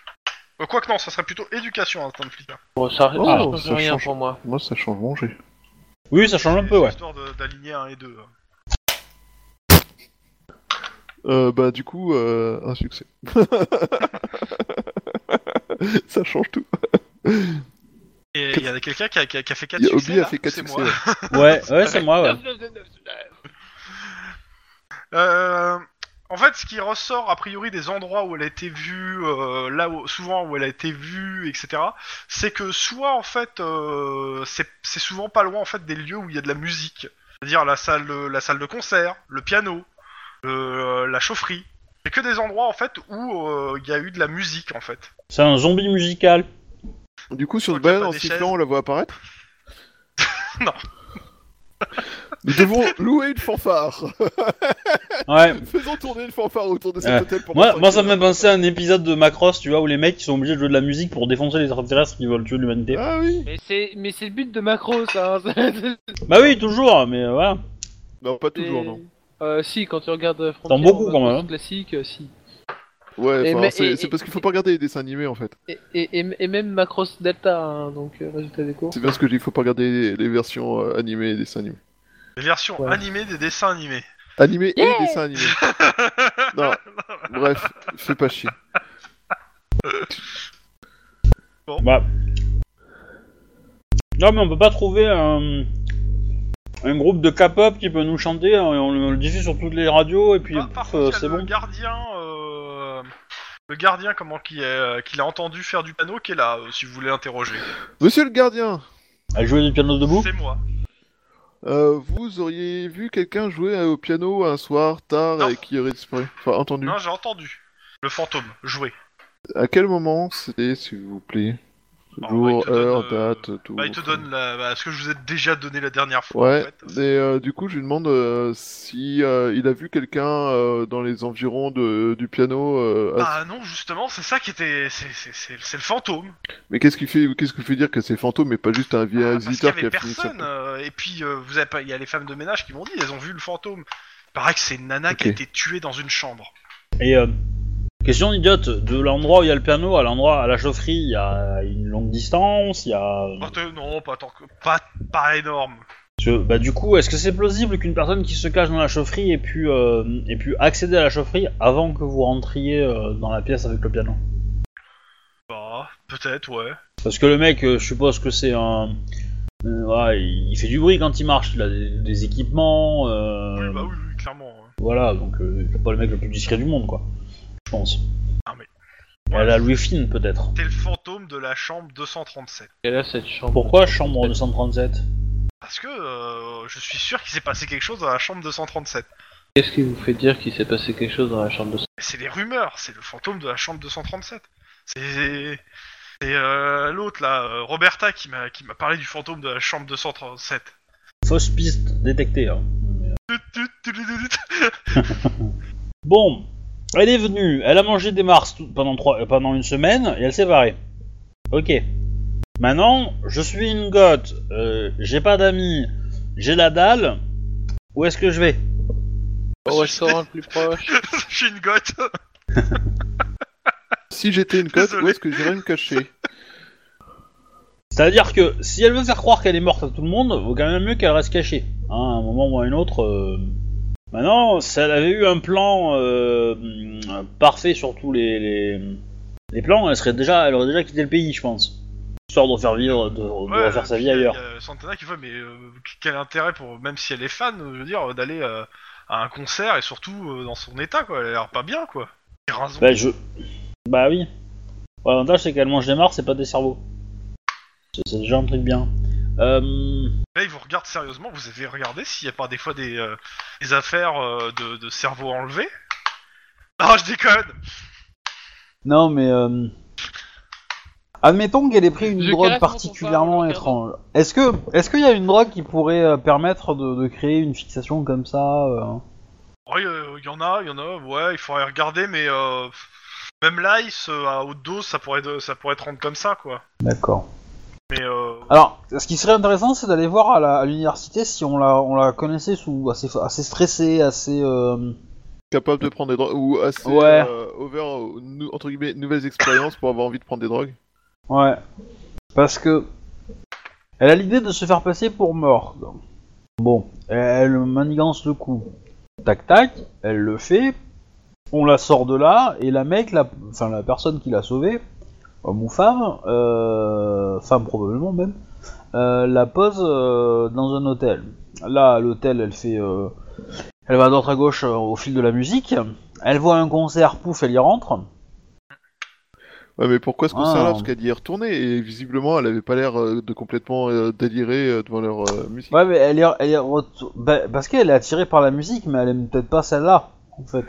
B: Euh, Quoique non, ça serait plutôt éducation instinct de flic. hein.
A: Bon, ça,
C: Oh,
A: ça change
C: ça
A: rien
C: change.
A: pour moi.
C: Moi, ça change mon jet.
D: Oui, ça change un peu, ouais.
B: Histoire de- d'aligner un et deux. hein.
C: Euh, bah, du coup, euh, un succès. ça change tout.
B: Et il y a quelqu'un qui a, qui a- qui a fait 4
C: Il y a
B: succès.
C: Obi a
B: là
C: fait 4
B: C'est
C: succès.
B: moi.
C: ouais.
D: Ouais, ouais, c'est moi, ouais.
B: Euh, en fait, ce qui ressort a priori des endroits où elle a été vue, euh, là où, souvent où elle a été vue, etc., c'est que soit en fait, euh, c'est c'est souvent pas loin en fait des lieux où il y a de la musique, c'est-à-dire la salle, la salle de concert, le piano, euh, la chaufferie. C'est que des endroits en fait où euh, il y a eu de la musique en fait.
D: C'est un zombie musical.
C: Du coup, sur
B: Je
C: le
B: crois qu'il y a
C: balade
B: pas
C: en
B: des
C: sifflant,
B: chaises.
C: on la voit apparaître
B: Non.
C: Nous devons louer une fanfare.
D: Ouais.
C: Faisons tourner une fanfare autour de cet
D: Ouais.
C: hôtel pour
D: Euh, Moi, moi, ça me fait penser à un épisode de Macross, tu vois, où les mecs ils sont obligés de jouer de la musique pour défoncer les extraterrestres qui veulent tuer l'humanité.
C: Ah oui
A: Mais c'est mais c'est le but de Macro, ça. hein, c'est-
D: Bah oui, toujours, mais euh, voilà.
C: Non, pas toujours, non.
A: Euh, si, quand tu regardes euh,
D: Dans
A: Frontier
D: beaucoup,
A: en
D: quand même,
A: version
D: hein.
A: classique, euh, si.
C: Ouais,
A: Et
C: enfin,
A: mais-
C: c'est
A: et-
C: c'est
A: et-
C: parce qu'il faut pas regarder les dessins animés, en fait.
A: Et, et, et, et même Macross Delta, hein, donc euh, résultat des cours.
C: C'est bien ce que je dis, faut pas regarder les, les versions euh, animées et dessins animés.
B: Les versions
A: Ouais.
B: animées des dessins animés.
C: Animés
A: Yeah
C: et dessins animés. non, bref, fais pas chier.
D: Bah. Non, mais on peut pas trouver un, un groupe de K-pop qui peut nous chanter, hein, et on, le- on le diffuse sur toutes les radios, et puis
B: Par- Ah, par
D: pouf,
B: contre,
D: euh,
B: il y a
D: c'est
B: le
D: bon.
B: gardien, euh, le gardien comment qui est, qui l'a entendu faire du piano, qui est là, euh, si vous voulez l'interroger.
C: Monsieur le gardien,
D: Elle jouait du piano debout
B: C'est moi.
C: euh, vous auriez vu quelqu'un jouer euh, au piano un soir tard
B: Non.
C: et qui aurait disparu. Enfin, entendu.
B: Non, j'ai entendu. Le fantôme, jouer.
C: À quel moment c'était, s'il vous plaît
B: Bah,
C: Jour,
B: bah, il te
C: heure,
B: donne, euh,
C: date, tout.
B: Bah, il te
C: enfin.
B: donne la... bah, ce que je vous ai déjà donné la hein. dernière fois.
C: Ouais,
B: en fait.
C: et euh, du coup, je lui demande euh, si euh, il a vu quelqu'un euh, dans les environs de, du piano. euh, à-
B: Bah non, justement, c'est ça qui était. C'est c'est- c'est- c'est le fantôme.
C: Mais qu'est-ce qui fait, qu'est-ce qui fait dire que c'est fantôme et pas juste un vieil
B: Ah, parce qu'il y
C: visiteur
B: avait
C: qui a fini sa-
B: personne. euh, Et puis, euh, vous avez pas... il y a les femmes de ménage qui m'ont dit, elles ont vu le fantôme. Il paraît que c'est une nana qui a
C: Ok.
B: été tuée dans une chambre.
D: Et euh, question idiote, de l'endroit où il y a le piano à l'endroit à la chaufferie, il y a une longue distance, il y a.
B: Bah, te- non, pas tant que. Pas, pas énorme.
D: Parce que, bah, du coup, est-ce que c'est plausible qu'une personne qui se cache dans la chaufferie ait pu, euh, ait pu accéder à la chaufferie avant que vous rentriez euh, dans la pièce avec le piano
B: Bah, peut-être, ouais.
D: Parce que le mec, euh, je suppose que c'est un. euh, voilà, il il fait du bruit quand il marche, il a des, des équipements. euh,
B: Oui, bah oui, oui, clairement. hein.
D: Voilà, donc euh, c'est pas le mec le plus discret du monde, quoi. Je pense.
B: Ah, mais-
D: Elle a Louis Fine, peut-être.
B: C'était le fantôme de la chambre 237.
A: Et là, cette chambre.
D: Pourquoi chambre 237
B: Parce que euh, je suis sûr qu'il s'est passé quelque chose dans la chambre 237.
A: Qu'est-ce qui vous fait dire qu'il s'est passé quelque chose dans la chambre de
B: Mais C'est des rumeurs, c'est le fantôme de la chambre 237. C'est. C'est euh, l'autre là, euh, Roberta, qui m'a qui m'a parlé du fantôme de la chambre 237.
D: Fausse piste détectée. hein. Mais, euh,
B: Tut, tut, tut, tut, tut, tut.
D: Bon, elle est venue, elle a mangé des Mars tout- pendant, trois, euh, pendant une semaine et elle s'est barrée. Ok. Maintenant, je suis une gote, euh, j'ai pas d'amis, j'ai la dalle. Où est-ce que je vais
A: Au restaurant le plus proche.
B: Je suis une gote.
C: Si j'étais une cote, où
B: Désolé.
C: est-ce que j'irais me cacher
D: C'est-à-dire que si elle veut faire croire qu'elle est morte à tout le monde, vaut quand même mieux qu'elle reste cachée. Hein, à un moment ou à un autre. euh. Maintenant, si elle avait eu un plan euh, hum, parfait sur tous les, les, les plans, elle serait déjà, elle aurait déjà quitté le pays, je pense. Histoire de faire vivre, de, de
B: Ouais,
D: refaire sa
B: puis il
D: vie
B: y a-
D: ailleurs.
B: il y a Santana qui fait, mais euh, quel intérêt pour, même si elle est fan, je veux dire, d'aller euh, à un concert et surtout euh, dans son état, quoi. Elle a l'air pas bien, quoi. Et raison.
D: Bah je, bah oui. Bon, L'avantage c'est qu'elle mange des morts, c'est pas des cerveaux. C'est- C'est déjà un truc bien. Euh,
B: Là, ils vous regardent sérieusement, vous avez regardé s'il n'y a pas des fois des, euh, des affaires euh, de, de cerveau enlevé Ah, je déconne
D: Non, mais. euh, Admettons qu'elle ait pris une
A: Je
D: drogue
A: caresse mon
D: particulièrement
A: compagnon,
D: étrange. Est-ce que, est-ce qu'il y a une drogue qui pourrait euh, permettre de, de créer une fixation comme ça euh
B: Oui, euh, il y en a, il y en a, ouais, il faudrait regarder, mais euh, même l'ice euh, à haute dose, ça pourrait, de- ça pourrait te rendre comme ça, quoi.
D: D'accord.
B: Mais euh,
D: Alors, ce qui serait intéressant, c'est d'aller voir à la- à l'université si on la, on la connaissait sous assez, assez stressée, assez. euh,
C: Capable de prendre des droits ou assez
D: Ouais.
C: euh, over aux nou- entre guillemets nouvelles expériences pour avoir envie de prendre des drogues
D: Ouais. Parce que. Elle a l'idée de se faire passer pour morte. Bon, elle manigance le coup. Tac tac, elle le fait. On la sort de là, et la mec, la, enfin la personne qui l'a sauvée, homme ou femme, euh, femme probablement même, euh, la pose euh, dans un hôtel. Là, à l'hôtel, elle fait. euh, elle va à droite à gauche euh, au fil de la musique. Elle voit un concert, pouf, elle y rentre.
C: Ouais, mais pourquoi ce
D: Ah.
C: concert-là Parce qu'elle y est retournée et visiblement elle avait pas l'air euh, de complètement euh, délirer euh, devant leur euh, musique.
D: Ouais, mais elle est, elle est retou- bah, parce qu'elle est attirée par la musique, mais elle aime peut-être pas celle-là, en fait.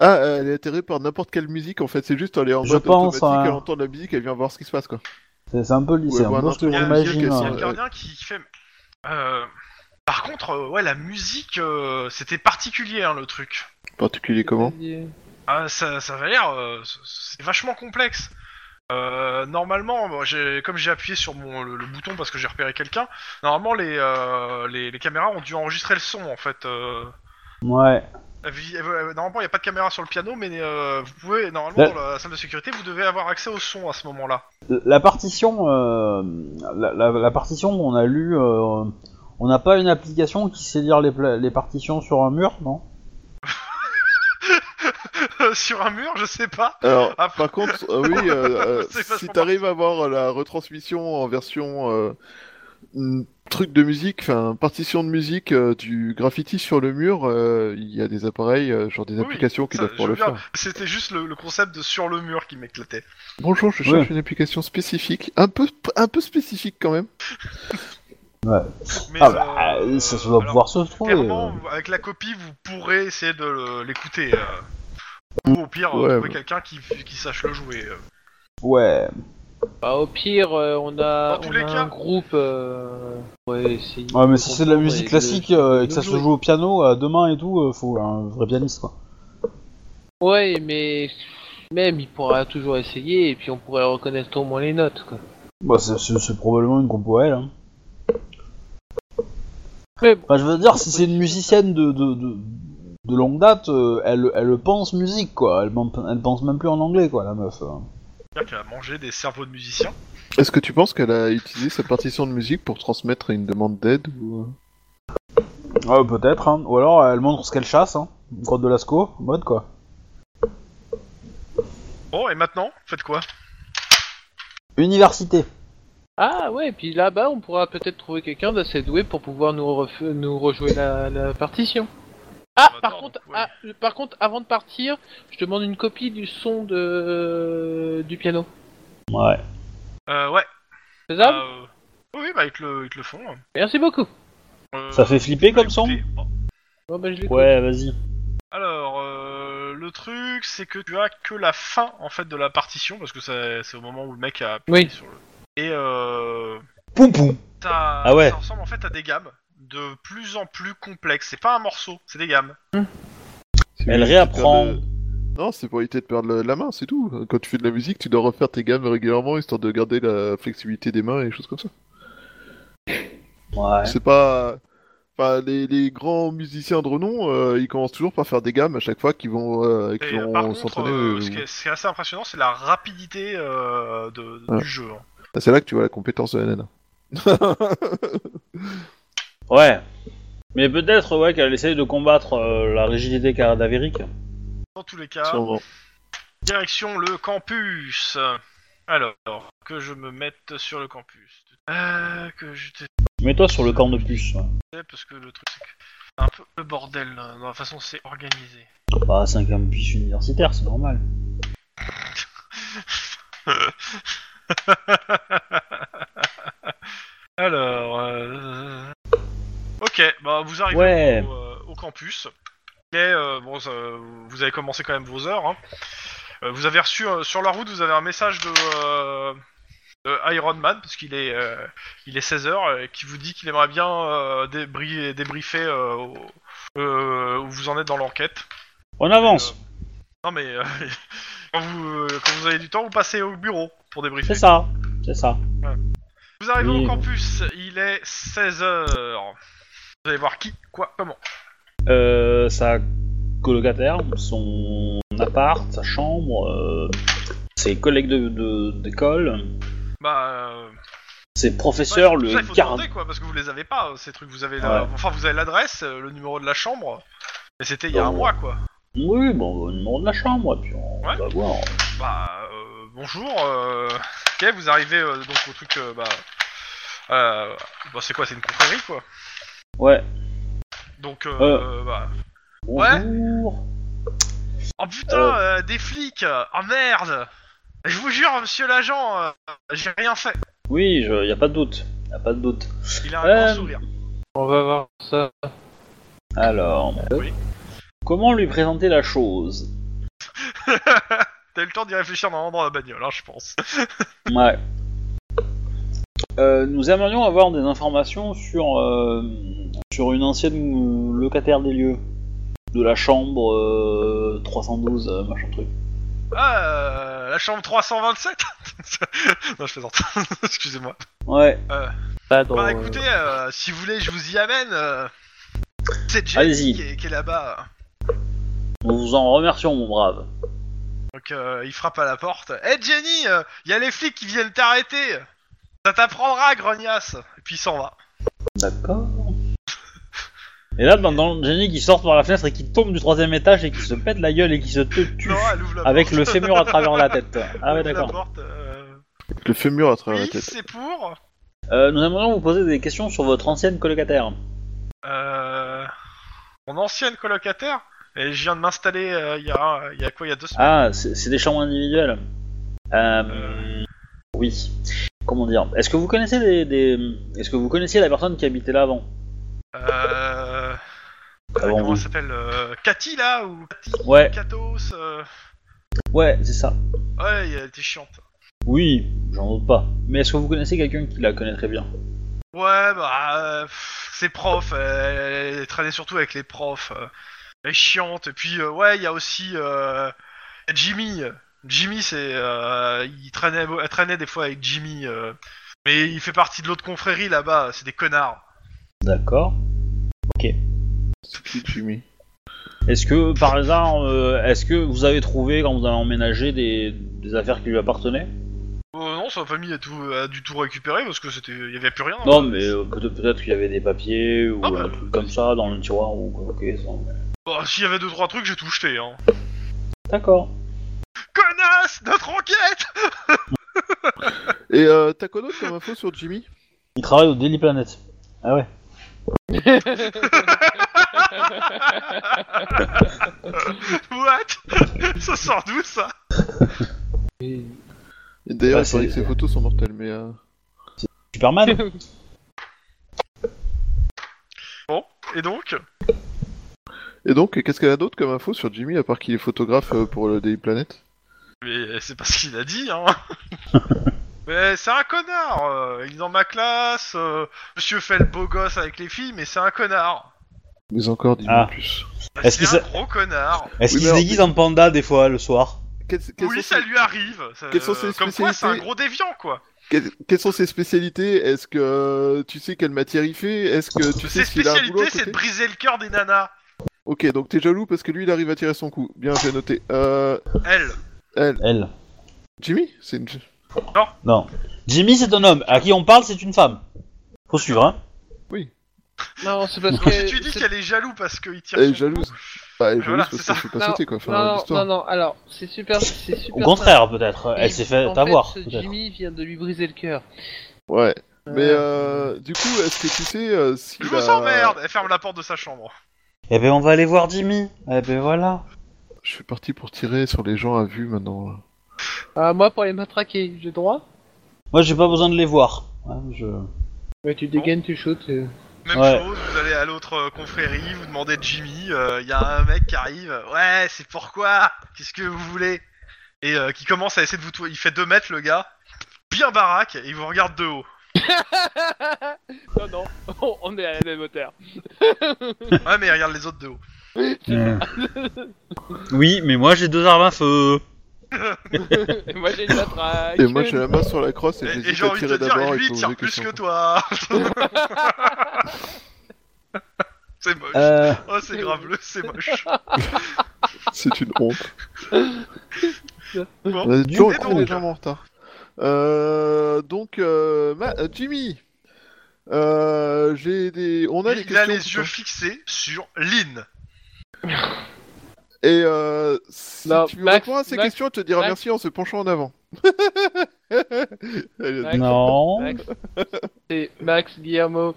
C: Ah, euh, elle est atterrée par n'importe quelle musique en fait, c'est juste elle est en
D: Je
C: mode
D: pense, hein.
C: automatique,
D: ouais.
C: elle entend de la musique, elle vient voir ce qui se passe quoi.
D: C'est c'est un peu, li-
C: Ouais,
D: c'est un
B: bah,
C: voilà,
D: peu ce que
B: Il y a-
D: j'imagine.
B: il y a
D: hein.
B: le gardien qui fait. euh, par contre, euh, ouais, la musique, euh, c'était particulier hein, le truc.
C: Particulier comment
B: Ah, ça, ça va l'air, euh, c- c'est vachement complexe. Euh, normalement, moi, j'ai- comme j'ai appuyé sur mon, le, le bouton parce que j'ai repéré quelqu'un, normalement les, euh, les, les caméras ont dû enregistrer le son en fait. euh.
D: Ouais.
B: La vi- euh, normalement, il n'y a pas de caméra sur le piano, mais euh, vous pouvez, normalement,
D: Ouais.
B: dans la salle de sécurité, vous devez avoir accès au son à ce moment-là.
D: La partition, euh, la, la- la partition qu'on a lue, euh, on n'a pas une application qui sait lire les, pla- les partitions sur un mur, non
B: Euh, sur un mur, je sais pas.
C: Alors,
B: Ah,
C: par contre, euh, oui, euh, euh,
B: C'est vachement
C: si t'arrives à avoir la retransmission en version euh, n- truc de musique, enfin partition de musique, euh, du graffiti sur le mur, euh, il y a des appareils, euh, genre des
B: Oui,
C: applications qui
B: ça,
D: bah,
C: doivent pouvoir
B: je
C: le
B: veux dire,
C: faire.
B: C'était juste le, le concept de sur le mur qui m'éclatait.
C: Bonjour, je cherche une application spécifique, un peu, un peu spécifique quand même.
B: Mais,
D: Ah bah,
B: euh,
D: ça, ça doit
B: alors,
D: pouvoir se trouver.
B: Clairement,
D: euh.
B: vous- avec la copie, vous pourrez essayer de le- l'écouter. euh. Ou au pire, euh,
C: Ouais,
B: trouver
C: bah.
B: quelqu'un qui, qui sache le jouer. euh.
D: Ouais.
A: Bah, au pire, euh, on a,
B: Dans tous
A: on
B: les
A: a
B: cas.
A: un groupe. euh, ouais, essayer
D: Ouais, mais
A: de
D: si c'est de la
A: comprendre
D: musique
A: et de-
D: classique euh, et que
A: de
D: ça se
A: jouer.
D: joue au piano à deux mains et tout, euh, faut un vrai pianiste quoi.
A: Ouais, mais même il pourra toujours essayer et puis on pourrait reconnaître au moins les notes. Quoi.
D: Bah, c'est- c'est c'est probablement une compo à elle. Hein.
A: Mais bon,
D: Enfin, je veux dire, si c'est une musicienne de, de, de, de longue date, euh, elle, elle pense musique, quoi. Elle, pen- elle pense même plus en anglais, quoi, la meuf. hein.
B: C'est-à-dire qu'elle a mangé des cerveaux de musiciens.
C: Est-ce que tu penses qu'elle a utilisé sa partition de musique pour transmettre une demande d'aide ou... euh,
D: Ouais, peut-être, hein. Ou alors, elle montre ce qu'elle chasse, hein. Une crotte de Lascaux, en mode, quoi.
B: Bon, et maintenant, faites quoi
D: Université.
A: Ah ouais, et puis là-bas on pourra peut-être trouver quelqu'un d'assez doué pour pouvoir nous, ref- nous rejouer la, la partition. Ah,
B: Bah,
A: par
B: attends,
A: contre,
B: ouais.
A: ah, euh, par contre, avant de partir, je demande une copie du son de du piano.
D: Ouais.
B: euh, Ouais.
A: C'est ça
B: euh, Oui, bah, ils te le, ils te le font.
A: Merci beaucoup.
B: Euh,
D: Ça fait flipper comme son
B: écoutez, oh,
A: Bon, bah, je l'écoute.
D: Ouais, vas-y.
B: Alors, euh, le truc, c'est que tu as que la fin, en fait, de la partition, parce que ça- c'est au moment où le mec a appuyé
A: Oui.
B: sur le... Et euh,
D: Poum poum.
B: t'as-
D: Ah ouais.
B: ça ressemble, en fait, à des gammes de plus en plus complexes. C'est pas un morceau, c'est des gammes.
C: c'est
D: Elle
C: pour éviter de
D: réapprend.
C: perdre le- Non, c'est pour éviter de perdre le- la main, c'est tout. Quand tu fais de la musique, tu dois refaire tes gammes régulièrement histoire de garder la flexibilité des mains et des choses comme ça.
D: Ouais.
C: C'est pas. Enfin, les, les grands musiciens de renom, euh, ils commencent toujours par faire des gammes à chaque fois qu'ils vont euh, qu'ils
B: Et, euh,
C: vont
B: par contre,
C: s'entraîner.
B: euh,
C: euh,
B: ce, qui est, ce qui est assez impressionnant, c'est la rapidité euh, de, de-
C: Ouais.
B: du jeu. hein.
C: Ah, C'est là que tu vois la compétence de la nana.
D: Ouais. Mais peut-être, ouais, qu'elle essaye de combattre euh, la rigidité cadavérique.
B: Dans tous les cas,
C: Sûrement.
B: direction le campus. Alors, que je me mette sur le campus. Euh, que je te
D: Mets-toi sur le camp de hein. puce. ouais.
B: parce que le truc, c'est que c'est un peu le bordel là, dans la façon dont c'est organisé.
D: Bah, cinquième puce universitaire, c'est normal.
B: Alors, euh, ok, bah vous arrivez
D: Ouais.
B: au, euh, au campus. Et, euh, bon, ça, vous avez commencé quand même vos heures. hein. Euh, vous avez reçu euh, sur la route, vous avez un message de, euh, de Iron Man parce qu'il est euh, il est 16 h qui vous dit qu'il aimerait bien euh, débri- débriefer euh, au- euh, où vous en êtes dans l'enquête.
D: On avance.
B: Non mais euh, quand, vous, euh, quand vous avez du temps, vous passez au bureau pour débriefer.
D: C'est ça. C'est ça.
B: Vous arrivez
D: Oui,
B: au
D: bon.
B: campus, il est 16h. Vous allez voir qui, quoi, comment.
D: Euh, sa colocataire, son appart, sa chambre, euh, ses collègues de- de- d'école,
B: Bah, euh,
D: ses
B: ouais,
D: professeurs,
B: tout ça, il
D: le
B: faut
D: car-
B: demander, quoi, parce que vous les avez pas, euh, ces trucs. Vous avez la-
D: Ouais.
B: enfin, vous avez l'adresse, euh, le numéro de la chambre, et c'était il y a
D: Oh.
B: un mois, quoi.
D: Oui, bon, le numéro de la chambre, et puis on
B: Ouais.
D: va voir.
B: Bah, euh, bonjour. euh, Ok, vous arrivez euh, donc au truc. euh, bah, euh, bah, c'est quoi C'est une confrérie, quoi.
D: Ouais,
B: Donc, euh,
D: Euh.
B: bah.
D: bonjour.
B: Oh putain, euh, des flics Oh merde Je vous jure, monsieur l'agent, euh, j'ai rien fait.
D: Oui, il y a pas de doute. Y a pas de doute.
B: Il a un
D: Euh.
B: grand sourire.
A: On va voir ça.
D: Alors,
B: oui.
D: comment lui présenter la chose
B: T'as eu le temps d'y réfléchir dans l'endroit de la bagnole, hein, je pense.
D: Ouais. Euh, nous aimerions avoir des informations sur, euh, sur une ancienne euh, locataire des lieux. De la chambre euh, 312, euh, machin truc.
B: Ah, euh, la chambre 327 Non, je plaisante. Excusez-moi.
D: Ouais,
A: Pas dans-
B: Bah écoutez, euh, si vous voulez, je vous y amène. euh, C'est Jenny
D: Allez-y.
B: qui est, qui est là-bas.
D: nous vous en remercions, mon brave.
B: Donc euh, il frappe à la porte. Hé Jenny, il y a les flics qui viennent t'arrêter Ça t'apprendra, grognasse Et puis il s'en va.
D: D'accord. Et là, dans- dans Jenny qui sort par la fenêtre et qui tombe du troisième étage et qui se pète la gueule et qui se te tue
B: Non, elle ouvre la
D: avec
B: porte.
D: le fémur à travers la tête. Ah
B: Elle
D: ouais,
B: ouvre
D: d'accord.
B: La porte, euh,
C: Le fémur à travers
B: Oui,
C: la tête.
B: c'est pour.
D: Euh, nous aimerions vous poser des questions sur votre ancienne colocataire.
B: Euh, mon ancienne colocataire. Et je viens de m'installer euh, il y, a, il y a quoi Il y a deux semaines.
D: Ah, c'est c'est des chambres individuelles. Euh, Oui. Comment dire Est-ce que vous connaissez des, des- Est-ce que vous connaissiez la personne qui habitait là avant
B: Euh, euh,
D: Avant
B: comment
D: vous.
B: elle s'appelle euh, Cathy là Ou Cathy
D: Ouais,
B: Katos euh,
D: ouais, c'est ça.
B: Ouais, elle était chiante.
D: Oui, j'en doute pas. Mais est-ce que vous connaissez quelqu'un qui la connaît très bien
B: Ouais, bah. euh, pff, ses profs, euh, elle traînait surtout avec les profs. euh, elle est chiante. Et puis, euh, ouais, il y a aussi euh, Jimmy. Jimmy, c'est. euh, il traînait, elle traînait des fois avec Jimmy. euh, mais il fait partie de l'autre confrérie là-bas. C'est des connards.
D: D'accord.
C: C'est qui, Jimmy
D: Est-ce que par hasard, euh, est-ce que vous avez trouvé quand vous avez emménagé des, des affaires qui lui appartenaient
B: Euh, non, sa famille a, tout, a du tout récupéré parce que c'était, il y avait plus rien.
D: Non, mais euh, peut- peut-être qu'il y avait des papiers ou
B: Ah bah.
D: un truc comme ça dans le tiroir ou quoi. Ok, ça-
B: Bah, s'il y avait deux trois trucs, j'ai tout jeté. Hein.
D: D'accord.
B: Connasse, notre enquête.
C: Et euh, t'as quoi d'autre comme info sur Jimmy
D: Il travaille au Daily Planet. Ah ouais.
B: What Ça sort d'où ça
A: Et-
C: Et D'ailleurs,
D: Bah,
C: il paraît
D: c'est-
C: que ces photos sont mortelles, mais. euh,
D: Superman
B: Et donc
C: Et donc, qu'est-ce qu'elle a d'autre comme info sur Jimmy, à part qu'il est photographe euh, pour le Daily Planet
B: Mais c'est pas ce qu'il a dit, hein. mais c'est un connard. euh, Il est dans ma classe. euh, Monsieur fait le beau gosse avec les filles, mais c'est un connard.
C: Mais encore, dis-moi
D: Ah.
C: plus.
B: Bah,
D: Est-ce
B: c'est
D: qu'il
B: un
D: s'a-
B: gros connard.
D: Est-ce
C: Oui,
D: qu'il
C: mais
D: se
C: en
D: déguise en panda des fois le soir
C: Quelles quelles
B: oui,
C: sont
B: ça
C: ses-
B: lui arrive. ça- euh,
C: Quelles sont
B: Comme
C: ses
B: quoi, c'est un
C: spécialités
B: gros déviant, quoi.
C: quelles- quelles sont ses spécialités Est-ce que euh, tu sais quelle matière il fait Est-ce que tu sais
B: Ses
C: s'il a un boulot à
B: spécialités, c'est de
C: côté
B: briser le cœur des nanas.
C: Ok, donc t'es jaloux parce que lui, il arrive à tirer son coup. Bien, j'ai noté. Euh,
B: Elle.
D: Elle.
C: Jimmy C'est une...
D: Non. Jimmy, c'est un homme. À qui on parle, c'est une femme. Faut suivre, hein.
A: Non, c'est parce que.
B: Quand tu dis
A: c'est-
B: qu'elle est jaloux parce qu'il tire
C: Elle est
B: son
C: jalouse. Bah, elle est jalouse
B: Voilà,
C: parce
B: c'est
C: que
B: ça.
C: je suis pas sauté, quoi. Enfin,
A: non, non,
C: l'histoire.
A: non, alors, c'est super. C'est super.
D: Au contraire, peut-être. Elle s'est fait
A: En
D: avoir,
A: fait, ce
D: peut-être.
A: Jimmy vient de lui briser le cœur.
C: Ouais. Mais
A: Euh,
C: euh, du coup, est-ce que tu sais euh, s'il
B: Je
C: a...
B: vous emmerde Elle ferme la porte de sa chambre.
D: Eh ben, on va aller voir Jimmy. Eh ben, voilà.
C: Je suis parti pour tirer sur les gens à vue maintenant.
A: Ah, moi, pour les matraquer, j'ai droit
D: Moi, j'ai pas besoin de les voir. Hein, je...
A: Mais tu dégaines, tu shootes. euh.
B: Même
D: Ouais.
B: chose, vous allez à l'autre euh, confrérie, vous demandez Jimmy, il y a un mec qui arrive, ouais, c'est pourquoi Qu'est-ce que vous voulez Et euh, qui commence à essayer de vous... tou- Il fait 2 mètres, le gars, bien baraque, et il vous regarde de haut.
A: non, non, on est à la même hauteur.
B: Ouais, mais il regarde les autres de haut.
D: oui, mais moi, j'ai deux armes à feu.
A: Et moi, j'ai une matraque.
C: Et moi j'ai la main sur la crosse et,
B: Et, et
C: j'hésite
B: j'ai
C: à
B: envie de
C: tirer
B: te dire,
C: d'abord
B: et
C: et
B: lui, il tire
C: poser
B: plus
C: question.
B: que toi C'est moche.
D: Euh,
B: Oh, c'est grave, c'est moche.
C: C'est une honte. Bah,
B: Bon.
C: On est
B: Du
C: toujours
B: coup,
C: con, les gens en retard. Euh, donc, euh, ma- euh, Jimmy, euh, j'ai des, on a des
B: il a
C: questions.
B: les
C: pour
B: yeux fixés sur Lynn.
C: toi. Et euh, si
A: Non,
C: tu
A: Max,
C: réponds à ces
A: Max,
C: questions, elle te dira
A: Max.
C: merci en se penchant en avant. Elle a
A: Max.
C: dit-
D: Non.
A: Max. C'est Max, Guillermo.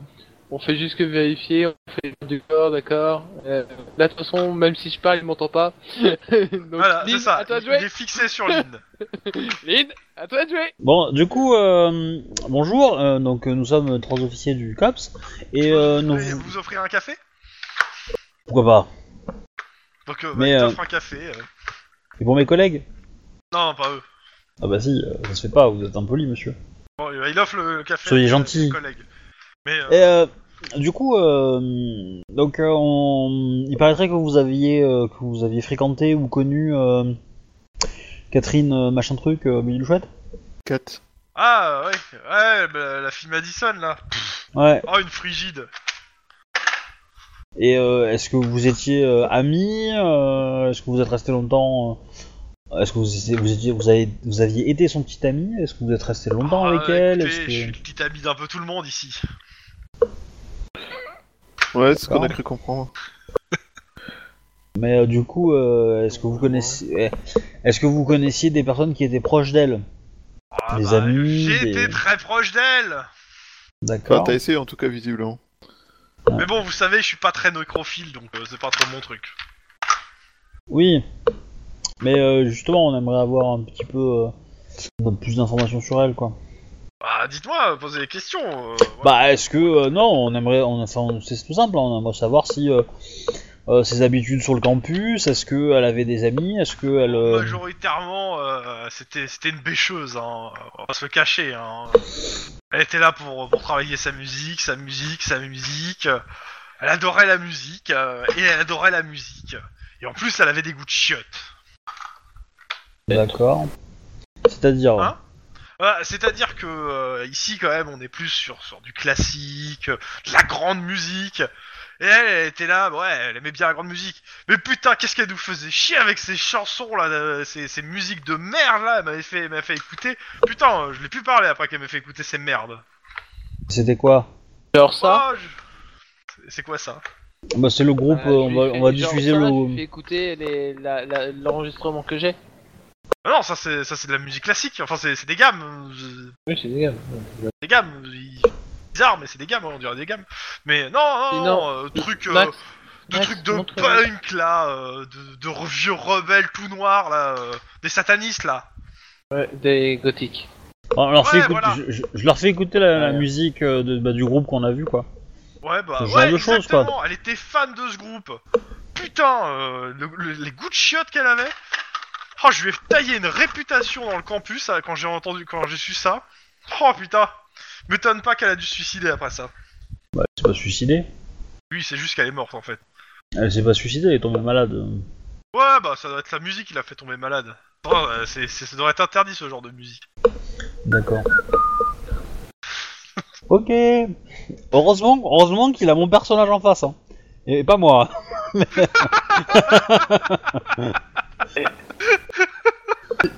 A: On fait juste que vérifier, on fait du corps, d'accord Euh, Là, de toute façon, même si je parle, il m'entend pas. Donc,
B: Voilà,
A: Lynn,
B: c'est ça.
A: à toi de
B: il, il
A: jouer
B: est fixé sur Lynn.
A: Lynn, à toi de jouer
D: Bon, du coup, euh, bonjour. euh, donc, euh, nous sommes trois officiers du CAPS. Et euh, nous.
B: Vous vous offrir un café
D: Pourquoi pas
B: Donc, euh,
D: Mais,
B: bah, il
D: euh,
B: t'offre un café. euh.
D: Et pour mes collègues
B: Non, pas eux.
D: Ah bah si, euh, ça se fait pas, vous êtes impoli, monsieur.
B: Bon, euh, il offre le café
D: Soyez
B: à ses
D: gentils.
B: collègues. Mais euh,
D: Et euh, du coup, euh, donc, euh, on- il paraîtrait que vous aviez, euh, que vous aviez fréquenté ou connu euh, Catherine euh, machin truc, euh, Billy le chouette.
C: Quatre.
B: Ah, ouais, ouais bah, la fille Madison, là.
D: Ouais.
B: Oh, une frigide.
D: Et euh, est-ce que vous étiez euh, amis euh, Est-ce que vous êtes resté longtemps euh, Est-ce que vous, étiez- vous, étiez, vous, avez, vous aviez été son petit ami Est-ce que vous êtes resté longtemps
B: Ah,
D: avec elle
B: écoutez,
D: Est-ce que-
B: Je suis le petit ami d'un peu tout le monde ici.
C: Ouais, c'est ce qu'on a
D: D'accord.
C: cru comprendre.
D: Mais euh, du coup, euh, est-ce que vous connaissiez, eh, est-ce que vous connaissiez des personnes qui étaient proches d'elle
B: Ah,
D: Des amis,
B: J'ai
D: des-
B: été très proche d'elle.
C: Enfin,
D: D'accord.
C: t'as essayé en tout cas visiblement.
B: Mais bon, vous savez, je suis pas très necrophile, donc euh, c'est pas trop mon truc.
D: Oui. Mais euh, justement, on aimerait avoir un petit peu euh, plus d'informations sur elle, quoi.
B: Bah, dites-moi, posez des questions. euh, voilà.
D: Bah, est-ce que euh, non, on aimerait, on, enfin, c'est tout simple, hein, on aimerait savoir si euh, euh, ses habitudes sur le campus, est-ce que elle avait des amis, est-ce que elle, euh,
B: Majoritairement, euh, c'était c'était une bêcheuse, hein. on va se le cacher. Hein. Elle était là pour, pour travailler sa musique, sa musique, sa musique. Elle adorait la musique, euh, et elle adorait la musique. Et en plus, elle avait des goûts de chiottes.
D: d'accord. C'est-à-dire,
B: Hein Voilà, C'est-à-dire que euh, ici, quand même, on est plus sur, sur du classique, euh, de la grande musique. Et elle, elle était là, ouais, elle aimait bien la grande musique. Mais putain, qu'est-ce qu'elle nous faisait chier avec ces chansons là, euh, ces, ces musiques de merde là, elle m'avait fait, elle m'avait fait écouter. Putain, euh, je l'ai plus parlé après qu'elle m'ait fait écouter ces merdes.
D: c'était quoi
A: Genre ça
B: Oh, je- C'est- C'est quoi ça
D: Bah, c'est le groupe,
A: euh,
D: euh,
A: je
D: on
A: lui
D: va,
A: fais-
D: on
A: genre
D: va diffuser
A: ça,
D: le.
A: Je lui fais écouter les- la- la- l'enregistrement que j'ai.
B: ah Non, ça c'est ça c'est de la musique classique. Enfin, c'est c'est des gammes, euh,
A: Oui, c'est génial.
B: des gammes. ils- Bizarre, mais c'est des gammes, hein, on dirait des gammes. Mais non, non, non, euh, truc. euh,
A: Max,
B: de
A: Max,
B: trucs de
A: montre-
B: punk là, euh, de, de vieux rebelles tout noirs là, euh, des satanistes là.
A: Ouais, des gothiques.
D: on leur fait
B: Ouais,
D: écouter-
B: voilà.
D: je, je- je leur fais écouter la, la
A: Ouais.
D: musique euh, de, bah, du groupe qu'on a vu, quoi.
B: Ouais bah
D: Ce genre
B: ouais
D: de choses,
B: exactement. Elle était fan de ce groupe. Putain, euh, le- le- les goûts de chiottes qu'elle avait. Oh, je lui ai taillé une réputation dans le campus ah, quand j'ai entendu, quand j'ai su ça. Oh putain, m'étonne pas qu'elle a dû se suicider après ça.
D: Bah, elle s'est pas suicidée.
B: Oui, c'est juste qu'elle est morte en fait.
D: Elle s'est pas suicidée, elle est tombée malade.
B: Ouais bah ça doit être la musique qui l'a fait tomber malade. Oh, euh, c'est, c'est- ça devrait être interdit ce genre de musique.
D: D'accord. Ok. Heureusement, heureusement qu'il a mon personnage en face. Hein. Et pas moi.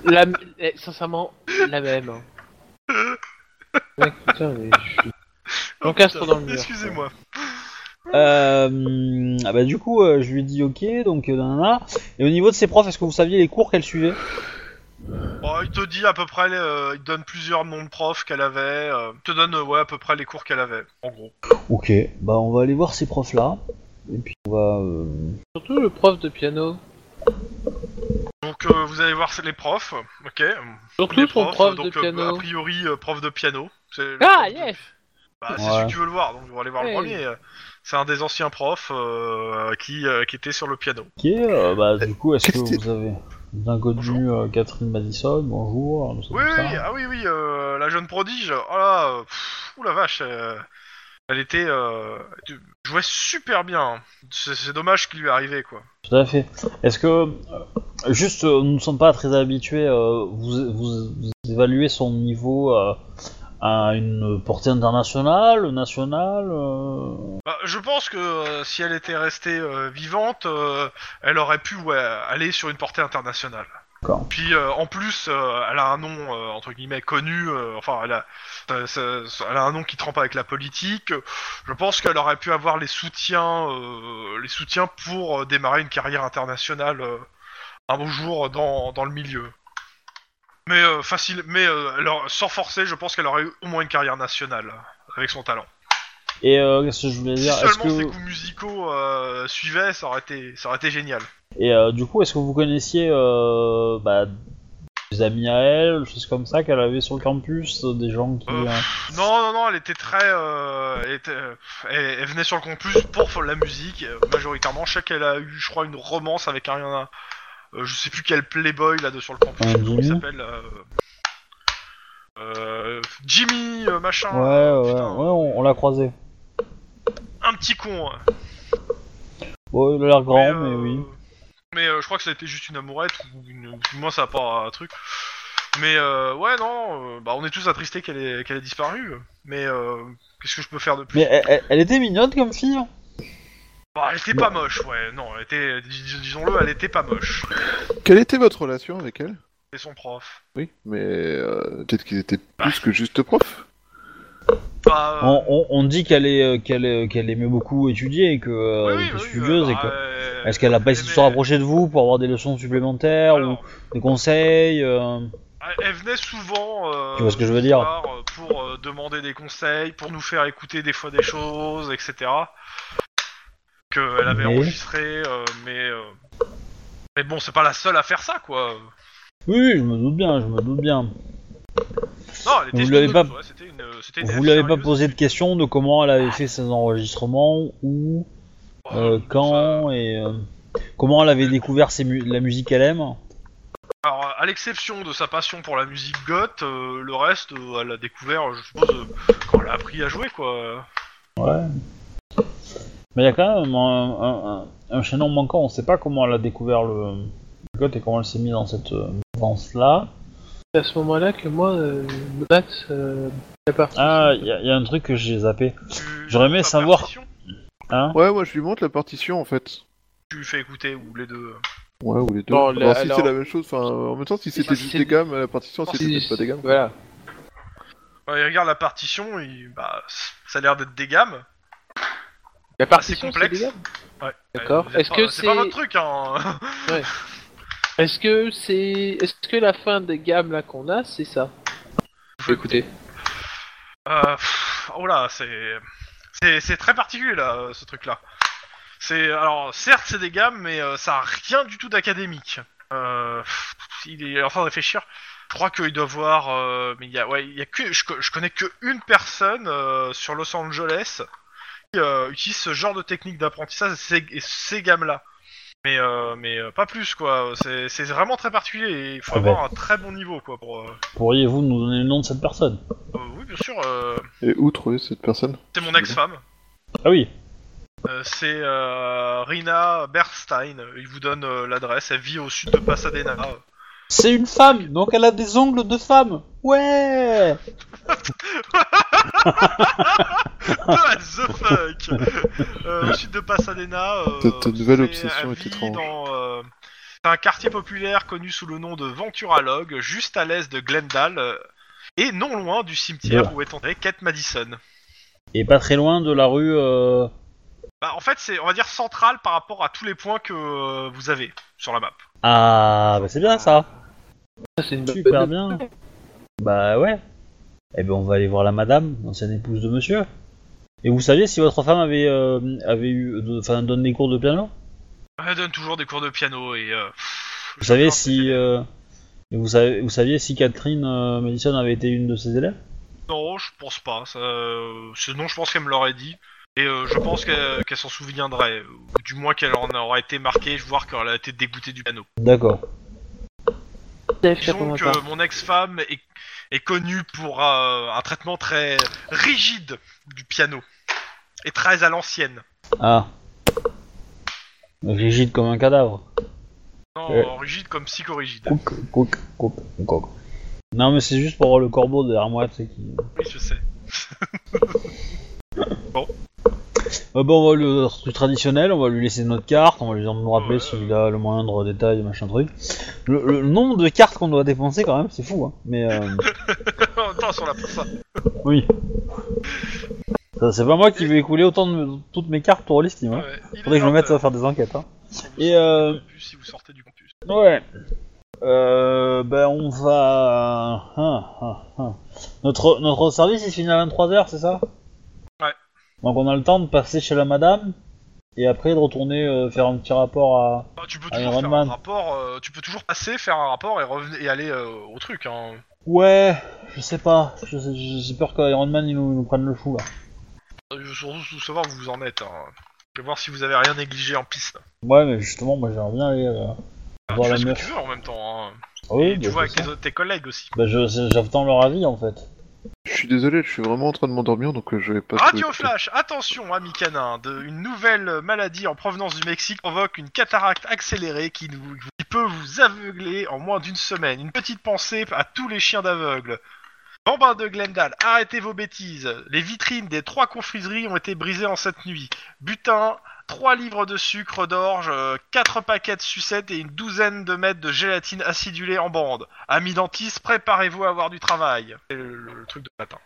A: La, eh, sincèrement, la même. hein. Mec, putain, mais je suis-
B: Oh,
A: J'encastre
B: putain,
A: dans le mur.
B: Excusez-moi.
D: Euh, ah bah du coup, euh, je lui ai dit ok, donc euh, nanana. Et au niveau de ses profs, est-ce que vous saviez les cours qu'elle suivait
B: Bon, il te dit à peu près, euh, il te donne plusieurs noms de profs qu'elle avait, euh, il te donne euh, ouais, à peu près les cours qu'elle avait, en gros.
D: Ok, bah on va aller voir ces profs là. Et puis on va... euh,
A: Surtout le prof de piano.
B: Donc euh, vous allez voir c'est les profs, ok.
A: Surtout
B: Les
A: son
B: profs,
A: prof
B: donc
A: de
B: euh,
A: piano.
B: a priori euh, prof de piano. C'est le
A: Ah
B: prof de-
A: yes
B: Bah, c'est
D: Ouais.
B: celui que tu veux le voir, donc vous allez voir
A: Ouais.
B: le premier. C'est un des anciens profs euh, qui, euh, qui était sur le piano.
D: Ok, euh, bah du coup, est-ce que
C: Christine.
D: vous avez... Vous avez connu euh, Catherine Madison, bonjour. nous sommes
B: Oui,
D: ça.
B: oui, ah oui, oui, euh, la jeune prodige. Oh là, euh, pff, ouh la vache. euh, elle était, euh, elle jouait super bien. C'est c'est dommage ce qui lui est arrivé, quoi.
D: Tout à fait. Est-ce que, euh, juste, euh, nous ne sommes pas très habitués, euh, vous, vous, vous évaluez son niveau euh, à une portée internationale, nationale euh,
B: Bah, je pense que euh, si elle était restée euh, vivante, euh, elle aurait pu ouais, aller sur une portée internationale.
D: D'accord.
B: Puis euh, en plus, euh, elle a un nom euh, entre guillemets connu. euh, enfin, elle a, ça- ça- ça- elle a un nom qui trempe avec la politique. Je pense qu'elle aurait pu avoir les soutiens, euh, les soutiens pour euh, démarrer une carrière internationale euh, un beau jour dans, dans le milieu. Mais euh, facile, mais euh, elle aurait- sans forcer, je pense qu'elle aurait eu au moins une carrière nationale avec son talent.
D: Et euh, qu'est-ce que je voulais
B: Si
D: dire Est-ce
B: seulement
D: que
B: ces coups musicaux euh, suivaient, ça aurait été, ça aurait été génial.
D: et euh, du coup, est-ce que vous connaissiez euh, bah, des amis à elle, des choses comme ça qu'elle avait sur le campus, euh, des gens qui
B: Euh,
D: euh,
B: Non, non, non, elle était très, euh, elle, était, euh, elle- elle venait sur le campus pour faire de la musique euh, majoritairement. Je sais qu'elle a eu, je crois, une romance avec un, euh, je sais plus quel playboy là de sur le campus.
D: Un
B: je sais plus comment il
D: Jimmy
B: s'appelle euh, euh, Jimmy, euh, machin.
D: Ouais,
B: euh,
D: ouais, ouais,
B: putain,
D: on, on l'a croisé.
B: Un petit con. hein.
D: Bon, il a l'air grand,
B: Mais,
D: mais
B: euh,
D: oui.
B: Mais euh, je crois que ça a été juste une amourette, ou une... ou du moins ça a pas un truc. Mais euh, ouais, non, euh, bah, on est tous attristés qu'elle ait... qu'elle ait disparu. Mais euh, qu'est-ce que je peux faire de plus
D: Mais euh, elle, elle- elle était mignonne comme fille. hein.
B: bah, Elle était pas moche, ouais, non, elle était, dis- disons-le, elle était pas moche.
C: Quelle était votre relation avec elle
B: C'est son prof.
C: Oui, mais euh, peut-être qu'ils étaient plus que juste profs.
B: Bah, euh,
D: On, on- on dit qu'elle est, euh, qu'elle est- qu'elle aimait beaucoup étudier et que
B: oui,
D: euh, elle
B: oui,
D: était
B: oui,
D: studieuse
B: euh,
D: et que.
B: bah, euh,
D: Est-ce qu'elle a pas essayé de se
B: aimait-
D: rapprocher de vous pour avoir des leçons supplémentaires
B: Alors,
D: ou des conseils euh,
B: Ah, elle- Elle venait souvent. euh,
D: Tu vois ce que je veux dire
B: voir, euh, Pour euh, demander des conseils, pour nous faire écouter des fois des choses, etc. Qu'elle avait
D: Mais-
B: enregistré, euh, mais. euh, Mais bon, c'est pas la seule à faire ça, quoi.
D: Oui, oui, je me doute bien, je me doute bien.
B: Non, elle était
D: Vous l'avez
B: studieuse,
D: pas-
B: ouais, c'était une, euh, c'était une
D: Vous
B: élève
D: lui avez pas
B: sérieuse.
D: posé de question de comment elle avait fait ses enregistrements ou
B: Oh,
D: euh,
B: ça-
D: quand et euh, comment elle avait découvert ses mu- la musique qu'elle aime
B: Alors, à l'exception de sa passion pour la musique goth, euh, le reste, euh, elle a découvert, je suppose, euh, quand elle a appris à jouer, quoi.
D: Ouais. Mais il y a quand même un, un, un- un chaînon manquant. On sait pas comment elle a découvert le, le goth et comment elle s'est mise dans cette euh, mouvance-là.
A: C'est à ce moment-là que moi, euh, Max, euh, est parti.
D: Ah, il y, a- il y a un truc que j'ai zappé.
B: Tu-
D: J'aurais aimé
B: sa
D: savoir.
B: partition,
D: Hein
C: Ouais, moi je lui montre la partition en fait.
B: Tu fais écouter, ou les deux.
C: Ouais, ou les deux.
A: Bon,
C: Alors,
A: la-
C: si
A: alors-
C: c'est la même chose, enfin, en même temps, si c'était
A: c'est-
C: juste des gammes, la partition, c'était peut-être pas des gammes.
A: Voilà.
B: Ah, Ouais, il regarde la partition, il... bah, c- ça a l'air d'être des gammes.
A: La partition,
B: C'est complexe.
A: c'est des gammes
B: Ouais.
A: D'accord.
B: Euh, vous êtes
A: Est-ce
B: pas-
A: que
B: c'est pas
A: c'est-
B: votre truc, hein
A: Est-ce que c'est, est-ce que la fin des gammes là qu'on a, c'est ça Faut écouter.
B: Euh, pff, oh là, c'est c'est c'est très particulier là, euh, ce truc-là. C'est alors certes c'est des gammes, mais euh, ça a rien du tout d'académique. Euh, pff, il est en train de réfléchir. Je crois qu'il doit voir, euh, mais il y a ouais, il y a que je, co- je connais que une personne euh, sur Los Angeles qui euh, utilise ce genre de technique d'apprentissage et ces, et ces gammes-là. Mais euh, mais euh, pas plus quoi. C'est c'est vraiment très particulier. et Il faut
D: Ah ouais.
B: avoir un très bon niveau quoi pour. euh,
D: Pourriez-vous nous donner le nom de cette personne
B: euh, oui bien sûr. euh,
C: Et où trouver cette personne
B: c'est mon ex-femme.
D: Ah oui,
B: Euh, c'est euh, Rina Bernstein. Il vous donne euh, l'adresse. Elle vit au sud de Pasadena.
C: Ah.
D: c'est une femme, donc elle a des ongles de femme. Ouais
B: What Ah, the fuck Euh, Au sud de Pasadena. euh,
C: Ta- ta nouvelle
B: c'est-
C: obsession
B: elle
C: est
B: vit
C: étrange.
B: dans, euh, c'est un quartier populaire connu sous le nom de Venturalogue, juste à l'est de Glendale, euh, et non loin du cimetière où est enterrée Kate Madison.
D: Et pas très loin de la rue. euh,
B: Bah, en fait, c'est, on va dire, central par rapport à tous les points que euh, vous avez sur la map.
D: Ah, bah c'est bien ça
A: Ça, c'est une bonne
D: Super bien Bah ouais Eh ben on va aller voir la madame, l'ancienne épouse de monsieur. Et vous saviez si votre femme avait, euh, avait eu. de- Enfin, donne des cours de piano
B: Elle donne toujours des cours de piano et. euh, pff,
D: Vous
B: je
D: savez
B: pense que
D: si.
B: c'est-
D: euh, vous, savez, vous saviez si Catherine euh, Madison avait été une de ses élèves
B: Non, je pense pas. Ça, euh, sinon, je pense qu'elle me l'aurait dit. Et euh, je pense qu'elle qu'elle s'en souviendrait. Ou du moins qu'elle en aura été marquée, voir qu'elle a été dégoûtée du piano.
D: D'accord.
B: Disons que mon ex-femme est, est connue pour euh, un traitement très rigide du piano. Et très à l'ancienne.
D: Ah. Rigide comme un cadavre.
B: Non,
D: Ouais.
B: rigide comme psychorigide.
D: Cook, cook, cook, cook. Non, mais c'est juste pour voir le corbeau derrière moi, tu sais qui.
B: Oui, je sais.
D: Euh, bon, on va le truc traditionnel, on va lui laisser notre carte, on va lui nous rappeler
B: Ouais.
D: s'il a le moindre détail, machin truc. Le, le nombre de cartes qu'on doit dépenser, quand même, c'est fou, hein. Mais euh,
B: Attends, on l'a pour ça.
D: oui. Ça, C'est pas moi qui vais écouler autant de toutes mes cartes pour l'estime, hein.
B: Ouais, il est
D: Faudrait que je me mette à
B: 20,
D: faire des enquêtes, hein.
B: quand vous
D: Et,
B: sortez
D: euh,
B: du campus, Si vous sortez du campus.
D: Ouais. Euh, ben on va. ah, ah, ah. Notre, notre service il finit à 23h, c'est ça
B: Ouais.
D: Donc on a le temps de passer chez la madame et après de retourner euh, faire un petit rapport à.
B: Ah, tu peux
D: Iron
B: toujours faire
D: Man.
B: un rapport, euh, tu peux toujours passer, faire un rapport et revenir et aller euh, au truc. Hein.
D: Ouais, je sais pas. je sais- je- J'ai peur qu'Iron Man il nous, nous prenne le fou là.
B: Euh, Surtout surtout savoir où vous en êtes. Hein. Et voir si vous avez rien négligé en piste.
D: Ouais, mais justement, moi j'aimerais bien aller euh,
B: Ah, Tu
D: voir
B: fais
D: la
B: ce que
D: meuf.
B: tu veux en même temps. Hein.
D: Ah oui,
B: et
D: bah,
B: tu vois
D: c'est
B: avec
D: ça.
B: tes, autres- tes collègues aussi.
D: Bah, je- je- j'attends leur avis en fait.
C: Je suis désolé, je suis vraiment en train de m'endormir, donc euh, je vais pas... trouver-
B: Radio Flash, attention ami canin, de, une nouvelle maladie en provenance du Mexique provoque une cataracte accélérée qui, nous, qui peut vous aveugler en moins d'une semaine. Une petite pensée à tous les chiens d'aveugles. Bambins de Glendale, arrêtez vos bêtises. Les vitrines des trois confiseries ont été brisées en cette nuit. Butin, 3 livres de sucre d'orge, 4 paquets de sucettes et une douzaine de mètres de gélatine acidulée en bande. Amis dentistes, préparez-vous à avoir du travail. C'est le, le truc de matin.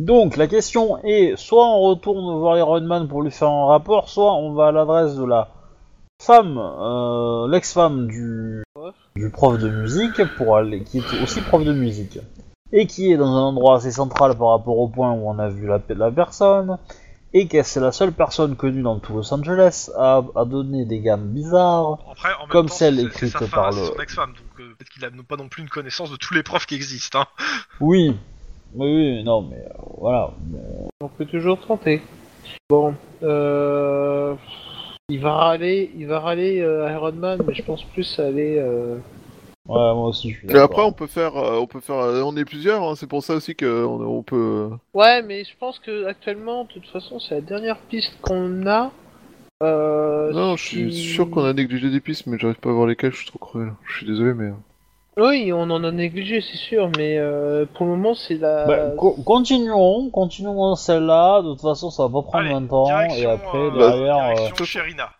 D: Donc la question est soit on retourne voir Iron Man pour lui faire un rapport, soit on va à l'adresse de la femme, euh, l'ex-femme du, du prof de musique, pour aller, qui est aussi prof de musique, et qui est dans un endroit assez central par rapport au point où on a vu la, pe- la personne, et que c'est la seule personne connue dans tout Los Angeles à, à donner des gammes bizarres.
B: Après, en même
D: Comme
B: temps,
D: celle
B: c'est-
D: écrite
B: c'est sa femme,
D: par
B: c'est
D: le-
B: son ex-femme, donc euh, peut-être qu'il a non- pas non plus une connaissance de tous les profs qui existent. Hein.
D: Oui, oui, oui, non, mais euh, voilà.
A: On peut toujours tenter. Bon, euh... il va râler, il va râler euh, Iron Man, mais je pense plus aller. Euh...
D: Ouais, moi aussi je suis
C: Mais après,
D: d'accord.
C: on peut faire... euh, on peut faire... euh, On est plusieurs, hein, c'est pour ça aussi qu'on on peut...
A: Ouais, mais je pense que actuellement, de toute façon, c'est la dernière piste qu'on a. Euh,
C: Non, je suis
A: si-
C: sûr qu'on a négligé des pistes, mais j'arrive pas à voir lesquelles, je suis trop crevé. là. Je suis désolé, mais...
A: Oui, on en a négligé, c'est sûr, mais euh, pour le moment, c'est la.
D: Bah, co- continuons, continuons celle-là. De toute façon, ça va pas prendre
B: Allez,
D: longtemps. Et
B: direction,
D: après,
B: euh,
D: derrière, euh,
B: direction Sherina.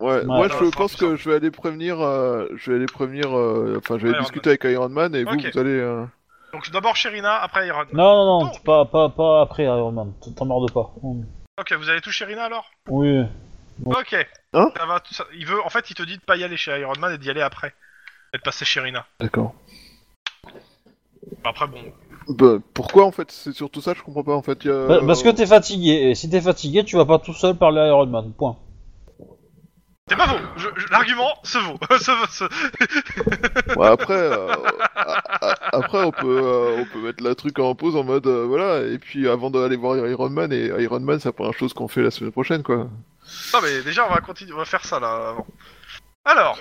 C: Ouais, moi
B: ça
C: je
B: va,
C: pense
B: ça va.
C: que je vais aller prévenir, euh, je vais aller prévenir, euh, enfin je vais
B: Iron
C: discuter avec Iron Man et vous,
B: Ok.
C: vous allez. euh,
B: Donc d'abord Sherina, après Iron. Man.
D: non, non, non,
B: Non.
D: pas, pas, pas après Iron Man. T- T'emmerdes pas. Mm.
B: Ok, vous allez tout Sherina alors
D: Oui.
B: Ok.
C: Hein
B: Ça va, tout ça- Il veut, en fait, il te dit de pas y aller chez Iron Man et d'y aller après. Et de passer Sherina.
C: D'accord.
B: Après, bon.
C: Bah, pourquoi en fait C'est surtout ça, je comprends pas en fait. y a-
D: Pa- Bah, Parce que t'es fatigué. Et si t'es fatigué, tu vas pas tout seul parler à Iron Man. Point.
B: C'est pas faux. Je- je- L'argument se vaut. se vaut- se-
C: Ouais, après, euh, a- a- après on peut, euh, on peut mettre la truc en pause en mode euh, voilà et puis avant d'aller voir Iron Man et Iron Man, c'est la première chose qu'on fait la semaine prochaine quoi.
B: Non mais déjà, on va continuer, on va faire ça là avant. Alors,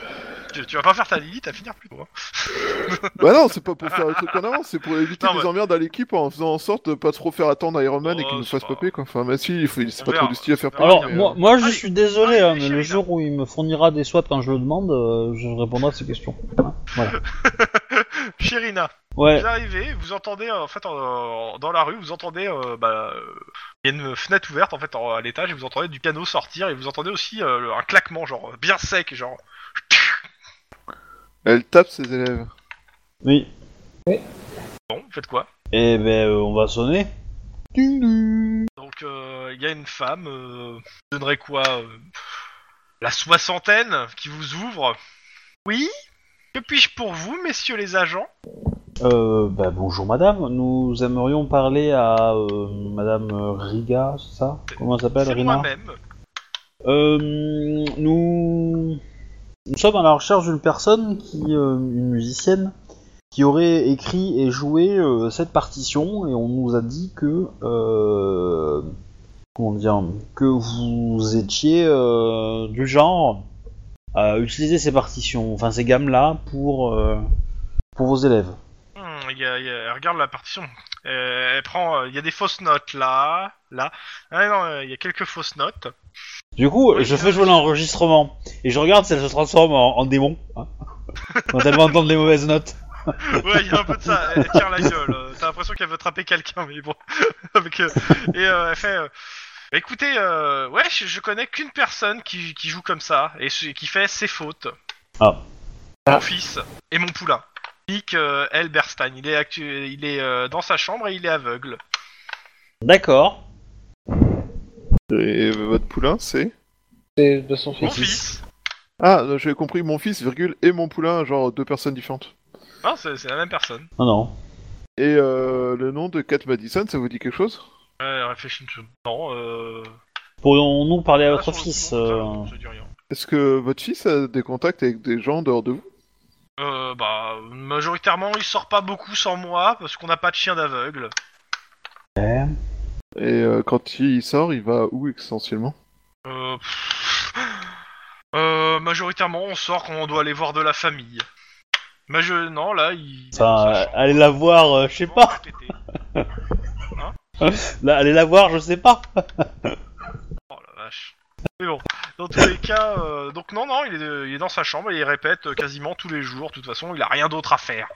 B: tu, tu vas pas faire ta Lilith à finir plus tôt. hein.
C: bah non, c'est pas pour faire le truc en avance, c'est pour éviter
B: Non,
C: des
B: mais-
C: emmerdes à l'équipe en faisant en sorte de pas trop faire attendre Iron Man et
B: Oh,
C: qu'il nous
B: c'est
C: fasse
B: pas-
C: popper quoi. Enfin même si il faut, c'est
B: On
C: pas
B: verra.
C: trop du style à faire
B: Ouais,
D: Alors,
C: popper, mais,
D: moi,
C: euh,
D: moi je
B: Ah, allez,
D: suis désolé,
B: allez,
D: hein,
B: allez,
D: mais
B: Sherina.
D: le jour où il me fournira des SWAT quand je le demande, euh, je répondrai à ces questions. Hein, Voilà.
B: Sherina.
D: Ouais.
B: Vous arrivez, vous entendez euh, en fait en- en- dans la rue, vous entendez euh, bah, euh, il y a une fenêtre ouverte en fait en- à l'étage et vous entendez du piano sortir et vous entendez aussi euh, un claquement genre bien sec genre
C: elle tape ses élèves.
D: Oui.
B: bon vous faites quoi
D: Et ben, euh, on va sonner.
C: Ding, ding.
B: Donc euh, il y a une femme, euh, je donnerais quoi euh, la soixantaine qui vous ouvre. Oui. Que puis-je pour vous messieurs les agents
D: Euh, bah, bonjour madame, nous aimerions parler à euh, madame euh, Riga, c'est ça Comment elle s'appelle
B: C'est
D: Rina
B: moi-même.
D: euh, nous... nous sommes à la recherche d'une personne, qui, euh, une musicienne, qui aurait écrit et joué euh, cette partition et on nous a dit que... Euh... Comment dire Que vous étiez euh, du genre à utiliser ces partitions, enfin ces gammes-là pour, euh, pour vos élèves.
B: Hmm, il y a- il y a- elle regarde la partition. Euh, elle prend, euh, il y a des fausses notes là, là. Ah non, euh, il y a quelques fausses notes.
D: Du coup,
B: Oui,
D: je
B: oui,
D: fais
B: oui.
D: jouer l'enregistrement et je regarde si elle se transforme en, en démon hein, quand elle va entendre les mauvaises notes.
B: Ouais, il y a un peu de ça. Elle tire la gueule. Euh, T'as l'impression qu'elle veut attraper quelqu'un, mais bon. Avec, euh, et euh, elle fait. euh, Écoutez, euh, ouais, je, je connais qu'une personne qui, qui joue comme ça et ce- qui fait ses fautes.
D: Ah.
B: Mon
A: Ah.
B: fils et mon poulain. Nick euh, L. Bernstein. Il est, actu- il est euh, dans sa chambre et il est aveugle.
D: D'accord.
C: Et votre poulain, c'est
A: C'est de son
B: Mon
A: fils.
B: fils.
C: Ah, non, j'avais compris, mon fils, virgule, et mon poulain, genre deux personnes différentes.
B: Non, c'est c'est la même personne.
D: Non, Ah non.
C: Et euh, le nom de Kat Madison, ça vous dit quelque chose
B: Euh, réfléchis une seconde. Non, euh.
D: Pourrions-nous parler à
B: pas
D: votre
B: Ah, sur le
D: fils
B: nom,
D: euh,
B: ça, ça dit rien.
C: Est-ce que votre fils a des contacts avec des gens dehors de vous
B: Euh, bah, majoritairement, il sort pas beaucoup sans moi parce qu'on n'a pas de chien d'aveugle.
D: ouais.
C: Et euh, quand il sort, il va où essentiellement
B: Euh, pff. Euh, majoritairement, on sort quand on doit aller voir de la famille. Mais je, non, là, il.
D: Enfin, euh, allez la voir, euh, je sais pas.
B: Répéter.
D: Là, allez la voir, je sais pas.
B: Oh la vache. Mais bon, dans tous les cas, euh, donc non, non, il est, il est dans sa chambre et il répète euh, quasiment tous les jours. De toute façon, il a rien d'autre à faire.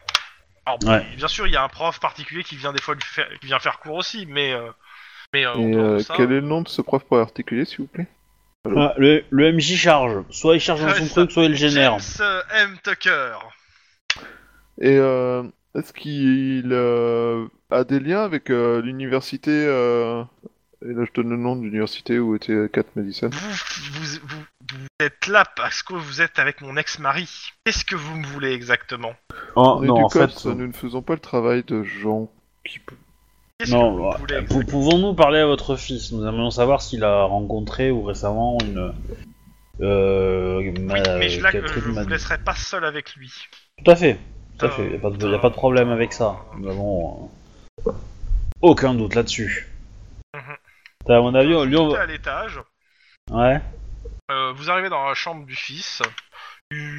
B: Alors,
D: Ouais.
B: bien sûr, il y a un prof particulier qui vient des fois lui faire, qui vient faire cours aussi, mais. euh, mais euh, en
C: Et
B: dehors de
C: euh,
B: ça,
C: quel est le nom de ce prof pour articulier, s'il vous plaît
D: Ah, le, le MJ charge. Soit il charge dans
B: Ouais,
D: son
B: ça.
D: truc, soit il le génère.
B: James euh, M. Tucker.
C: Et euh, est-ce qu'il euh, a des liens avec euh, l'université euh, Et là, je donne le nom de l'université où était Kat Madison.
B: Vous, vous, vous, vous êtes là parce que vous êtes avec mon ex-mari. Qu'est-ce que vous me voulez exactement
D: Oh,
C: On est
D: non,
C: du
D: en fait.
C: COPS, nous ne faisons pas le travail de gens qui
B: Qu'est-ce que vous
D: Non,
B: voulez
D: euh, pou-
B: exactement
D: pouvons-nous parler à votre fils Nous aimerions savoir s'il a rencontré ou récemment une. Euh,
B: Oui,
D: ma-
B: mais je, la-
D: Catherine
B: je vous
D: m'a dit.
B: laisserai pas seul avec lui.
D: Tout à fait, tout à
B: Ah,
D: fait. Il n'y a, pas de-
B: putain.
D: y a pas de problème avec ça. Nous avons euh, aucun doute là-dessus.
B: Mhm.
D: T'as, À mon avis, on- lui, on
B: Vous montez
D: va-
B: à l'étage,
D: Ouais.
B: euh, vous arrivez dans la chambre du fils. Euh,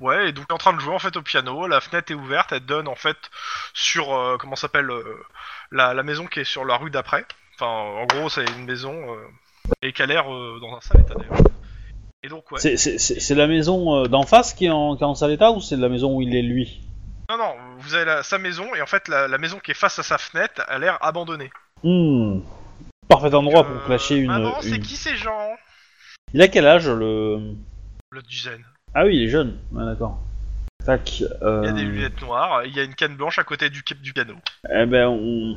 B: Ouais, et donc il est en train de jouer en fait au piano. La fenêtre est ouverte, elle donne en fait sur euh, comment ça s'appelle euh, la, la maison qui est sur la rue d'après. Enfin, en gros, c'est une maison euh, et qui a l'air euh, dans un sale état d'ailleurs. Et donc ouais.
D: C'est, c'est- c'est- c'est la maison euh, d'en face qui est, en, qui est en sale état ou c'est la maison où il est lui
B: Non, non, vous avez la- sa maison, et en fait, la, la maison qui est face à sa fenêtre a l'air abandonnée.
D: Hmm. Parfait endroit
B: Euh,
D: pour clasher une.
B: Maman, c'est
D: une-
B: qui ces gens
D: Il a quel âge le.
B: Le dizaine.
D: Ah oui, il est jeune. Ouais, d'accord. Tac. euh,
B: Il y a des lunettes noires, il y a une canne blanche à côté du, cap- du piano.
D: Eh ben, on...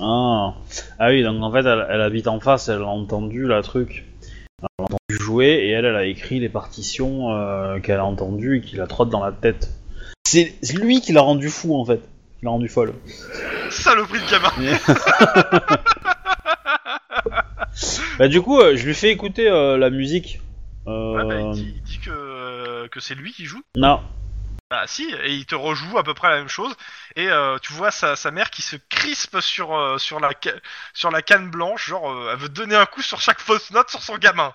D: Ah. Ah oui, donc en fait, elle, elle habite en face, elle a entendu la truc. Elle a entendu jouer et elle, elle a écrit les partitions euh, qu'elle a entendues et qui la trotte dans la tête. C'est c'est lui qui l'a rendu fou, en fait. Qui l'a rendu folle.
B: Saloperie de gamin
D: Bah, du coup, euh, je lui fais écouter euh, la musique. Euh...
B: Ouais, bah, il dit, il dit que, euh, que c'est lui qui joue.
D: Non.
B: Bah si, et il te rejoue à peu près la même chose. Et euh, tu vois sa, sa mère qui se crispe sur, euh, sur, la, ca- sur la canne blanche, genre euh, elle veut donner un coup sur chaque fausse note sur son gamin.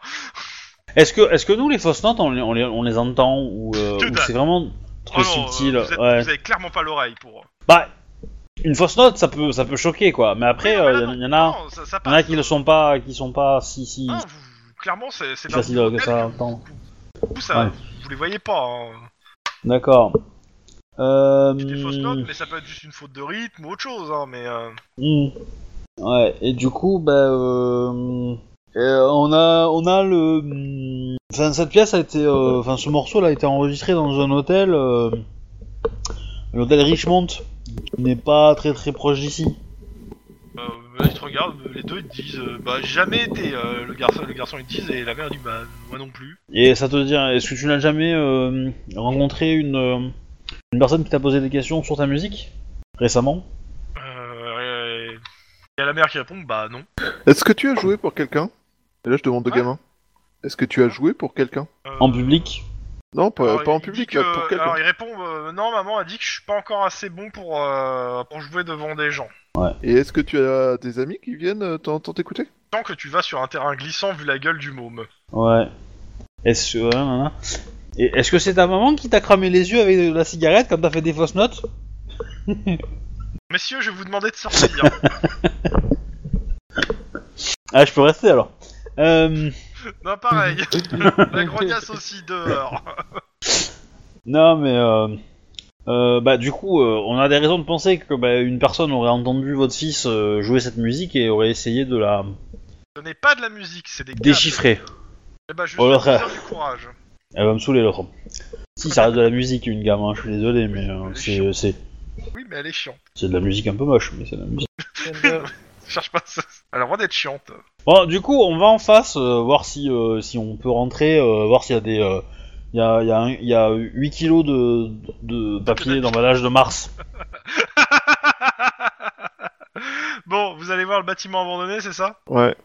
D: Est-ce que, est que nous, les fausses notes, on, les- on, les, on les entend ou, euh,
B: Que
D: ou
B: dalle.
D: c'est vraiment trop
B: Oh non, euh,
D: subtil
B: vous, êtes-
D: ouais.
B: vous avez clairement pas l'oreille pour...
D: Bah, une fausse note, ça peut, ça peut choquer, quoi. Mais après, il
B: Oui, non, mais là, non,
D: y, en a...
B: non, ça- ça
D: Il y en a
B: passe.
D: qui le sont pas, qui sont pas si si.
B: Ah, vous- clairement, c'est c'est
D: C'est facile
B: d'un niveau
D: que Mmh. ça,
B: tel
D: attends.
B: vous- vous, ça-
D: Ouais.
B: vous les voyez pas. hein.
D: D'accord. Euh...
B: C'est des fausses notes, mais ça peut être juste une faute de rythme ou autre chose. Hein, mais euh,
D: hmm. Ouais. Et du coup, bah, euh, euh, on a, on a le. hmm, Enfin, cette pièce a été, euh, enfin, ce morceau-là a été enregistré dans un hôtel, euh, l'hôtel Richmond, qui n'est pas très très proche d'ici.
B: euh, là, ils te regardent, les deux ils te disent euh, Bah, j'ai jamais été. euh, le, garçon, le garçon ils te disent, et la mère dit Bah, moi non plus.
D: Et ça te dit, hein, est-ce que tu n'as jamais euh, rencontré une, euh, une personne qui t'a posé des questions sur ta musique récemment
B: Euh, et il y a la mère qui répond Bah, non.
C: Est-ce que tu as joué pour quelqu'un Et là, je demande au
B: Hein
C: gamin. Est-ce que tu as joué pour quelqu'un
B: Euh,
D: en public?
C: Non, pas,
B: alors,
C: pas en
B: il dit
C: public,
B: que-
C: pour quelqu'un.
B: alors il répond euh, Non, maman a dit que je suis pas encore assez bon pour, euh, pour jouer devant des gens.
C: Et est-ce que tu as des amis qui viennent euh, t'en- t'en t'écouter
B: Tant que tu vas sur un terrain glissant vu la gueule du môme.
D: Ouais. Est-ce ouais, nan, nan. Et est-ce que c'est ta maman qui t'a cramé les yeux avec de la cigarette quand t'as fait des fausses notes
B: Messieurs, je vais vous demander de sortir.
D: Ah, je peux rester alors. Euh,
B: Non, pareil. la grognasse aussi dehors.
D: non, mais euh, euh, bah du coup, euh, on a des raisons de penser que bah, une personne aurait entendu votre fils euh, jouer cette musique et aurait essayé de la
B: Ce n'est pas de la musique, c'est des
D: déchiffrer.
B: Eh ben, je
D: Oh,
B: suis
D: le-
B: sûr du courage.
D: Elle va me saouler l'autre. Si ça reste de la musique, une gamme, hein, je suis désolé, mais euh, c'est c'est
B: Oui, mais elle est chiante.
D: c'est de la musique un peu moche, mais c'est de la musique.
B: Je cherche pas ça. Elle a le droit d'être chiante.
D: Bon, du coup, on va en face, euh, voir si, euh, si on peut rentrer, euh, voir s'il y a des. euh, Il y, a, il y a un- il y a 8 kilos de, de papier d'emballage de Mars.
B: Bon, vous allez voir le bâtiment abandonné, c'est ça
C: Ouais.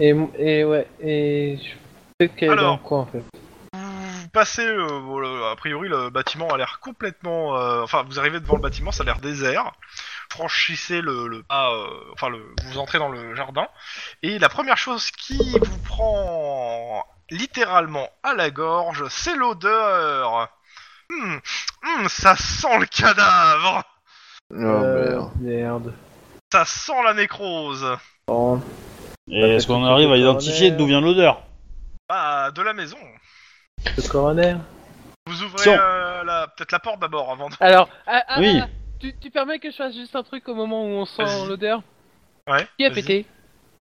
A: Et, et ouais, et je- peut-être qu'elle est
B: Alors.
A: dans le coin en fait.
B: Vous passez, euh, bon, le- a priori, le bâtiment a l'air complètement. euh, enfin, vous arrivez devant le bâtiment, ça a l'air désert. Franchissez le, le pas, euh, enfin, le, vous entrez dans le jardin. Et la première chose qui vous prend littéralement à la gorge, c'est l'odeur. Hmm, hmm, ça sent le cadavre.
C: Oh,
A: Euh,
C: merde.
A: merde. Oh,
B: Ça sent la nécrose.
A: Bon.
D: Et est-ce qu'on arrive à identifier d'où vient l'odeur
B: Bah, de la maison.
A: Le coroner.
B: Vous ouvrez
D: Tiens.
B: euh, la- peut-être la porte d'abord avant de...
A: Alors, ah, ah,
D: Oui.
A: ah, tu, tu permets que je fasse juste un truc au moment où on sent
B: Vas-y.
A: l'odeur
B: Ouais.
A: Qui a
B: vas-y.
A: pété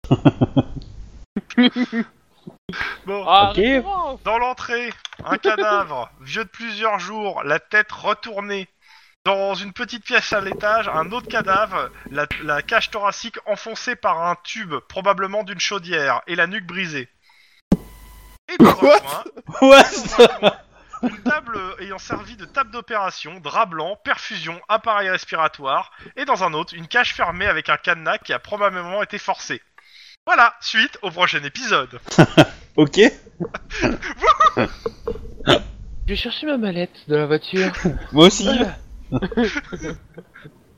B: Bon,
A: Ah,
D: Ok.
A: restaurant.
B: Dans l'entrée, un cadavre, vieux de plusieurs jours, la tête retournée. Dans une petite pièce à l'étage, un autre cadavre, la, la cage thoracique enfoncée par un tube, probablement d'une chaudière, et la nuque brisée. Et dans un
C: What
B: coin,
D: Ouais
B: une table ayant servi de table d'opération, drap blanc, perfusion, appareil respiratoire, et dans un autre, une cage fermée avec un cadenas qui a probablement été forcé. Voilà, suite au prochain épisode.
D: Ok
A: Je vais chercher ma mallette de la voiture.
D: Moi aussi
A: C'est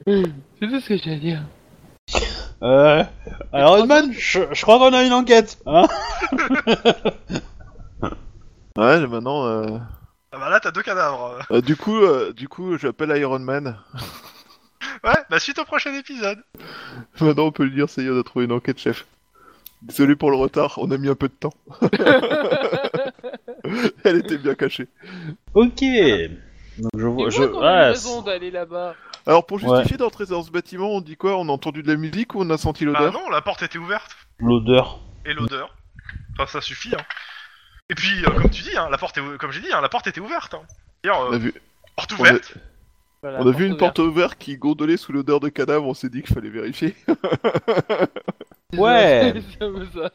A: tout ce que j'ai à dire.
D: euh, Alors, Edman, je, je crois qu'on a une enquête hein
C: Ouais, mais maintenant. euh,
B: Ah bah là, t'as deux cadavres.
C: euh, du coup, euh, du coup, j'appelle Iron Man.
B: Ouais, bah suite au prochain épisode.
C: Maintenant, on peut lui dire, ça y est, on a trouvé une enquête, chef. Désolé pour le retard, on a mis un peu de temps. Elle était bien cachée.
D: Ok Donc, je vois.
A: Tu
D: Je,
A: vois qu'on a
D: ouais,
A: une raison d'aller là-bas.
C: Alors, pour justifier d'entrer dans ce bâtiment, on dit quoi On a entendu de la musique ou on a senti
B: Bah
C: l'odeur
B: non, la porte était ouverte.
D: c'est l'odeur.
B: Et l'odeur. Enfin, ça suffit. Hein. Et puis, euh, comme tu dis, hein, la porte est ou- comme j'ai dit, hein, la porte était ouverte. Hein. D'ailleurs, euh,
C: On a vu,
B: porte
C: Bah, on a-
B: ouverte. euh,
A: Voilà,
C: on a vu une
A: ouverte.
C: porte ouverte qui gondolait sous l'odeur de cadavre, on s'est dit qu'il fallait vérifier.
D: Ouais.
A: Ça me- ça-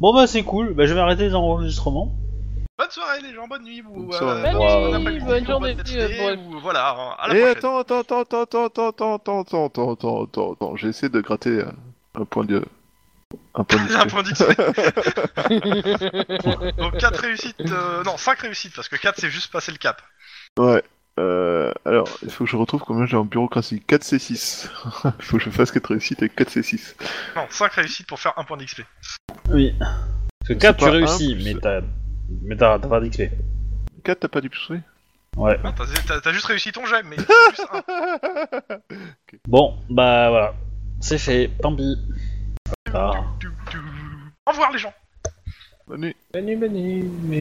D: Bon, bah, c'est cool. Bah, je vais arrêter les enregistrements.
B: Bonne soirée les gens, bonne nuit. Ou, euh,
C: Bonne soirée.
A: Bonne
D: Wow.
A: nuit,
B: après-midi,
A: bonne
B: ou
A: journée,
B: matinée,
A: euh,
B: ou voilà, hein, à la
C: Et
B: prochaine.
C: Eh, attends, attends, attends, attends, attends, attends, attends, attends, attends, attends, attends, attends, j'ai essayé de gratter euh, un point de... Un point
B: J'ai un
C: de...
B: point d'XP.
A: bonne-
B: Donc 4 réussites, euh, non 5 réussites parce que 4 c'est juste passer le cap.
C: ouais. Euh, alors, il faut que je retrouve combien j'ai en bureaucratie. 4C6. il faut que je fasse 4 réussites et 4C6.
B: Non 5 réussites pour faire un point d'XP.
D: Oui. Parce que 4, tu
C: pas un
D: réussis,
C: plus-
D: mais t'as mais t'as- t'as pas d'XP.
C: 4, t'as pas du psoué
D: Ouais.
B: Non, t'as- t'as t'as juste réussi ton gemme mais il faut juste un.
D: Bon, bah, voilà. C'est fait. Tant pis. Ah.
B: Tou, tou, tou. Au revoir les gens.
C: Bonne nuit.
A: Bonne nuit, bonne nuit.